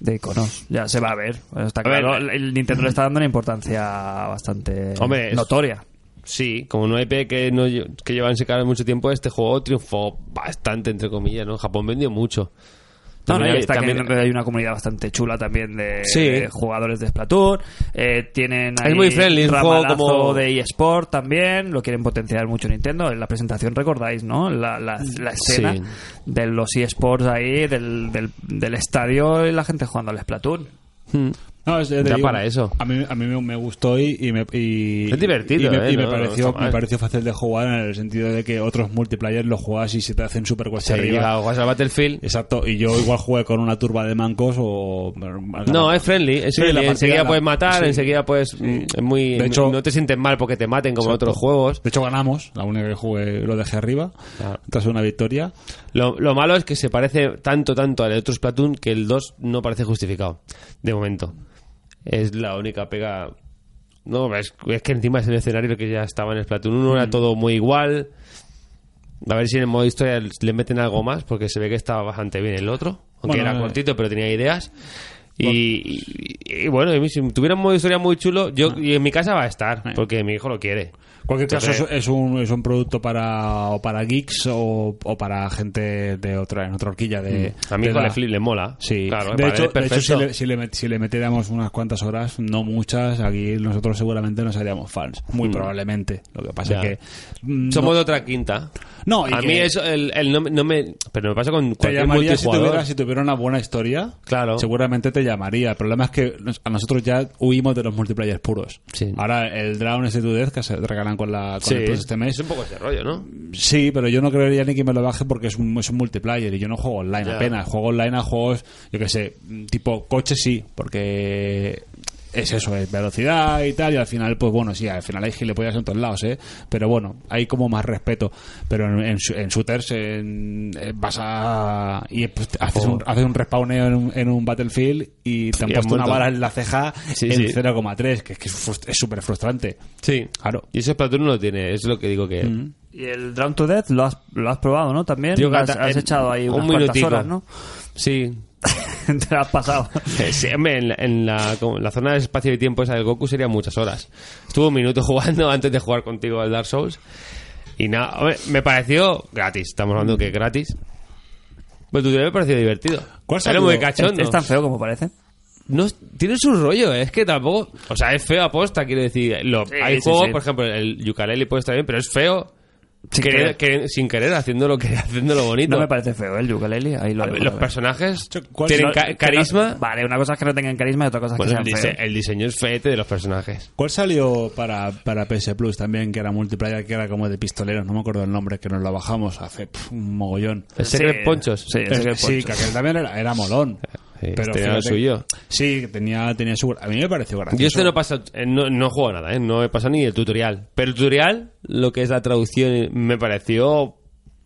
S2: de iconos. Ya se va a ver. Está
S5: ver, eh,
S2: claro, el Nintendo le está dando una importancia bastante
S5: Hombre, es-
S2: notoria.
S5: Sí, como una IP que, no, lle- que lleva en secado mucho tiempo, este juego triunfó bastante, entre comillas, ¿no? Japón vendió mucho.
S2: No, no, y
S5: hay-
S2: está que
S5: también-
S2: hay una comunidad bastante chula también de,
S5: Sí.
S2: de jugadores de Splatoon. Eh, tienen ahí
S5: muy friendly, es un juego
S2: ramalazo
S5: como-
S2: de eSport también. Lo quieren potenciar mucho Nintendo. En la presentación recordáis, ¿no? La, la, la escena
S5: Sí.
S2: de los eSports ahí, del, del, del estadio y la gente jugando al Splatoon.
S5: Mm.
S3: No, es- te
S5: Ya
S3: digo,
S5: para eso.
S3: A mí, a mí me- me gustó y, y me. y-
S5: Es divertido,
S3: y me,
S5: ¿eh?
S3: y me
S5: No, no
S3: pareció,
S5: está mal.
S3: me pareció fácil de jugar en el sentido de que otros multiplayer lo juegas y se te hacen super cuesta
S5: Se llega a jugar al Battlefield.
S3: Exacto, y yo igual jugué con una turba de mancos o.
S5: No, es friendly. Es
S3: Sí,
S5: friendly.
S3: la partida
S5: enseguida
S3: la-
S5: puedes matar,
S3: sí.
S5: enseguida puedes. mm, Es muy.
S3: De hecho-
S5: no te sientes mal porque te maten como en
S3: Exacto.
S5: otros juegos.
S3: De hecho, ganamos. La única que jugué lo dejé arriba.
S5: Claro.
S3: Tras una victoria.
S5: Lo, lo malo es que se parece tanto, tanto al de otros Platoon que el 2 no parece justificado. De momento. Es la única pega. No, es, es que encima es el escenario que ya estaba en Splatoon 1,
S3: Mm.
S5: era todo muy igual. A ver si en el modo historia le meten algo más, porque se ve que estaba bastante bien el otro. Aunque
S3: Bueno,
S5: era
S3: eh.
S5: cortito, pero tenía ideas. Y, y- y bueno, y si tuviera un modo historia muy chulo, yo
S3: Ah.
S5: y en mi casa va a estar,
S3: Eh.
S5: porque mi hijo lo quiere.
S3: cualquier caso es,
S5: Entonces-
S3: es un, es un producto para o para geeks o, o para gente de otra en otra horquilla de
S5: A mi
S3: Mm. de
S5: hijo
S3: la-
S5: le, flip, le mola.
S3: Sí,
S5: claro,
S3: de,
S5: para
S3: hecho,
S5: él es
S3: de hecho, si,
S5: perfecto.
S3: le, si, le met- si le metiéramos unas cuantas horas, no muchas, aquí nosotros seguramente nos haríamos fans, muy probablemente. Lo que pasa
S5: Mm. Ya.
S3: es que mm,
S5: Somos
S3: no-
S5: de otra quinta.
S3: No, y
S5: a
S3: que-
S5: mí eso, el, el no, me- no me. Pero me pasa con
S3: te
S5: cualquier
S3: llamaría si
S5: multijugador.
S3: tuviera, si tuviera una buena historia,
S5: Claro.
S3: seguramente te llamaría. El problema es que nos- a nosotros ya huimos de los multiplayers puros.
S5: Sí.
S3: Ahora el Drawn este to Death que se regalan con la con
S5: Sí,
S3: el Plus este mes,
S5: es un poco ese rollo, ¿no?
S3: Sí, pero yo no creería ni que me lo baje porque es un, es un multiplayer y yo no juego online
S5: Ya.
S3: apenas. Juego online a juegos, yo que sé, tipo coche sí, porque es eso, es velocidad y tal. Y al final, pues bueno, sí, al final hay gilipollas en todos lados, ¿eh? Pero bueno, hay como más respeto. Pero en, en shoo- en shooters en- eh, vas a. y pues, haces, un, haces un respawneo en un, en un Battlefield y te han
S5: Oh. Y has
S3: puesto una
S5: muerto.
S3: bala en la ceja
S5: Sí,
S3: en
S5: sí.
S3: 0,3, que es que es frust- es súper frustrante.
S5: Sí.
S3: Claro.
S5: Y eso Splatoon no lo tiene, es lo que digo que.
S3: Mm.
S2: Y el Drown to Death lo has, lo has probado, ¿no? También
S5: Digo que
S2: has,
S5: hasta-
S2: has
S5: en-
S2: echado ahí
S5: un
S2: unas cuantas
S5: minutico.
S2: horas, ¿no?
S5: Sí.
S2: Te lo has pasado.
S5: Eh, sí, hombre, en, la, en la- como en la zona de espacio y tiempo esa del Goku serían muchas horas. Estuvo un minuto jugando antes de jugar contigo al Dark Souls. Y nada, hombre, me pareció gratis. Estamos hablando que gratis. Pero tú te me pareció divertido.
S3: ¿Cuál
S5: Era
S3: salió?
S5: muy
S2: Es,
S5: cachondo.
S2: es tan feo como parece.
S5: no es- tiene su rollo, eh, es que tampoco, o sea, es feo aposta, quiero decir, lo-
S2: Sí,
S5: hay
S2: sí,
S5: juegos,
S2: sí.
S5: por ejemplo, el ukulele puede estar bien, pero es feo
S2: Sin
S5: querer-
S2: querer.
S5: que- sin querer haciendo lo que haciendo lo bonito.
S2: No me parece feo el ukulele. Ahí lo
S5: A ver,
S2: dejo.
S5: Los personajes
S3: ¿cuál-
S5: tienen
S3: no,
S5: ca-
S2: Ah, Que no-
S5: carisma.
S2: vale, una cosa es que no tengan carisma y otra cosa es
S5: Bueno, eh, el,
S2: que sean
S5: dise-
S2: feos.
S5: el diseño es feete de los personajes.
S3: ¿Cuál salió para, para PS Plus también, que era multiplayer, que era como de pistoleros? No me acuerdo el nombre, que nos lo bajamos hace pf, un mogollón.
S5: El Secret Ponchos.
S2: Sí, el Secret
S5: pues
S3: sí,
S2: Ponchos.
S3: que aquel también era, era molón.
S5: Eh,
S3: Pero
S5: este era lo
S3: fíjate-
S5: suyo.
S3: Sí, tenía, tenía su... A mí me pareció gracioso.
S5: Yo este no he pasado, eh, no, no he jugado nada, ¿eh? no he pasado ni el tutorial. Pero el tutorial, lo que es la traducción, me pareció.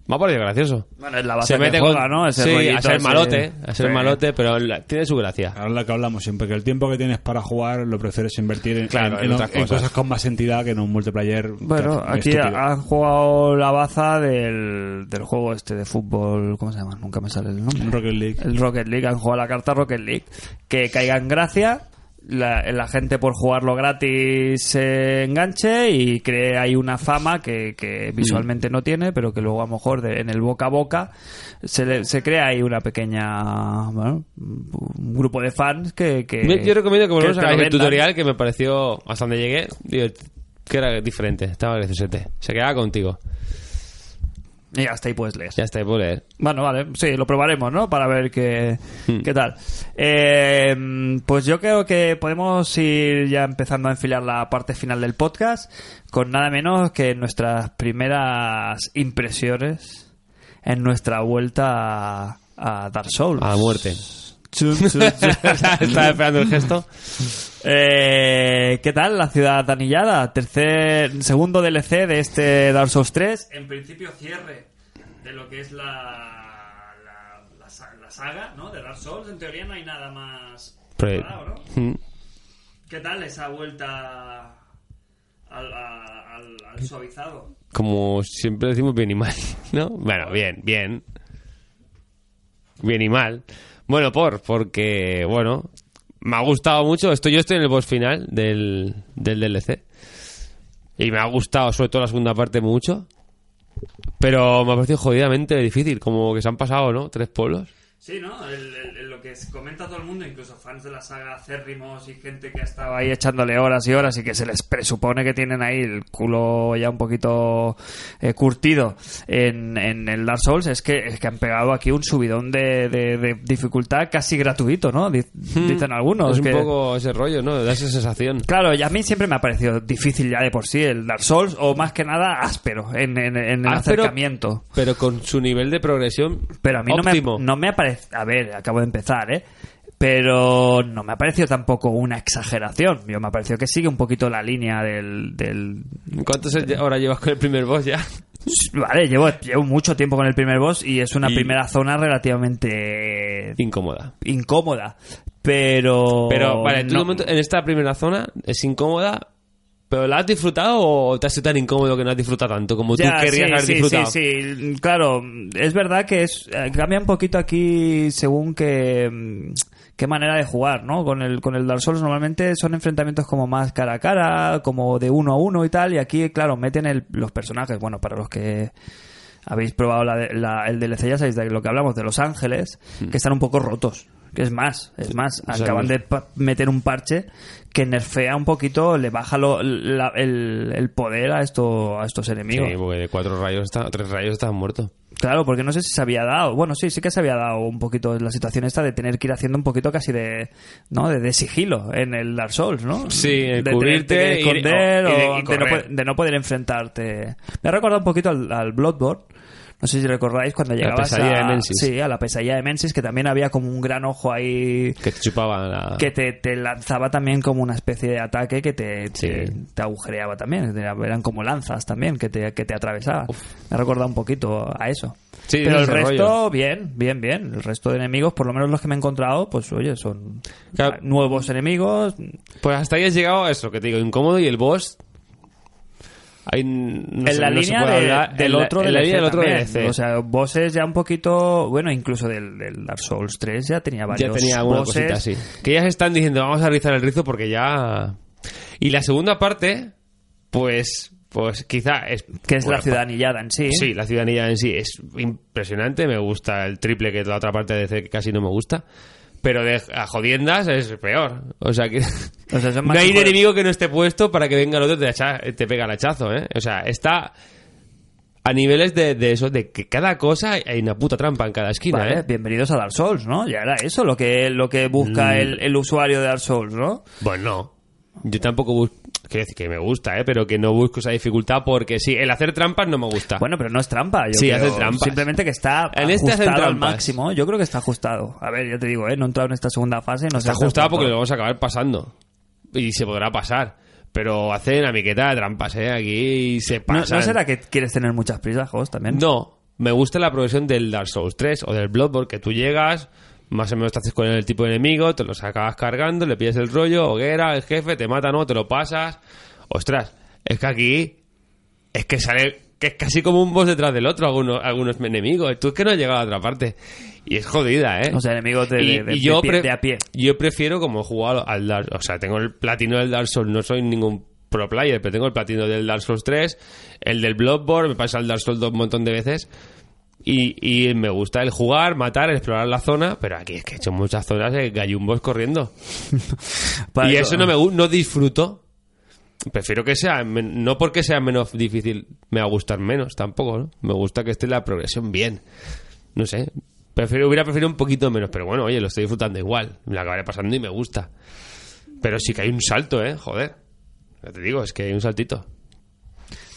S5: Me ha parecido gracioso.
S2: Bueno, es la base que
S5: con-
S2: juega, ¿no? Ese
S5: sí,
S2: rollito
S5: a ser
S2: ese-
S5: malote, a ser
S2: Sí.
S5: malote, pero la- tiene su gracia.
S3: Ahora lo que hablamos siempre, que el tiempo que tienes para jugar lo prefieres invertir en,
S5: Claro, en
S3: en- en-
S5: otras
S3: en
S5: cosas.
S3: cosas. con más entidad que en un multiplayer.
S2: Bueno,
S3: que-
S2: aquí
S3: estúpido.
S2: han jugado la baza del, del juego este de fútbol, ¿cómo se llama? Nunca me sale el nombre.
S3: Rocket League.
S2: El Rocket League, han jugado la carta Rocket League. Que caiga en gracia, la, la gente por jugarlo gratis se enganche y cree ahí una fama que, que visualmente no tiene, pero que luego a lo mejor de- en el boca a boca se, le- se crea ahí una pequeña, bueno, un grupo de fans que... que
S5: Yo- yo recomiendo Eh, que volvamos
S2: te
S5: a
S2: lo
S5: ver el
S2: vendan.
S5: tutorial que me pareció hasta donde llegué digo, que era diferente, estaba graciosete. Se quedaba contigo.
S2: Y hasta ahí puedes leer.
S5: Ya está, puedo leer.
S2: Bueno, vale, sí, lo probaremos, ¿no? Para ver qué,
S5: Hmm.
S2: qué tal. Eh, pues yo creo que podemos ir ya empezando a enfilar la parte final del podcast con nada menos que nuestras primeras impresiones en nuestra vuelta a, a Dark Souls.
S5: A la muerte.
S2: Chum, chum, chum.
S5: Estaba esperando el gesto.
S2: Eh, ¿Qué tal la ciudad anillada? Tercer, segundo DLC de este Dark Souls 3. En principio cierre de lo que es la, la, la sa- la saga ¿no? de Dark Souls. En teoría no hay nada más
S5: Pero-
S2: preparado, ¿no?
S5: Mm.
S2: ¿Qué tal esa vuelta al, a- al- al suavizado?
S5: como siempre decimos, bien y mal, ¿no? Bueno, bien, bien. Bien y mal. Bueno, por, porque, bueno, me ha gustado mucho. Estoy, yo estoy en el boss final del, del DLC. Y me ha gustado, sobre todo la segunda parte, mucho. Pero me ha parecido jodidamente difícil, como que se han pasado, ¿no? Tres pueblos.
S2: Sí, ¿no? El- el- el- lo que se comenta todo el mundo, incluso fans de la saga acérrimos y gente que ha estado ahí echándole horas y horas y que se les presupone que tienen ahí el culo ya un poquito eh, curtido en, en el Dark Souls, es que, es que han pegado aquí un subidón de, de- de dificultad casi gratuito, ¿no? Di- Dicen algunos.
S5: Hmm. es un
S2: que-
S5: poco ese rollo, ¿no? Da esa sensación.
S2: Claro, y a mí siempre me ha parecido difícil ya de por sí el Dark Souls, o más que nada áspero en, en- en el
S5: Áspero,
S2: acercamiento.
S5: Ah, Pero con su nivel de progresión
S2: Pero a mí
S5: óptimo.
S2: no me, no me ha parecido... A ver, acabo de empezar, ¿eh? Pero no me ha parecido tampoco una exageración. Yo me ha parecido que sigue un poquito la línea del... del-
S5: ¿Cuántas horas llevas con el primer boss ya?
S2: Vale, llevo, llevo mucho tiempo con el primer boss y es una
S5: Y-
S2: primera zona relativamente
S5: Incómoda.
S2: incómoda. Pero...
S5: Pero, vale, tú
S2: Oh, no-
S5: de momento, en esta primera zona es incómoda, pero ¿la has disfrutado o te ha sido tan incómodo que no has disfrutado tanto como
S2: Ya,
S5: tú querrías
S2: sí,
S5: haber
S2: sí,
S5: disfrutado?
S2: Sí, sí, claro. Es verdad que es, eh, cambia un poquito aquí según que mm, qué manera de jugar, ¿no? Con el, con el Dark Souls normalmente son enfrentamientos como más cara a cara, como de uno a uno y tal, y aquí, claro, meten el- los personajes, bueno, para los que habéis probado la, de- la- el DLC, ya sabéis de lo que hablamos, de Los Ángeles, que están un poco rotos. Que es más, es más,
S5: Hmm. O sea,
S2: acaban
S5: los-
S2: de pa- meter un parche que nerfea un poquito, le baja lo- la- el, el poder a, esto, a estos enemigos.
S5: Sí, porque de cuatro rayos, está, tres rayos estás muerto.
S2: Claro, porque no sé si se había dado. Bueno, sí, sí que se había dado un poquito la situación esta de tener que ir haciendo un poquito casi de, ¿no? De, de sigilo en el Dark Souls, ¿no?
S5: Sí, el
S2: de
S5: cubrirte,
S2: tenerte que
S5: ir- o-
S2: esconder
S5: y de-
S2: o
S5: y
S2: de, no,
S5: correr.
S2: po- de no poder enfrentarte. Me ha recordado un poquito al, al Bloodborne. No sé si recordáis cuando llegabas
S5: pesadilla
S2: a,
S5: de Mensis.
S2: Sí, a la pesadilla de Mensis, que también había como un gran ojo ahí
S5: Que te chupaba la...
S2: que te, te lanzaba también como una especie de ataque que te,
S5: Sí.
S2: te, te agujereaba también. Era- Eran como lanzas también que te, que te atravesaba. Me ha recordado un poquito a eso.
S5: Sí,
S2: Pero el
S5: ese rollo.
S2: resto, bien, bien, bien. El resto de enemigos, por lo menos los que me he encontrado, pues oye, son
S5: Claro.
S2: nuevos enemigos.
S5: Pues hasta ahí has llegado a eso, que te digo, incómodo y el boss... Ahí no
S2: en
S5: se-
S2: la
S5: no se
S2: línea
S5: puede
S2: de-
S5: hablar-
S2: del
S5: en la-
S2: otro
S5: en la
S2: DLC
S5: línea del otro
S2: también.
S5: DLC.
S2: O sea, bosses ya un poquito... Bueno, incluso del, del Dark Souls 3 ya tenía
S5: ya
S2: varios
S5: tenía alguna
S2: bosses.
S5: cosita así. Que ya se están diciendo, vamos a rizar el rizo porque ya... Y la segunda parte, pues... Pues quizá es...
S2: Que es
S5: bueno,
S2: la ciudad anillada en sí.
S5: Sí, la ciudadanía en sí es impresionante, me gusta el triple que la otra parte de C que casi no me gusta. Pero de a jodiendas es peor. O sea que.
S2: O sea, son más
S5: no hay
S2: hijos de-
S5: enemigo que no esté puesto para que venga el otro y te, hacha- te pega el hachazo, ¿eh? O sea, está a niveles de, de eso, de que cada cosa hay una puta trampa en cada esquina,
S2: Vale,
S5: ¿eh?
S2: bienvenidos a
S5: Mm.
S2: Dark Souls, ¿no? Ya era eso lo que, lo que busca el, el usuario de Dark Souls, ¿no?
S5: Bueno, no. Yo tampoco busco. Quiero decir que me gusta, ¿eh? Pero que no busco esa dificultad porque sí, el hacer trampas no me gusta.
S2: Bueno, pero no es trampa. Yo
S5: Ah. Sí,
S2: creo.
S5: hacen trampas.
S2: Simplemente que está
S5: En este hacen
S2: ajustado al
S5: trampas.
S2: máximo. Yo creo que está ajustado. A ver, ya te digo, ¿eh? no he entrado en esta segunda fase. No sé
S5: Está
S2: hasta
S5: ajustado porque lo
S2: cuánto.
S5: vamos a acabar pasando. Y se podrá pasar. Pero hacen amigueta de trampas, ¿eh? Aquí se
S2: ¿No,
S5: pasan.
S2: ¿no será que quieres tener muchas prisas, Jos, también?
S5: No, me gusta la progresión del Dark Souls 3 o del Bloodborne, que tú llegas, más o menos te haces con el tipo de enemigo, te los acabas cargando, le pides el rollo, hoguera, el jefe, te mata, no, te lo pasas. Ostras, es que aquí es que sale que es casi como un boss detrás del otro algunos algunos enemigos. Tú es que no has llegado a otra parte. Y es jodida, ¿eh?
S2: O sea, enemigos de- de- de- de pie-
S5: pre-
S2: de a pie.
S5: Yo prefiero como jugar al Dark O sea, tengo el platino del Dark Souls. No soy ningún pro player, pero tengo el platino del Dark Souls 3, el del Bloodborne, me pasa el Dark Souls 2 un montón de veces. Y, y me gusta el jugar, matar, explorar la zona, pero aquí es que he hecho muchas zonas de gallumbos corriendo.
S2: Para
S5: Y eso no me gu- no disfruto. Prefiero que sea, men- no porque sea menos difícil, me va a gustar menos tampoco, ¿no? Me gusta que esté la progresión bien. No sé. Prefiero, hubiera preferido un poquito menos, pero bueno, oye, lo estoy disfrutando igual. Me la acabaré pasando y me gusta. Pero sí que hay un salto, ¿eh? Joder. Ya te digo, es que hay un saltito.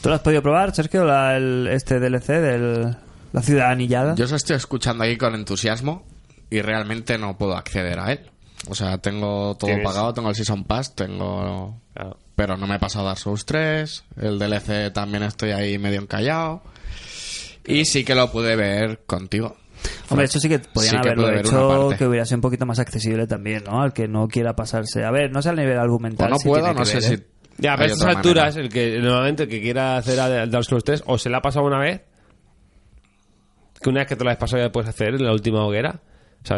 S2: ¿Tú lo has podido probar, Sergio, la- el, este DLC del... La ciudad anillada?
S4: Yo os estoy escuchando ahí con entusiasmo y realmente no puedo acceder a él. O sea, tengo todo
S5: Tienes-
S4: pagado, tengo el Season Pass, tengo...
S5: Claro.
S4: Pero no me he pasado Dark Souls 3, el DLC también estoy ahí medio encallado. Y sí que lo pude ver contigo.
S2: Hombre, eso sí que podían
S4: Sí que
S2: haberlo
S4: puede haber una
S2: hecho,
S4: parte.
S2: que hubiera sido un poquito más accesible también, ¿no? Al que no quiera pasarse. A ver, no sé al nivel
S4: O
S2: argumental.
S4: Pues no
S2: si
S4: puedo,
S2: tiene
S4: no
S2: que
S4: sé
S2: ver,
S4: si...
S2: ¿eh?
S5: Ya,
S4: hay
S5: pero a estas
S4: otra manera.
S5: alturas, el que normalmente el que quiera hacer al Dark Souls 3, o se la ha pasado una vez, que una vez que te la has pasado ya puedes hacer en la última hoguera. O sea,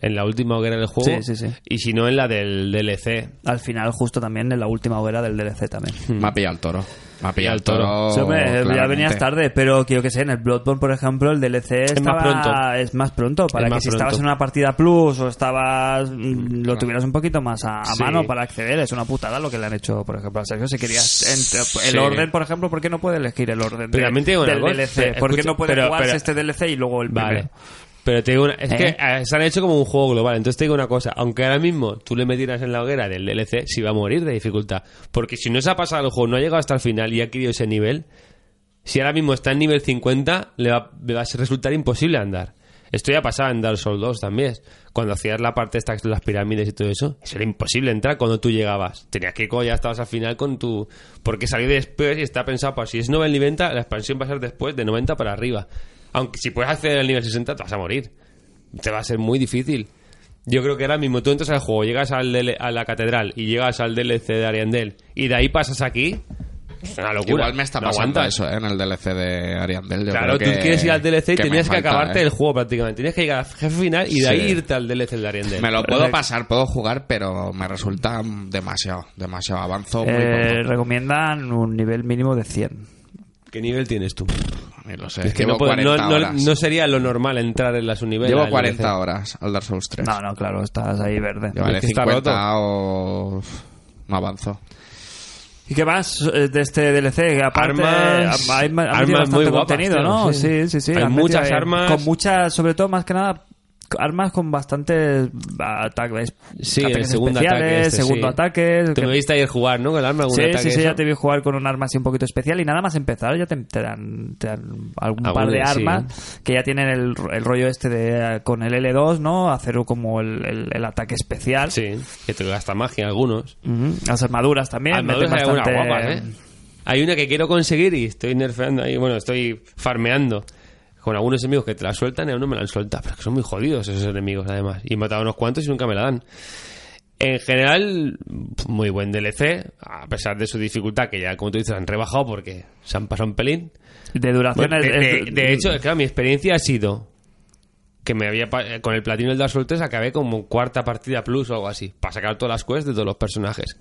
S5: en la última hoguera del juego.
S2: Sí, sí, sí.
S5: Y si no, en la del DLC.
S2: Al final, justo también en la última hoguera del DLC también.
S4: Me ha pillado el toro. Me ha pillado el
S5: Pillado ¿eh? el
S4: toro.
S2: Sí, hombre, ya
S4: claramente.
S2: venías tarde, pero que yo que sé, en el Bloodborne, por ejemplo, el DLC estaba-
S5: más pronto.
S2: es más pronto, para
S5: Es
S2: que
S5: más
S2: si estabas
S5: pronto.
S2: en una partida plus o estabas mm, lo tuvieras un poquito más a, a
S5: Sí.
S2: mano para acceder. Es una putada lo que le han hecho, por ejemplo, a Sergio. Si querías entre- el
S5: Sí.
S2: orden, por ejemplo, ¿por qué no puede elegir el orden de-
S5: Pero también te digo una
S2: del
S5: cosa,
S2: DLC?
S5: pero
S2: ¿Por qué
S5: escucha,
S2: no puede
S5: pero-
S2: jugarse
S5: pero-
S2: este DLC y luego el
S5: Vale.
S2: primero?
S5: Pero te digo una, es
S2: ¿Eh?
S5: que eh, se han hecho como un juego global. Entonces te digo una cosa, aunque ahora mismo tú le metieras en la hoguera del DLC, si va a morir de dificultad. Porque si no se ha pasado el juego, no ha llegado hasta el final y ha adquirido ese nivel, si ahora mismo está en nivel 50, le va, le va a resultar imposible andar. Esto ya pasaba en Dark Souls 2 también. Cuando hacías la parte esta de las pirámides y todo eso, eso era imposible entrar cuando tú llegabas. Tenías que ir cuando ya estabas al final con tu... Porque salir después y está pensado, pues si es nivel 90, la expansión va a ser después de 90 para arriba. Aunque si puedes acceder al nivel 60, te vas a morir. Te va a ser muy difícil. Yo creo que ahora mismo tú entras al juego, llegas al DL a la catedral y llegas al DLC de Ariandel y de ahí pasas aquí... Es una locura.
S4: Igual me está
S5: No
S4: pasando
S5: aguantas.
S4: eso ¿eh? en el DLC de Ariandel. Yo
S5: Claro,
S4: creo
S5: tú
S4: que-
S5: quieres ir al DLC y
S4: que me
S5: tenías que
S4: falta,
S5: acabarte
S4: ¿eh?
S5: el juego prácticamente. Tenías que llegar al jefe final y de ahí
S4: Sí.
S5: irte al DLC del Ariandel.
S4: Me lo
S5: Pero
S4: puedo
S5: es-
S4: pasar, puedo jugar, pero me resulta demasiado, demasiado. Avanzo muy
S2: Eh,
S4: poco.
S2: recomiendan un nivel mínimo de 100.
S5: ¿Qué nivel tienes tú?
S4: Ni lo sé.
S5: Es que
S4: Llevo
S5: no, puedo-
S4: 40
S5: no, no-
S4: horas.
S5: no sería lo normal entrar en las niveles.
S4: Llevo
S5: al
S4: 40
S5: DLC.
S4: horas al Dark Souls 3.
S2: No, no, claro, estás ahí verde.
S4: Yo vale,
S5: es que está
S4: 50 o... No avanzo.
S2: ¿Y qué más eh, de este DLC? Que Aparte,
S5: Armas-
S2: ha- ha- han metido
S5: armas muy
S2: bastante
S5: guapas,
S2: contenido,
S5: tío,
S2: ¿no? Sí,
S5: sí.
S2: sí, sí.
S5: Hay
S2: han
S5: muchas
S2: metido, eh,
S5: armas.
S2: Con muchas, sobre todo, más que nada, armas con bastantes ah, ataques.
S5: Sí,
S2: ataques
S5: el segundo
S2: especiales,
S5: ataque. Este,
S2: segundo
S5: sí.
S2: ataque.
S5: Tú
S2: que-
S5: me viste ayer jugar, ¿no? Con el arma, algún
S2: Sí,
S5: ataque.
S2: sí, sí,
S5: eso.
S2: ya te vi jugar con un arma así un poquito especial y nada más empezar ya te, te dan, te dan algún par
S5: Algún-
S2: de
S5: sí.
S2: armas que ya tienen el, el rollo este de eh, con el L2, ¿no? Hacer como el, el- el ataque especial.
S5: Sí, que te gasta magia algunos.
S2: Ujú. Las armaduras también.
S5: Armaduras
S2: meten
S5: hay algunas
S2: bastante-
S5: guapas, ¿eh? Hay una que quiero conseguir y estoy nerfeando ahí, bueno, estoy farmeando con algunos enemigos que te la sueltan y aún no me la han soltado, pero es que son muy jodidos esos enemigos además. Y he matado a unos cuantos y nunca me la dan. En general, muy buen DLC, a pesar de su dificultad, que ya como tú dices han rebajado porque se han pasado un pelín.
S2: De duración
S5: Bueno, de,
S2: es- es- mm.
S5: de- de hecho, es claro, mi experiencia ha sido que me había pa- eh, con el platino del Dark Souls 3 acabé como cuarta partida plus o algo así, para sacar todas las quests de todos los personajes.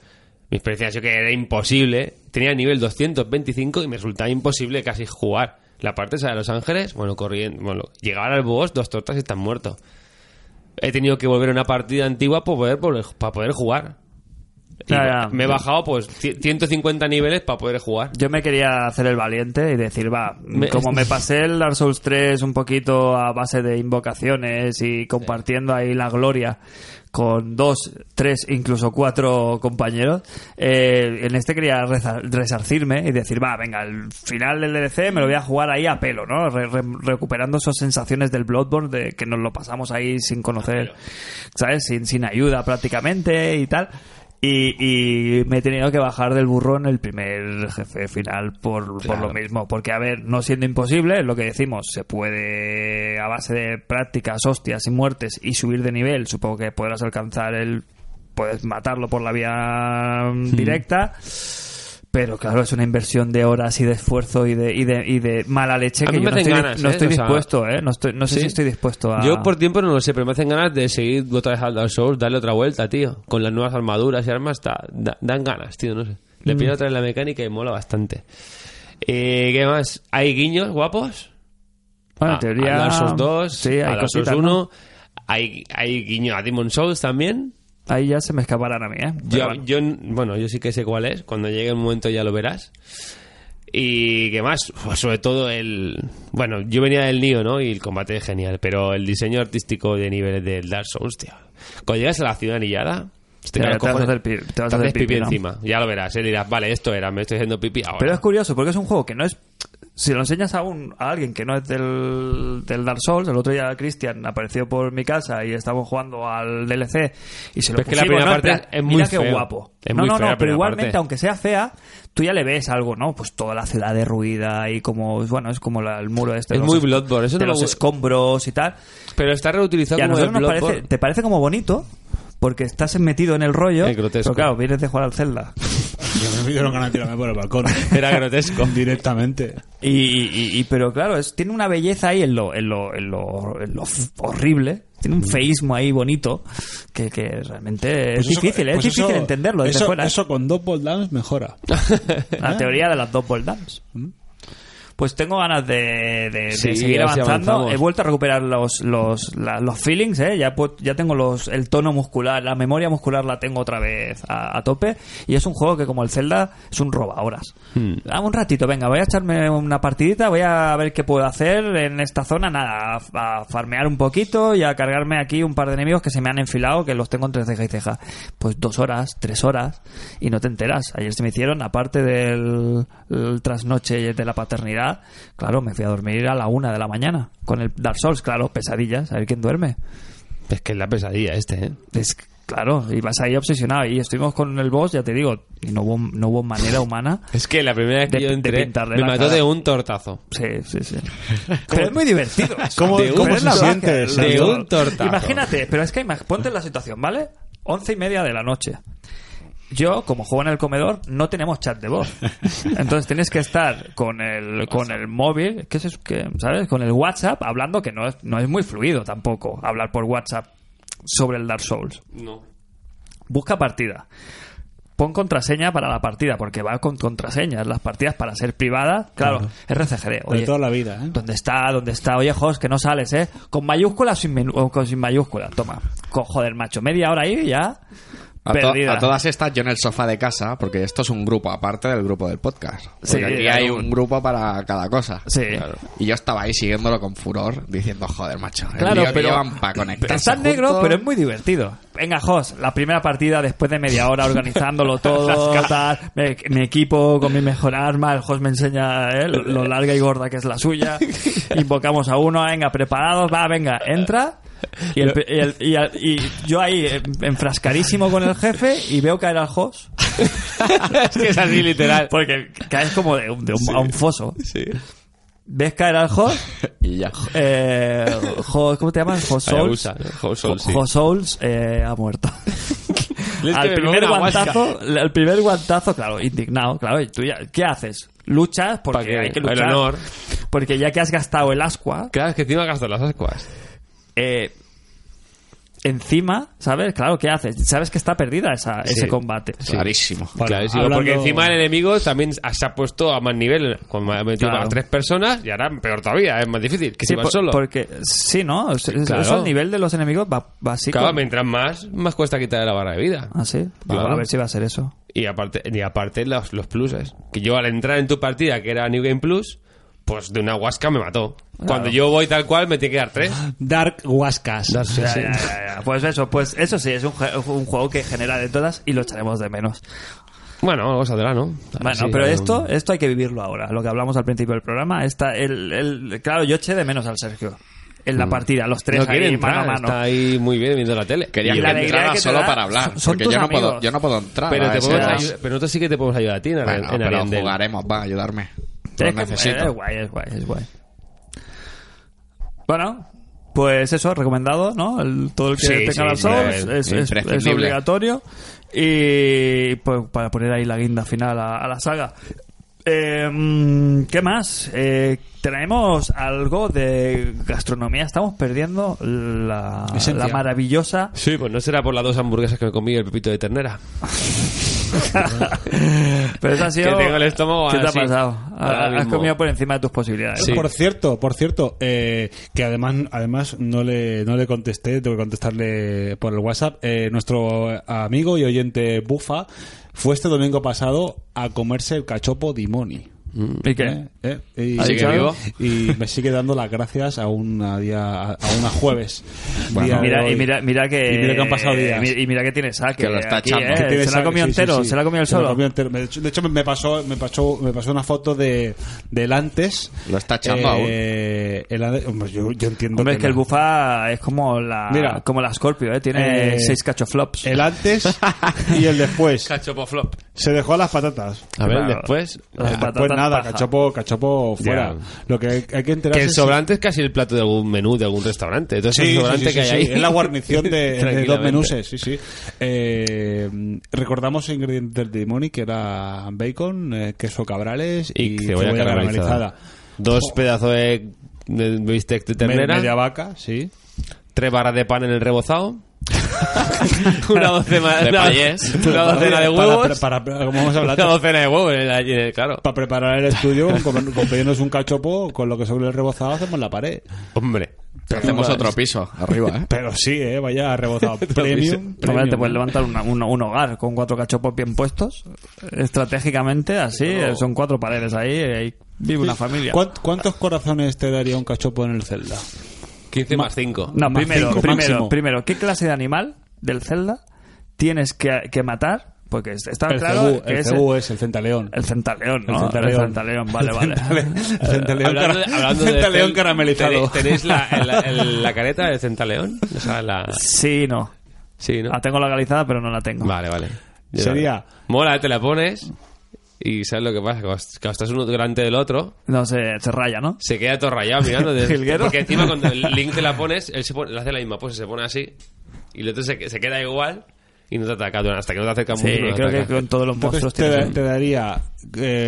S5: Mi experiencia ha sido que era imposible, tenía nivel 225 y me resultaba imposible casi jugar. La parte esa de Los Ángeles, bueno, corriendo, bueno, llegar al boss, dos tortas y estás muerto. He tenido que volver a una partida antigua para poder, para poder jugar. Y
S2: Claro.
S5: me he bajado pues ci- 150 niveles para poder jugar.
S2: Yo me quería hacer el valiente y decir, va,
S5: Me-
S2: como me pasé el Dark Souls 3 un poquito a base de invocaciones y compartiendo ahí la gloria con dos, tres, incluso cuatro compañeros, eh, en este quería reza- resarcirme y decir, va, venga, el final del DLC me lo voy a jugar ahí a pelo, ¿no? Re- re- recuperando esas sensaciones del Bloodborne de que nos lo pasamos ahí sin conocer, ¿sabes? Sin, sin ayuda prácticamente y tal. Y, y me he tenido que bajar del burro en el primer jefe final por, por lo mismo. Porque, a ver, no siendo imposible, es lo que decimos, se puede a base de prácticas, hostias y muertes y subir de nivel. Supongo que podrás alcanzar el. Puedes matarlo por la vía mm, directa. Pero claro, es una inversión de horas y de esfuerzo y de, y de, y de mala leche
S5: A
S2: que
S5: mí me
S2: yo no estoy,
S5: hacen
S2: di-
S5: ganas,
S2: no
S5: ¿eh?
S2: estoy
S5: O sea,
S2: dispuesto, ¿eh? No, estoy, no sé
S5: ¿Sí?
S2: si estoy dispuesto a.
S5: Yo por tiempo no lo sé, pero me hacen ganas de seguir otra vez al Dark Souls, darle otra vuelta, tío. Con las nuevas armaduras y armas ta- da- dan ganas, tío, no sé.
S2: Mm.
S5: Le pillo otra vez la mecánica y mola bastante. Eh, ¿Qué más? ¿Hay guiños guapos?
S2: Bueno, en
S5: A-
S2: teoría.
S5: A Dark Souls 2,
S2: sí, hay
S5: a Dark Souls
S2: cositas,
S5: 1.
S2: ¿no?
S5: Hay, hay guiño a Demon Souls también.
S2: Ahí ya se me escaparán a mí, ¿eh? Pero
S5: Yo,
S2: bueno.
S5: yo, bueno, yo sí que sé cuál es. Cuando llegue el momento ya lo verás. Y qué más, Pues sobre todo el... Bueno, yo venía del Nio, ¿no? Y el combate es genial, pero el diseño artístico de niveles del Dark Souls, tío. Cuando llegas a la ciudad anillada... caen
S2: Te, te
S5: los
S2: vas a
S5: cojones.
S2: hacer pi- te vas
S5: Te
S2: a hacer
S5: haces pipí,
S2: pipí, ¿no?
S5: encima. Ya lo verás, ¿eh? Dirás, vale, esto era, me estoy haciendo pipí ahora.
S2: Pero es curioso, porque es un juego que no es... Si lo enseñas a, un, a alguien que no es del, del Dark Souls, el otro día Cristian apareció por mi casa y estábamos jugando al DLC y se lo
S5: Pero es que la
S2: pusimos,
S5: primera
S2: ¿no? En
S5: parte
S2: plan,
S5: es muy
S2: mira qué
S5: feo.
S2: guapo.
S5: Es
S2: no,
S5: muy
S2: no,
S5: fea
S2: no,
S5: la
S2: pero
S5: primera
S2: igualmente,
S5: parte.
S2: aunque sea fea, tú ya le ves algo, ¿no? Pues toda la ciudad derruida y como... Bueno, es como la- el muro este. de
S5: Es
S2: los
S5: muy
S2: es-
S5: Bloodborne, eso
S2: De
S5: no me
S2: los
S5: gu-
S2: escombros y tal.
S5: Pero está reutilizado
S2: Y a
S5: como el
S2: nosotros nos parece,
S5: Bloodborne.
S2: te parece como bonito porque estás metido en el rollo.
S5: El grotesco.
S2: Pero claro, vienes de jugar al Zelda.
S3: Yo me dieron ganas de tirarme por el balcón.
S5: Era grotesco.
S3: Directamente.
S2: Y, y- y- pero claro, es, tiene una belleza ahí en lo, en lo, en lo, en lo f- horrible. Tiene
S3: Mm.
S2: un feísmo ahí bonito que, que realmente es
S3: Pues eso-
S2: difícil, ¿eh? es
S3: pues
S2: difícil
S3: eso-
S2: entenderlo desde
S3: Eso,
S2: fuera.
S3: eso con dos ball downs mejora.
S5: Ah.
S2: La teoría de las dos ball downs. Pues tengo ganas de, de- de
S5: Mm. Sí,
S2: seguir
S5: a ver si
S2: avanzando.
S5: avanzamos.
S2: He vuelto a recuperar los, los, la- los feelings, ¿eh? ya, pu- ya tengo los, el tono muscular, la memoria muscular la tengo otra vez a, a tope. Y es un juego que, como el Zelda, es un roba horas.
S5: Hmm.
S2: Dame un ratito, venga, voy a echarme una partidita, voy a ver qué puedo hacer en esta zona. Nada, a, a farmear un poquito y a cargarme aquí un par de enemigos que se me han enfilado, que los tengo entre ceja y ceja. Pues dos horas, tres horas, y no te enteras. Ayer se me hicieron, aparte del el trasnoche de la paternidad, claro, me fui a dormir a la una de la mañana con el Dark Souls, claro, pesadillas, a ver quién duerme.
S5: Es que es la pesadilla este, ¿eh?
S2: Es claro, y vas ahí obsesionado. Y estuvimos con el boss, ya te digo, y no hubo, no hubo manera humana.
S5: Es que la primera vez que
S2: De-
S5: yo
S2: de
S5: entré
S2: pintarle
S5: me
S2: la
S5: mató
S2: cara.
S5: de un tortazo.
S2: Sí, sí, sí. Pero es muy divertido.
S3: ¿Cómo-
S2: Pero
S3: cómo
S2: es
S3: se
S2: la
S3: siente
S2: magia,
S3: eso?
S2: es la
S5: De
S2: magia.
S5: un tortazo.
S2: Imagínate, pero es que imag- ponte en la situación, ¿vale? Once y media de la noche. Yo, como juego en el comedor, no tenemos chat de voz. Entonces tienes que estar con el, con el móvil, ¿qué es eso? ¿Qué? ¿sabes? Con el WhatsApp hablando, que no es, no es muy fluido tampoco hablar por WhatsApp sobre el Dark Souls.
S5: No.
S2: Busca partida. Pon contraseña para la partida, porque va con contraseñas. Las partidas para ser privadas, claro, RCGD.
S3: De
S2: Oye,
S3: toda la vida, ¿eh?
S2: ¿Dónde está? ¿Dónde está? Oye, Jos, que no sales, ¿eh? ¿Con mayúscula o sin, menú- o con- sin mayúscula? Toma. Co- joder, macho. Media hora ahí y ya.
S4: A, to-
S2: perdida.
S4: a todas estas, yo en el sofá de casa, porque esto es un grupo aparte del grupo del podcast. Porque
S2: Sí,
S4: aquí
S2: claro.
S4: hay un grupo para cada cosa.
S2: Sí.
S4: Y yo estaba ahí siguiéndolo con furor, diciendo, joder, macho, el
S2: Claro,
S4: lío que
S2: pero-
S4: llevan para conectarse
S2: Está en negro,
S4: juntos".
S2: pero es muy divertido. Venga, Jos, la primera partida después de media hora organizándolo todo, tal, me, me equipo con mi mejor arma, el Jos me enseña eh, lo, lo larga y gorda que es la suya, invocamos a uno, venga, preparados, va, venga, entra. Y, el pe- y el- y al- y yo ahí eh, enfrascadísimo con el jefe y veo caer al Jos.
S5: es que es así literal.
S2: Porque caes como de un, de un- a un foso. Ves caer al Jos,
S4: Y ya.
S2: eh, Jos- ¿cómo te llamas? Jos Souls.
S5: Hayabusa, ¿no? Hot Souls, sí.
S2: Jo Souls eh, ha muerto.
S5: Es que
S2: al
S5: me
S2: primer
S5: veo una guasca.
S2: guantazo, al primer guantazo, claro, indignado, claro, y tú ya, ¿qué haces? Luchas
S5: ¿Para
S2: porque
S5: qué?
S2: hay que
S5: El
S2: luchar.
S5: honor.
S2: Porque ya que has gastado el ascua,
S5: Claro, es que encima gastas las ascuas.
S2: eh, encima, ¿sabes? Claro, ¿qué haces? Sabes que está perdida esa,
S5: Sí.
S2: ese combate.
S4: Clarísimo.
S3: Bueno,
S5: Claro, sí,
S3: hablando-
S5: porque encima el enemigo también se ha puesto a más nivel, con ha metido
S2: Claro.
S5: a tres personas y ahora peor todavía, es más difícil, que si vas
S2: por-
S5: solo.
S2: porque sí, ¿no? Es- es-
S5: claro.
S2: Eso el nivel de los enemigos va, va así.
S5: Claro,
S2: como-
S5: mientras más, más cuesta quitar la barra de vida.
S2: Ah, sí.
S5: Claro.
S2: A ver si va a ser eso.
S5: Y aparte, y aparte los, los pluses. Que yo al entrar en tu partida, que era New Game Plus, pues de una huasca me mató. Cuando yo voy tal cual, me tiene que dar tres.
S2: Ah.
S3: Dark Huascas.
S2: Ya, ya, ya, ya. Pues eso, pues eso sí, es un, jue- un juego que genera de todas y lo echaremos de menos.
S5: Bueno, algo saldrá, ¿no?
S2: Bueno,
S5: Así,
S2: pero
S5: algún-
S2: esto, esto hay que vivirlo ahora, lo que hablamos al principio del programa. Está el, el- claro, yo eché de menos al Sergio en la partida, los tres
S5: Mm. No quiere
S2: ahí,
S5: entrar,
S2: mano a mano.
S5: está ahí muy bien viendo la tele.
S4: Quería
S2: Y la
S4: que
S2: alegría
S4: entrara
S2: que te
S4: solo
S2: da
S4: para hablar.
S2: son- son
S4: porque
S2: tus
S4: yo no, puedo,
S2: amigos.
S4: yo no puedo
S3: Ah,
S4: entrar.
S5: Pero,
S4: a
S5: te
S4: ese
S5: podemos
S4: ras.
S5: ayudar- pero nosotros sí que te podemos ayudar a ti en,
S4: Bueno,
S5: en
S4: pero
S5: Arendelle.
S4: jugaremos, va, ayudarme. Lo
S2: Es que- eh,
S4: necesito.
S2: Es guay, es guay, es guay. Bueno, pues eso, recomendado, ¿no? El- todo el que
S5: Sí,
S2: tenga
S5: sí,
S2: Dark
S5: sí, es
S2: Souls es, es- es
S4: imprescindible.
S2: obligatorio. Y pues para poner ahí la guinda final a, a la saga. Eh, mm, ¿Qué más? Eh, tenemos algo de gastronomía. Estamos perdiendo la,
S3: Esencia.
S2: la maravillosa
S5: Sí, pues no será por las dos hamburguesas que me comí y el pepito de ternera.
S2: Pero eso ha sido.
S5: Que tengo el estómago
S2: ¿Qué te ha
S5: así.
S2: pasado?
S5: Ahora
S2: Has
S5: mismo.
S2: comido por encima de tus posibilidades.
S5: Sí.
S3: Por cierto, por cierto, eh, que además, además no le no le contesté, tengo que contestarle por el WhatsApp. eh, nuestro amigo y oyente Bufa fue este domingo pasado a comerse el cachopo di Moni.
S2: ¿Y qué?
S3: ¿Eh? ¿Eh? Y,
S2: ¿Ha dicho
S3: y-
S2: algo?
S3: y me sigue dando las gracias a una día a una jueves.
S4: Bueno,
S3: día de
S2: Mira,
S3: hoy.
S2: y mira, mira que.
S3: Y mira que han pasado días.
S2: y mi- Y mira que tiene saque.
S4: Que lo está
S2: aquí,
S4: echando.
S2: ¿eh?
S4: Que
S3: tiene
S2: Se la ha
S3: sangre,
S2: comido
S3: sí, sí,
S2: entero,
S3: sí.
S2: se la ha comido el
S3: Se lo
S2: solo.
S3: comió entero. Me- De hecho, me pasó, me pasó, me pasó una foto de del antes.
S4: Lo está echando
S3: Eh, el ade- hombre, yo, yo entiendo.
S2: Hombre, es que el
S3: no.
S2: bufa es como la,
S3: Mira.
S2: como la Scorpio, ¿eh? tiene
S3: Eh,
S2: seis cachoflops.
S3: El antes y el después.
S5: Cachopo flop.
S3: Se dejó las patatas.
S5: A ver,
S2: Claro.
S5: después.
S2: Las
S3: Eh,
S2: patatas
S3: pues nada,
S2: paja.
S3: cachopo, cachopo fuera.
S5: Ya.
S3: Lo que hay, hay que enterarse.
S5: Que el
S3: es-
S5: sobrante es casi el plato de algún menú de algún restaurante. Entonces,
S3: Sí,
S5: el
S3: sí,
S5: sobrante
S3: sí, sí,
S5: que hay
S3: sí,
S5: ahí.
S3: es la guarnición de, de los
S5: Tranquilamente.
S3: menuses, sí, sí. Eh, recordamos ingredientes del Dimoni, que era bacon, eh, queso cabrales
S5: Y cebolla caramelizada. Dos pedazos de, de bistec de
S3: Me-
S5: ternera.
S3: Media vaca, sí.
S5: tres barras de pan en el rebozado. una docena
S4: De
S5: una-
S4: payés.
S5: Una docena de huevos.
S3: Para, para- para- como hemos hablado,
S5: Una docena de huevos, en el- en el- claro.
S3: para preparar el estudio, con, con pedirnos un cachopo, con lo que sobre el rebozado hacemos la pared.
S5: Hombre.
S4: Hacemos otro piso arriba, ¿eh?
S3: Pero sí, eh, vaya rebozado. premium.
S2: Hombre,
S3: premium.
S2: te
S5: pues,
S2: puedes levantar una- un, un hogar con cuatro cachopos bien puestos, estratégicamente, así, eh, son cuatro paredes ahí, eh, y vive una familia.
S3: ¿Cuánt- ¿Cuántos corazones te daría un cachopo en el Zelda?
S5: 15 más 5.
S2: No,
S3: Más
S2: primero,
S3: cinco
S2: primero,
S3: máximo.
S2: primero, ¿qué clase de animal del Zelda tienes que, que matar? Porque es- está
S3: El
S2: claro
S3: cebú,
S2: que
S3: el
S2: es
S3: cebú es el centaleón.
S2: el centaleón, ¿no?
S3: El centaleón.
S2: vale, vale.
S3: El centaleón,
S5: eh, Hablando de-
S3: cara-
S5: hablando de este-
S3: centaleón
S5: cel-
S3: caramelizado.
S5: ¿Tenéis, tenéis la, el- el- la careta de centaleón? O sea, la...
S2: Sí, no.
S5: Sí, ¿no?
S2: La tengo localizada, pero no la tengo.
S5: Vale, vale. Ya,
S3: Sería-
S5: vale. Mola, eh, te la pones y sabes lo que pasa. Cuando cuando estás uno delante del otro,
S2: No se, se raya, ¿no?
S5: se queda todo rayado mirando. de-
S2: Jilguero.
S5: porque encima cuando el link te la pones, él se pone, le hace la misma pose, se pone así y el otro se, se queda igual y no te ataca. Bueno, Hasta que no te ataca
S2: Sí,
S5: mucho. no te
S2: creo que
S5: ataca.
S2: con todos los monstruos
S5: este
S3: Entonces te,
S2: tienes
S3: da- te daría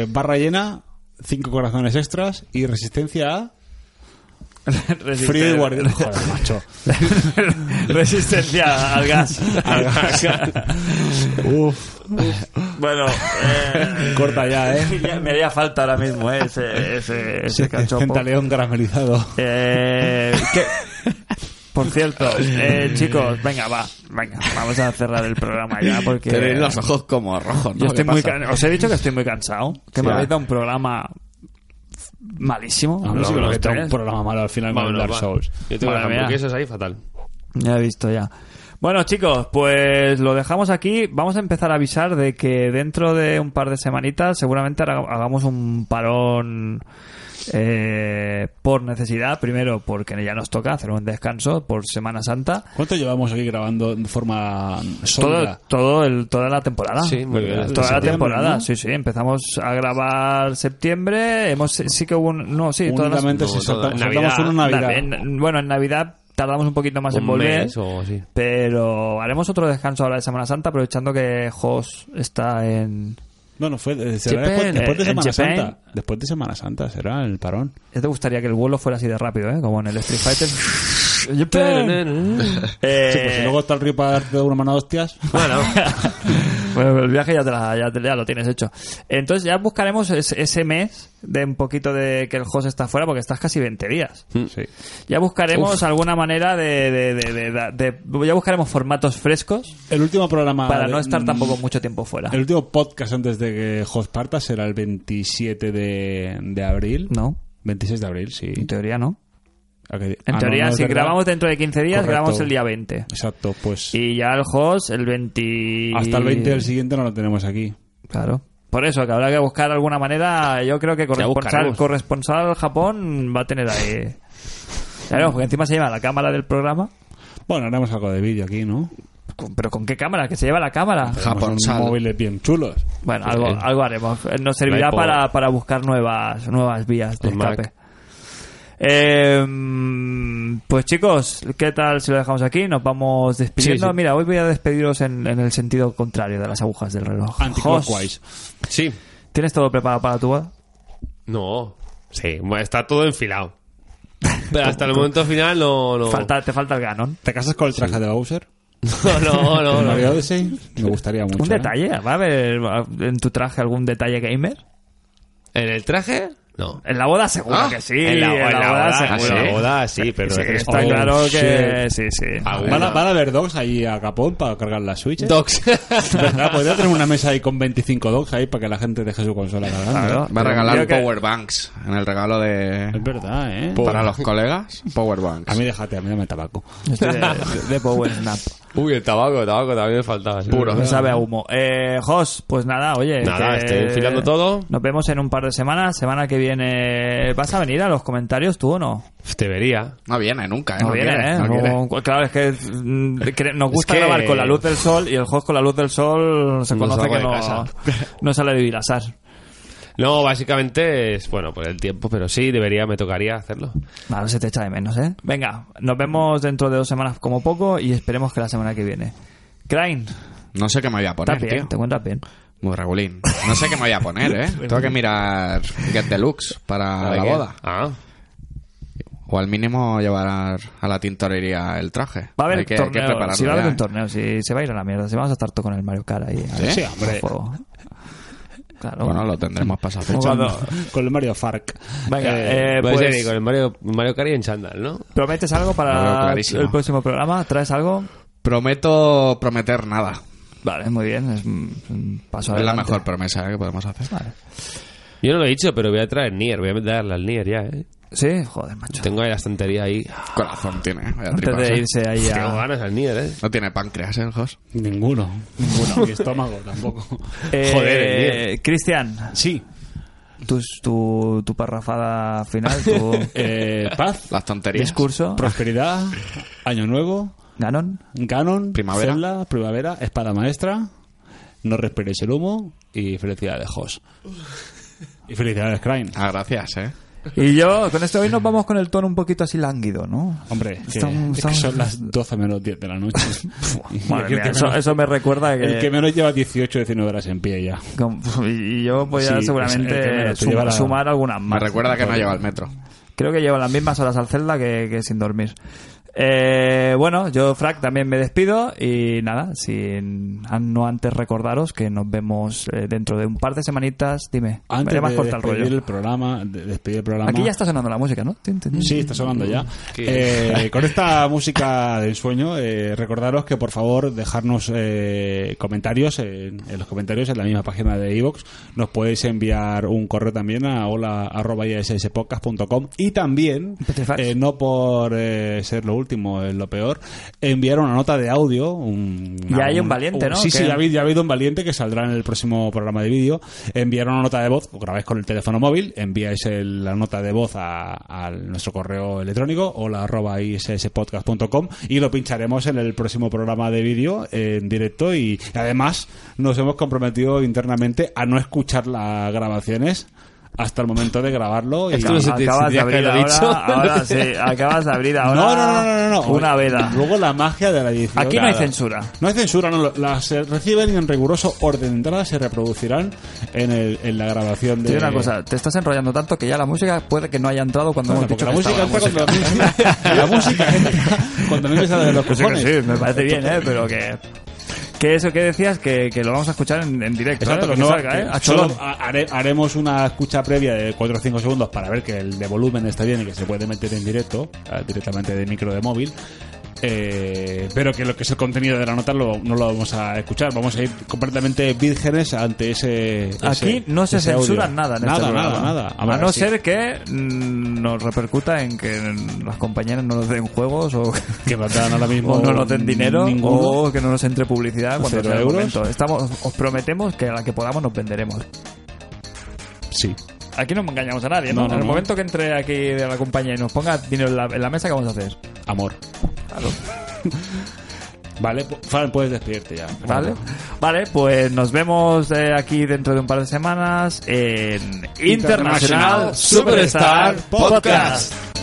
S3: eh, barra llena, cinco corazones extras y resistencia a
S2: resisten-
S3: frío y guardián. Joder, macho.
S2: Resistencia al gas.
S3: Al gas. Uf,
S2: bueno, eh,
S3: corta ya, ¿eh?
S2: ya me haría falta ahora mismo eh, ese, ese, ese
S3: Sí,
S2: cachopo.
S3: Centaleón caramelizado.
S2: Eh, que- Por cierto, eh, chicos, venga, va, venga, vamos a cerrar el programa ya porque
S4: Tenéis los ojos como rojos, ¿no?
S2: yo estoy
S4: ¿Qué
S2: muy
S4: pasa?
S2: can- os he dicho que estoy muy cansado, que me
S4: va.
S2: habéis dado un programa malísimo.
S3: A mí sí que
S2: Los
S3: lo que trae un
S2: tres.
S3: programa malo al final con el
S5: Vámonos,
S3: Dark
S5: va.
S3: Souls.
S5: Yo tengo
S2: Madre
S5: las
S2: mía.
S5: hamburguesas ahí fatal.
S2: Ya he visto ya. Bueno, chicos, pues lo dejamos aquí. Vamos a empezar a avisar de que dentro de un par de semanitas seguramente haga- hagamos un parón eh, por necesidad. Primero, porque ya nos toca hacer un descanso por Semana Santa.
S3: ¿Cuánto llevamos aquí grabando de forma
S2: Todo,
S3: sólida?
S2: todo el, toda la temporada.
S5: Sí, muy bien.
S2: Toda la
S3: Septiembre,
S2: temporada,
S3: ¿no?
S2: sí, sí. Empezamos a grabar septiembre. Hemos, sí que hubo un, no, sí, todas las-
S3: Únicamente
S5: las-
S3: si
S5: no,
S3: salta-
S5: toda-
S3: saltamos uno en Navidad.
S2: en- bueno, en Navidad tardamos un poquito más en
S5: Un
S2: volver.
S5: mes o así.
S2: Pero haremos otro descanso ahora de Semana Santa, aprovechando que Jos está en.
S3: Bueno, fue eh, será
S2: Chepén,
S3: después, después de
S2: eh,
S3: Semana
S2: en Chepén.
S3: Santa. Después de Semana Santa será el parón.
S2: Ya te gustaría que el vuelo fuera así de rápido, ¿eh? Como en el Street Fighter. Eh,
S3: Sí, pues si luego está el río para darte una mano de hostias.
S5: Bueno,
S2: Bueno, el viaje ya, te la- ya, te- ya lo tienes hecho. Entonces ya buscaremos es- ese mes de un poquito de que el host está fuera porque estás casi 20 días.
S3: Sí.
S2: Ya buscaremos alguna manera de, de- de- de- de- de- Ya buscaremos formatos frescos
S3: El último programa.
S2: para
S3: de-
S2: no estar tampoco mucho tiempo fuera.
S3: mm, El último podcast antes de que Jos parta será el 27 de, de abril.
S2: No,
S3: 26 de abril, sí.
S2: en teoría no.
S3: ¿A qué di-
S2: En
S3: Ah, no,
S2: teoría,
S3: no, es
S2: si
S3: verdad.
S2: grabamos dentro de 15 días,
S3: Correcto.
S2: grabamos el día 20.
S3: Exacto, pues
S2: Y ya el host el 20...
S3: hasta el 20 del siguiente no lo tenemos aquí.
S2: Claro. Por eso, que habrá que buscar alguna manera. Yo creo que corresponsal,
S5: buscaremos.
S2: corresponsal Japón va a tener ahí. Claro, porque encima se lleva la cámara del programa.
S3: Bueno, haremos algo de vídeo aquí, ¿no?
S2: Con- ¿Pero con qué cámara? ¿Que se lleva la cámara?
S3: Son
S4: Japón Sal.
S3: móviles bien chulos.
S2: Bueno, algo,
S5: Sí.
S2: algo haremos. Eh, Nos servirá
S5: iPod.
S2: para, para buscar nuevas, nuevas vías de
S5: Un Pues Mac.
S2: escape. Eh, mm, pues chicos, ¿qué tal si lo dejamos aquí? Nos vamos despidiendo.
S5: Sí, sí.
S2: Mira, hoy voy a despediros en, en el sentido contrario de las agujas del reloj.
S3: Anticlockwise.
S5: sí.
S2: Jos, ¿Tienes todo preparado para tu boda?
S5: No. Sí, bueno, está todo enfilado. Pero hasta el momento final no... no.
S2: Falta, te falta el Ganon.
S3: ¿Te casas con el traje de Bowser?
S5: No, no, no.
S3: ¿El
S5: no.
S3: Mario Odyssey? Me gustaría mucho.
S2: ¿Un
S3: ¿eh?
S2: detalle? ¿Va a haber en tu traje algún detalle gamer?
S5: ¿En el traje? No.
S2: En la boda seguro
S4: Ah,
S2: que sí.
S5: en la, en la boda,
S2: seguro.
S5: en la boda, sí, pero...
S2: Sí, está
S3: Oh,
S2: claro que
S3: shit.
S2: sí, sí.
S5: Ah.
S3: ¿Van a, van a haber dogs ahí a Capón para cargar las Switch?
S5: Docs.
S3: ¿Verdad? Podría tener una mesa ahí con 25 dogs ahí para que la gente deje su consola cargando.
S2: Claro.
S4: Va a regalar
S2: Yo que-
S4: powerbanks en el regalo
S3: Es
S4: de...
S3: verdad, ¿eh?
S4: Para los colegas, powerbanks.
S3: A mí déjate, a mí dame tabaco.
S2: Estoy de, de- de Power Snap.
S5: Uy, el tabaco, el tabaco también me faltaba. sí.
S4: Puro.
S2: No sabe a humo. Eh, Jos, pues nada, oye.
S5: Nada,
S2: que-
S5: estoy enfilando todo.
S2: Nos vemos en un par de semanas. Semana que viene. ¿Vas a venir a los comentarios tú o no?
S5: Debería.
S4: No viene nunca, ¿eh?
S2: No viene,
S4: quiere,
S2: ¿eh?
S4: no
S2: No-
S4: quiere.
S2: claro, es que mm, cre- nos gusta
S5: que-
S2: grabar con la luz del sol y el host con la luz del sol se
S5: No
S2: conoce
S5: salgo
S2: que
S5: de
S2: no,
S5: casa.
S2: no sale de Vilasar.
S5: No, básicamente es, bueno, por el tiempo, pero sí, debería, me tocaría hacerlo.
S2: Ahora se te echa de menos, ¿eh? Venga, nos vemos dentro de dos semanas como poco y esperemos que la semana que viene. Crane,
S4: No sé qué me voy a poner,
S2: estás bien, te
S4: tío.
S2: encuentras bien.
S4: Muy regulín. No sé qué me voy a poner, ¿eh? Tengo que mirar Get Deluxe para la
S5: ¿Qué?
S4: boda.
S5: Ah,
S4: O al mínimo llevar a la tintorería el traje.
S2: Va a haber
S4: Hay que- hay que
S2: torneo,
S4: prepararlo
S2: si va a haber
S4: ya,
S2: un
S4: ¿eh?
S2: torneo, si se va a ir a la mierda, si vamos a estar todo con el Mario Kart ahí. a-
S4: Sí,
S2: a
S3: hombre.
S2: fuego. Claro.
S4: Bueno, lo tendremos pasado
S2: Como
S4: fecha.
S2: cuando-
S3: Con el Mario Farc.
S2: Venga, eh,
S5: puede ser
S2: pues,
S5: con el Mario, Mario Kart y en chándal, ¿no?
S2: ¿prometes algo
S4: Lo veo
S2: para
S4: clarísimo.
S2: el próximo programa? ¿Traes algo?
S4: Prometo prometer nada.
S2: Vale, muy bien, es un un paso
S4: Es la
S2: adelante.
S4: mejor promesa ¿eh? que podemos hacer.
S2: Vale.
S5: Yo no lo he dicho, pero voy a traer Nier, voy a darle al Nier ya, ¿eh?
S2: Sí, joder, macho.
S5: Tengo ahí la estantería ahí.
S4: Corazón tiene. ¿eh? Vaya
S2: Antes
S4: tripas,
S2: de
S4: ¿eh?
S2: irse ahí
S5: Tengo
S2: a...
S5: ganas al Nier, ¿eh?
S4: No tiene páncreas, ¿eh, el Jos?
S3: Ninguno. Ninguno. Mi estómago tampoco.
S2: Eh,
S5: Joder, el
S2: Cristian,
S3: Sí.
S2: tu, tu, tu parrafada final, tu
S3: Eh, paz.
S4: Las tonterías.
S2: discurso.
S3: Prosperidad. Año nuevo.
S2: Ganon,
S3: Canon.
S4: Primavera.
S3: Zelda, primavera. Espada maestra. No respiréis el humo. Y felicidades, Jos. Y felicidades, Crane.
S4: Ah, gracias, ¿eh?
S2: Y yo, con esto hoy nos vamos con el tono un poquito así lánguido, ¿no?
S3: Hombre, que-
S2: Estamos-
S3: es que
S2: estamos-
S3: son las 12 menos 10 de la noche. Y
S2: Madre
S3: el que
S2: mía, eso,
S3: menos-
S2: eso me recuerda que...
S3: El que menos lleva 18 19 horas en pie ya.
S2: con- y y yo voy
S3: Sí,
S2: a
S3: es el que
S2: seguramente
S3: menos, tú
S2: sum-
S3: llevarás-
S2: sumar algunas
S4: Me
S2: más.
S4: recuerda que no lleva el metro.
S2: Creo que llevo las mismas horas al Zelda que, que sin dormir. Eh, bueno, yo, Frac, también me despido y nada, sin, an- no antes recordaros que nos vemos eh, dentro de un par de semanitas. Dime,
S3: Antes
S2: veré más
S3: de
S2: corta el
S3: despedir
S2: rollo.
S3: el programa, de despedir el programa.
S2: Aquí ya está sonando la música, ¿no? Tin, tin, tin.
S3: Sí, está sonando ya. Eh, con esta música de ensueño, eh, recordaros que por favor dejarnos eh, comentarios en, en los comentarios en la misma página de iVoox. Nos podéis enviar un correo también a hola.isspodcast.com y también,
S2: Petrifax.
S3: eh, no por eh, ser lo último, es lo peor, enviar una nota de audio. Un,
S2: Y hay un valiente, ¿no?
S3: Sí, sí,
S2: Que-
S3: ya ha habido- ya ha habido un valiente que saldrá en el próximo programa de vídeo. Enviar una nota de voz, o grabáis con el teléfono móvil, enviáis el- la nota de voz a, a nuestro correo electrónico o la arroba isspodcast.com y lo pincharemos en el próximo programa de vídeo eh, en directo. Y además nos hemos comprometido internamente a no escuchar las grabaciones hasta el momento de grabarlo. Y
S5: Esto no se te-
S2: acabas de
S5: tendría que
S2: abrir ahora,
S5: haberlo dicho.
S2: ahora sí, acabas de abrir
S3: No,
S2: ahora
S3: no, no, no, no, no.
S2: una vela.
S3: Luego la magia de la edición.
S2: Aquí no hay
S3: Nada.
S2: censura.
S3: No hay censura, no. Las eh, reciben en riguroso orden de entrada, se reproducirán en, el- en la grabación
S2: Te
S3: de.
S2: digo una cosa, te estás enrollando tanto que ya la música puede que no haya entrado cuando
S3: Bueno,
S2: hemos dicho
S3: porque la
S2: que
S3: música
S2: estaba
S3: entra cuando la música. La música cuando a mí me sale de los
S2: Pues sí que
S3: cojones.
S2: sí, me parece bien, ¿eh? Pero que... Que eso que decías, que, que lo vamos a escuchar en, en directo,
S3: Exacto,
S2: ¿eh? Lo
S3: que
S2: que
S3: no,
S2: salga,
S3: que
S2: ¿eh? A
S3: solo
S2: cholón.
S3: ha- hare- haremos una escucha previa de 4 o 5 segundos para ver que el de volumen está bien y que se puede meter en directo, eh, directamente de micro de móvil. Eh, pero que lo que es el contenido de la nota lo- no lo vamos a escuchar, vamos a ir completamente vírgenes ante ese.
S2: Aquí
S3: ese-
S2: no se
S3: ese audio.
S2: censura nada en
S3: nada,
S2: este
S3: nada,
S2: programa.
S3: nada.
S2: A,
S3: ver,
S2: no
S3: sí.
S2: ser que mm, nos repercuta en que las compañeras no nos den juegos o,
S3: que nos dan ahora mismo
S2: o no nos den dinero
S3: ninguno.
S2: o que no nos entre publicidad cuando
S3: Cero
S2: sea el
S3: euros.
S2: momento. Estamos, os prometemos que a la que podamos nos venderemos.
S3: Sí.
S2: Aquí no engañamos a nadie, ¿no?
S3: No, no,
S2: en el
S3: no.
S2: momento que entre aquí de la compañía y nos ponga dinero en la, en la mesa, ¿qué vamos a hacer?
S3: Amor. Vale, pu- Fran, puedes despedirte ya.
S2: ¿Vale? Vale, pues nos vemos eh, aquí dentro de un par de semanas en Internacional Superstar Podcast.